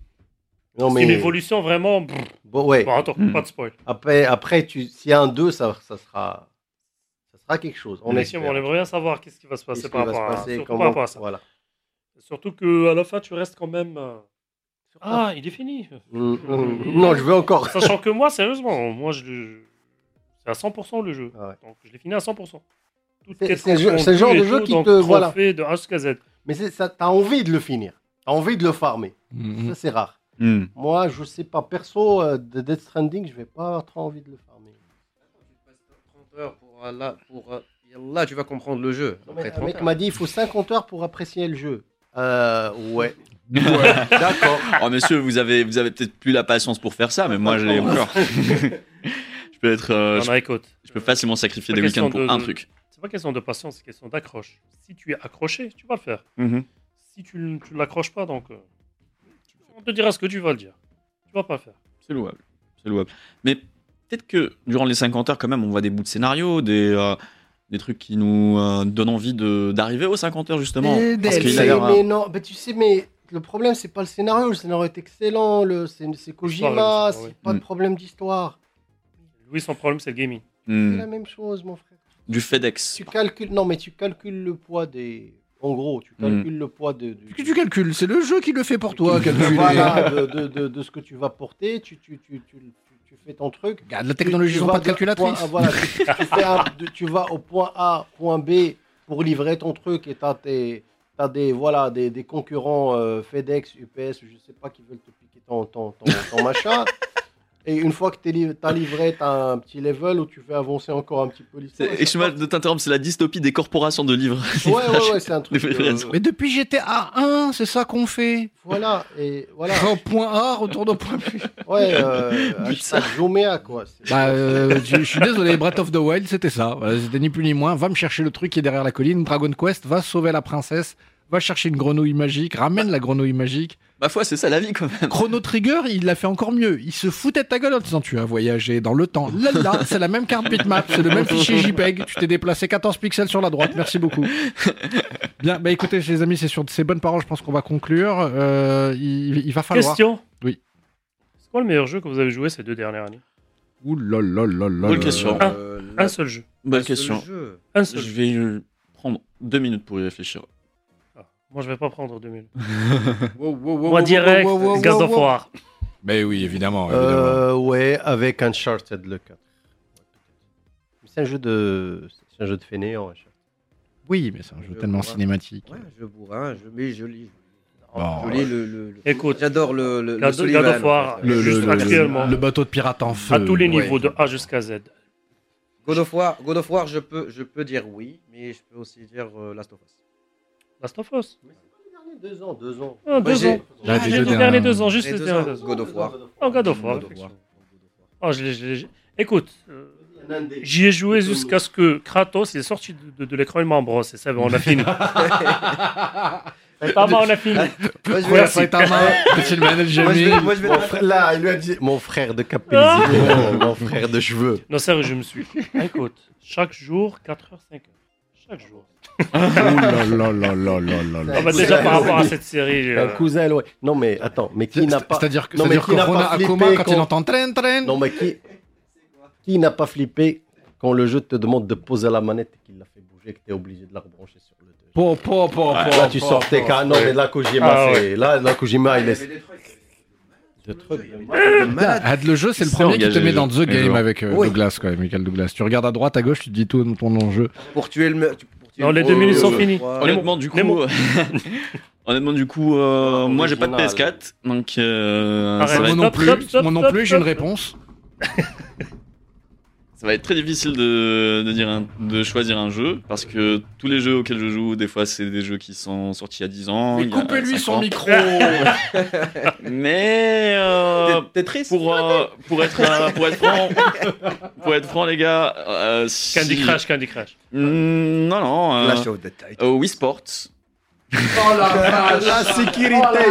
B: Non,
C: C'est
B: mais.
C: une évolution vraiment. brr.
B: Bon, ouais.
C: Bon, attends,
A: Hmm.
C: pas de spoil.
B: Après, après tu... s'il y a un 2, ça, ça, sera... ça sera quelque chose. On espère.
C: Effectivement, on aimerait bien savoir qu'est-ce qui va se passer
B: Qu'est-ce qui
C: par
B: va se
C: rapport à
B: passer,
C: surtout
B: comment-
C: par rapport à ça.
B: Voilà.
C: Surtout qu'à la fin, tu restes quand même. euh, Ah, il est fini.
B: Mm, mm, Non, je veux encore.
C: Sachant que moi, sérieusement, moi, je le- c'est à 100% le jeu.
B: Ah ouais.
C: Donc, je l'ai fini à 100%. Tout
B: C'est-
C: quête
B: c'est le jeu-
C: confondue
B: c'est le genre
C: et
B: de jeu
C: tout,
B: qui
C: donc,
B: te- voilà.
C: trophée de A jusqu'à
D: Euh,
C: Z.
B: Mais c'est ça, t'as envie de le finir. T'as envie de le farmer.
E: Mm.
B: Ça, c'est rare.
A: Hmm.
B: Moi, je sais pas. Perso, euh, de Death Stranding, je vais pas avoir trop envie de le farmer.
D: pour Allah, pour euh, Yallah, tu vas comprendre le jeu.
B: Non, mais
D: Après
B: un
D: 30
B: mec
D: heures.
B: m'a dit il faut 50 heures pour apprécier le jeu. Euh, ouais. D'accord.
A: Oh monsieur, vous avez, vous avez peut-être plus la patience pour faire ça, mais moi je l'ai encore. je peux être, euh,
C: Non,
A: je,
C: non, écoute,
A: je peux facilement sacrifier
C: Pas
A: des
C: question
A: week-ends pour
C: de-
A: un
C: de-
A: truc.
C: c'est pas question de patience, c'est question d'accroche. Si tu es accroché, tu vas le faire.
A: Mhm.
C: Si tu ne tu ne l'accroches pas, donc. euh, on te dira ce que tu vas le dire. Tu vas pas le faire.
A: C'est louable, c'est louable. Mais peut-être que durant les 50 heures, quand même, on voit des bouts de scénario, des, euh, Des trucs qui nous euh, donnent envie de- d'arriver aux 50 heures, justement.
B: Mais,
A: parce qu'il a
B: mais,
A: l'air, euh,
B: non, mais tu sais, mais le problème, c'est pas le scénario. Le scénario est excellent. Le, c'est, c'est Kojima,
C: L'histoire,
B: c'est
C: oui.
B: pas de
A: Mm.
B: problème d'histoire.
C: Lui, son problème, c'est le gaming.
B: C'est
A: hmm,
B: la même chose, mon frère.
A: du FedEx.
B: Tu calcules, non, mais tu calcules le poids des. En gros,
A: Mm.
B: tu calcules le poids de. du-
E: Que tu calcules, c'est le jeu qui le fait pour toi, calculer.
B: voilà, de, de, de, de ce que tu vas porter. Tu, tu, tu, tu, tu- tu fais ton truc.
E: Regarde, la technologie,
B: Tu-
E: ils
B: tu
E: ont
B: vas
E: pas de calculatrice.
B: point A, voilà, tu, tu fais un- de- tu vas au point A, point B pour livrer ton truc et t'as tes. T'as des, voilà, des, des concurrents euh, FedEx, UPS, je sais pas, qui veulent te piquer ton, ton, ton, ton machin. Et une fois que t'es liv- t'as livré, t'as un petit level où tu fais avancer encore un petit peu l'histoire.
A: C'est- Excuse-moi de t'interrompre, c'est la dystopie des corporations de livres.
B: Ouais, ouais, ouais, c'est un truc. euh,
A: Des références.
E: Mais depuis GTA 1, c'est ça qu'on fait.
B: Voilà, et voilà.
E: Va Au point A, retourne au point B.
B: Ouais, euh, hashtag Zooméa, quoi. C'est-
E: Bah, euh, je je suis désolé, Breath of the Wild, c'était ça. Voilà, c'était ni plus ni moins. Va me chercher le truc qui est derrière la colline. Dragon Quest, va sauver la princesse. Va chercher une grenouille magique. Ramène la grenouille magique.
A: Ma foi, c'est ça la vie, quand même.
E: Chrono Trigger, il l'a fait encore mieux. Il se foutait de ta gueule en te disant Tu as voyagé dans le temps. Là, là, c'est la même carte bitmap. C'est le même fichier JPEG. Tu t'es déplacé 14 pixels sur la droite. Merci beaucoup. Bien, bah écoutez, les amis, c'est sur ces bonnes paroles, je pense qu'on va conclure. Euh, il, il va falloir.
C: Question
E: Oui.
C: C'est quoi le meilleur jeu que vous avez joué ces deux dernières années
E: Ouh là là là là là.
A: Bonne question.
D: Euh, la-
C: Un seul jeu.
A: Bonne
D: le
A: question.
D: jeu.
C: Un seul
A: Je
C: jeu.
A: vais euh, prendre deux minutes pour y réfléchir.
C: Ah, Moi, je vais pas prendre 2000.
D: Wow, wow, wow,
C: Moi,
D: wow,
C: direct,
D: wow, wow, wow,
C: God of
D: wow.
C: War.
E: Mais oui, évidemment. évidemment.
B: Euh, ouais, avec Uncharted le 4. C'est un jeu de. C'est un jeu de fainéant, Uncharted.
E: Oui, mais c'est un jeu
D: Je
E: tellement
D: crois.
E: cinématique.
D: Ouais, je bourrin, je mais je lis.
E: Bon,
D: Je lis le, le, le-
C: Écoute,
D: J'adore le, le, le
C: God-
D: Sullivan,
C: God of War.
D: en fait.
E: Le,
C: Juste
E: le- le-
C: actuellement.
E: le bateau de pirate en feu.
C: À
D: Euh,
C: tous les
E: ouais.
C: niveaux, de A jusqu'à Z.
D: God of War, God of War, je peux, je peux dire oui, mais je peux aussi dire euh, Last of Us.
C: Last of Us.
B: Les derniers deux ans, deux ans.
C: Ah, deux
D: j'ai-
C: ans.
E: Là,
C: Ah,
E: les
C: les
E: deux
C: deux
E: derniers-
C: derniers deux ans, juste
D: les
C: les
D: deux
C: derniers
D: ans.
C: deux ans.
D: God of War.
C: Oh, God of War.
D: God of War.
C: Oh, je l'ai- je l'ai- je- Écoute, euh, j'y ai joué jusqu'à ce que Kratos il est sorti de, de- de l'écran, il m'embrasse. Et ça, ben, on a fini. Et pas mal, on a fini.
D: Moi, je vais-
E: Regarde, c'est ta main. Petit le manager,
D: moi, je vais-
E: Jamie.
D: moi, je vais-
B: Mon frère, là, il lui a dit Mon frère de
C: Ah.
B: Capelzi, mon frère de cheveux.
C: Non, sérieux, je me suis. Écoute, chaque jour, 4 h 5 h Chaque jour.
E: Oh là là là là là là là.
C: Ah, bah, déjà, par rapport à cette série.
B: Un
C: euh,
B: cousin, ouais. Non, mais attends, mais qui
E: C'est-
B: n'a pas.
E: C'est-à-dire que,
B: Non, mais
E: c'est-à-dire
B: qui
E: que
B: n'a pas
E: Ronan
B: flippé
E: Akuma, quand
B: quand-
E: il entend train, train,
B: Non, mais qui. Qui n'a pas flippé quand le jeu te demande de poser la manette et qu'il l'a fait bouger, que t'es obligé de la rebrancher sur le deux
E: Po, po, po, po,
B: Ah, Là, tu
E: po,
B: sortais
E: po.
B: qu'à. Non, mais là, Kojima,
C: Ah,
B: c'est. Là, là, Kojima, Ah, il est. Le truc.
E: Là, Had le jeu, c'est le
A: C'est
E: premier qui te
A: engagé,
E: met
A: le
E: dans The
A: jeu.
E: Game
A: Oui.
E: avec euh, Douglas, quoi, Michael Douglas. Tu regardes à droite, à gauche, tu te dis tout ton enjeu.
D: Pour tuer le. me- tu- pour tuer
C: Non,
D: le-
C: les deux minutes sont
D: euh,
C: finies.
D: trois-
A: Honnêtement, du coup, euh,
C: Nemo.
A: honnêtement, du coup, euh, moi j'ai pas de
B: Original.
A: PS4, donc euh,
C: Arrête.
A: ça,
E: Moi
A: va être,
C: Stop,
E: non plus,
C: stop, stop,
E: moi non
C: stop,
E: plus, j'ai une
C: stop.
E: réponse.
A: ça va être très difficile de, de dire un- de choisir un jeu parce que tous les jeux auxquels je joue, des fois, c'est des jeux qui sont sortis il y a 10 ans. il y a cinq ans.
E: micro.
A: Mais
D: T'es-
A: euh,
D: T'es triste.
A: pour euh, pour être euh, pour être franc, pour être franc, les gars, euh,
C: Candy
A: si-
C: Crush, Candy Crush.
A: Mm, Non, non. euh,
D: Clash of the Titans.
A: euh, Wii Sports.
B: La sécurité.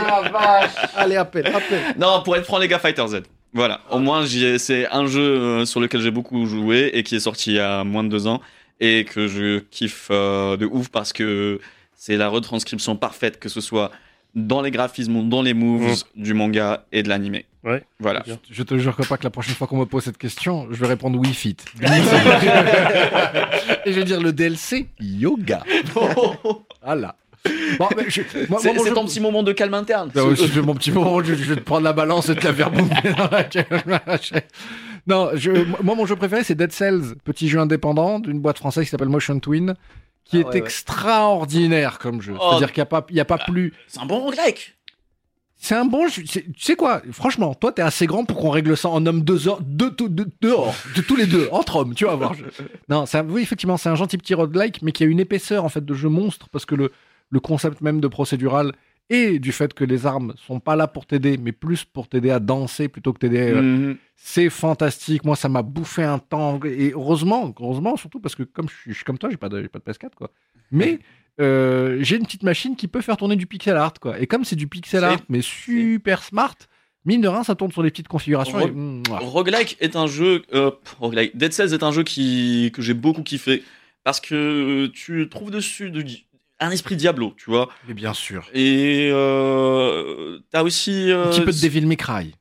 B: Allez, appelle, appelle.
A: Non, pour être franc, les gars, Fighter Z. Voilà, au moins j'y ai- c'est un jeu euh, sur lequel j'ai beaucoup joué et qui est sorti il y a moins de deux ans et que je kiffe euh, de ouf parce que c'est la retranscription parfaite, que ce soit dans les graphismes ou dans les moves du manga et de l'anime.
C: Ouais.
A: Voilà.
C: Bien.
E: Je te jure que pas que la prochaine fois qu'on me pose cette question, je vais répondre Wii Fit. Et je vais dire le DLC yoga. Voilà. Bon, mais je- Bah, moi-
A: c'est
E: moi, mon
A: c'est
E: jeu-
A: ton petit moment de calme interne.
E: Non, je fais mon petit moment, je, je vais te prendre la balance et te la faire bomber dans la gueule. Non, je- moi, mon jeu préféré, c'est Dead Cells, petit jeu indépendant d'une boîte française qui s'appelle Motion Twin, qui
D: Ah,
E: est
D: ouais, Ah. ouais.
E: extraordinaire comme jeu.
A: Oh.
E: C'est-à-dire qu'il n'y a pas, il y a pas plus.
A: C'est un bon grec.
E: C'est un bon jeu. C'est- Tu sais quoi Franchement, toi, t'es assez grand pour qu'on règle ça en homme deux heures, deux, deux- deux- dehors, de tous les deux, entre hommes, tu vas voir. Je- Non, c'est un- oui, effectivement, c'est un gentil petit roguelike, mais qui a une épaisseur en fait de jeu monstre, parce que le, le concept même de procédural et du fait que les armes sont pas là pour t'aider, mais plus pour t'aider à danser plutôt que t'aider. euh,
A: Mhm.
E: C'est fantastique. Moi, ça m'a bouffé un temps. Et heureusement, heureusement, surtout parce que comme je suis, je suis comme toi, j'ai pas de, j'ai pas de PS4, quoi. Mais euh, j'ai une petite machine qui peut faire tourner du pixel art, quoi. Et comme c'est du pixel
A: C'est-
E: art, mais super smart, mine de rien, ça tourne sur des petites configurations.
A: Re-
E: et, mouah.
A: Roguelike est un jeu. euh, pff, roguelike. Dead Cells est un jeu qui, que j'ai beaucoup kiffé. Parce que tu trouves dessus de- un esprit Diablo, tu vois.
E: Mais bien sûr.
A: Et euh, t'as aussi.
E: Un petit peu de Devil May Cry.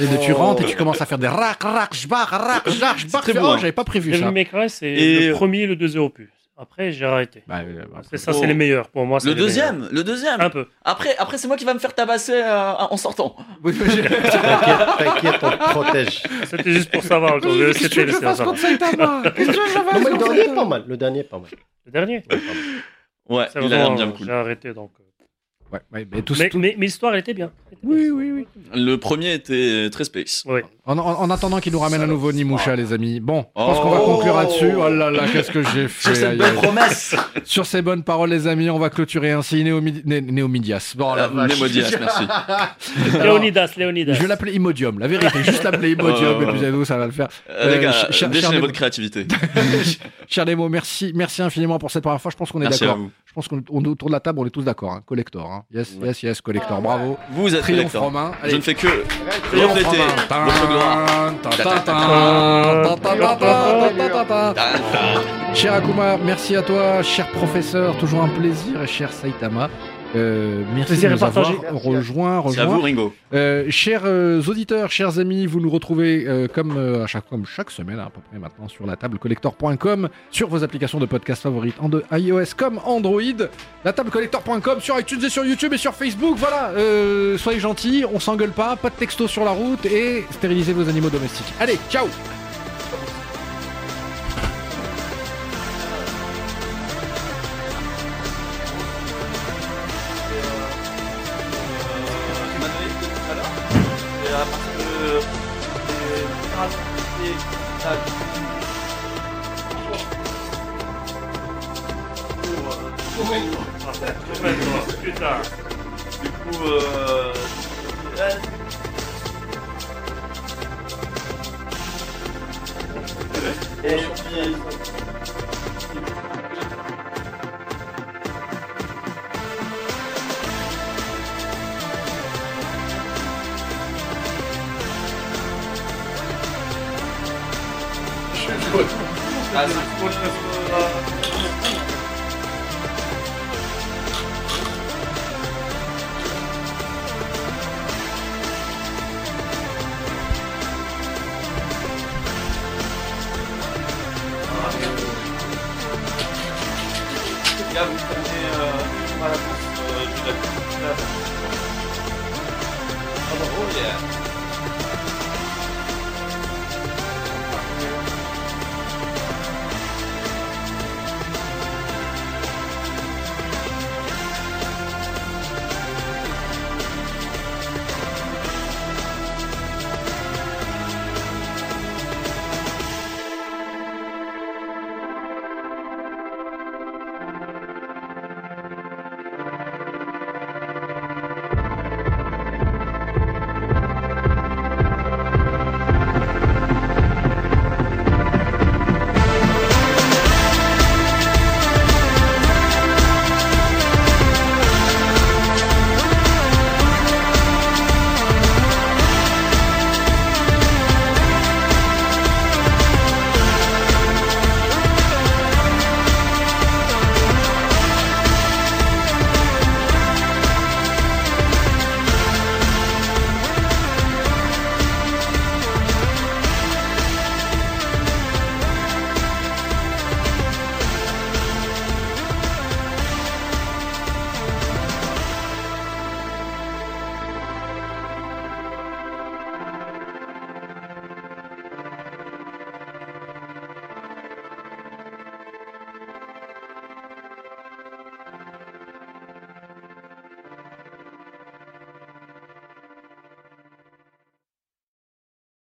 E: Et de- tu rentres et tu commences à faire des rac, rac, jbar, rac, jbar, jbar.
A: très
E: Tu fais,
A: beau,
E: Oh,
A: hein.
E: j'avais pas prévu
C: Devil
E: ça.
C: May Cry, c'est
A: Et-
C: le premier et le deuxième opus. Après, j'ai arrêté.
E: Bah,
C: c'est ça, c'est les meilleurs pour moi. c'est
A: Le
C: les
A: deuxième,
C: meilleurs.
A: le deuxième.
C: Un peu.
A: Après, après c'est moi qui va me faire tabasser euh, en sortant.
B: T'inquiète, t'inquiète, on te protège.
C: C'était juste pour savoir. attends,
B: Qu'est-ce
C: c'était-
B: que je
C: c'était
B: fasse
C: ça.
B: contre Saitama Non, mais le dernier est pas mal. Le dernier est pas mal.
C: Le dernier
A: Ouais,
C: C'est
A: il a l'air
C: vraiment,
A: bien
C: euh,
A: cool.
C: J'ai arrêté donc.
E: Ouais, ouais, mais tous-
C: mais,
E: tous-
C: mais- mais l'histoire, elle était bien.
E: Oui, oui, oui.
A: Le premier était très space.
C: Oui.
E: En, en- en attendant qu'il nous ramène à nouveau Nimoucha, les amis. Bon, je pense qu'on va conclure là-dessus. Oh là là, qu'est-ce que j'ai fait
A: Sur cette
E: aïe,
A: belle
E: aïe.
A: promesse
E: Sur ces bonnes paroles, les amis, on va clôturer ainsi Néomidi- Né- Néomidias. Bon, Oh la
A: Euh,
E: vache.
A: Némodias, merci.
E: Alors,
C: Léonidas, Léonidas.
E: Je vais l'appeler Imodium, la vérité. Juste l'appeler Imodium,
A: Euh,
E: et puis c'est tout, ça va le faire.
A: Euh, les
E: Euh,
A: gars,
E: cher- cher-
A: déchaînez
E: cher-
A: votre créativité.
E: Cher Nemo, merci, merci infiniment pour cette première fois. Je pense qu'on est
A: Merci à
E: d'accord.
A: vous.
E: Je pense qu'on on est autour de la table, on est tous d'accord. hein. Collector, hein. yes, yes, yes, collector. Bravo.
A: Vous êtes
E: Triomphe
A: collector.
E: romain. Allez.
A: Je ne fais que
E: Triomphe
A: refléter
E: romain.
A: votre gloire.
E: Tan, tan, tan, tan, tan, tan, tan, tan, tan, tan.
A: Ah,
E: Cher Akuma, merci à toi. Cher professeur, toujours un plaisir. Et Cher Saitama, euh, merci
C: Plaisir
E: de
C: est
E: nous avoir
C: partagé.
E: rejoints.
A: C'est à
E: rejoints.
A: vous, Ringo.
E: Euh, chers euh, auditeurs, chers amis, vous nous retrouvez euh, comme, euh, à chaque, comme chaque semaine, hein, à peu près maintenant, sur la table collector.com, sur vos applications de podcast favorites, en de iOS comme Android, la table collector.com, sur iTunes et sur YouTube et sur Facebook. Voilà, euh, soyez gentils, on s'engueule pas, pas de texto sur la route et stérilisez vos animaux domestiques. Allez, ciao!
A: Et à partir de- des-
C: Putain.
A: Du coup, euh, et puis, les gars, vous prenez, euh, voilà, euh, je vous laisse.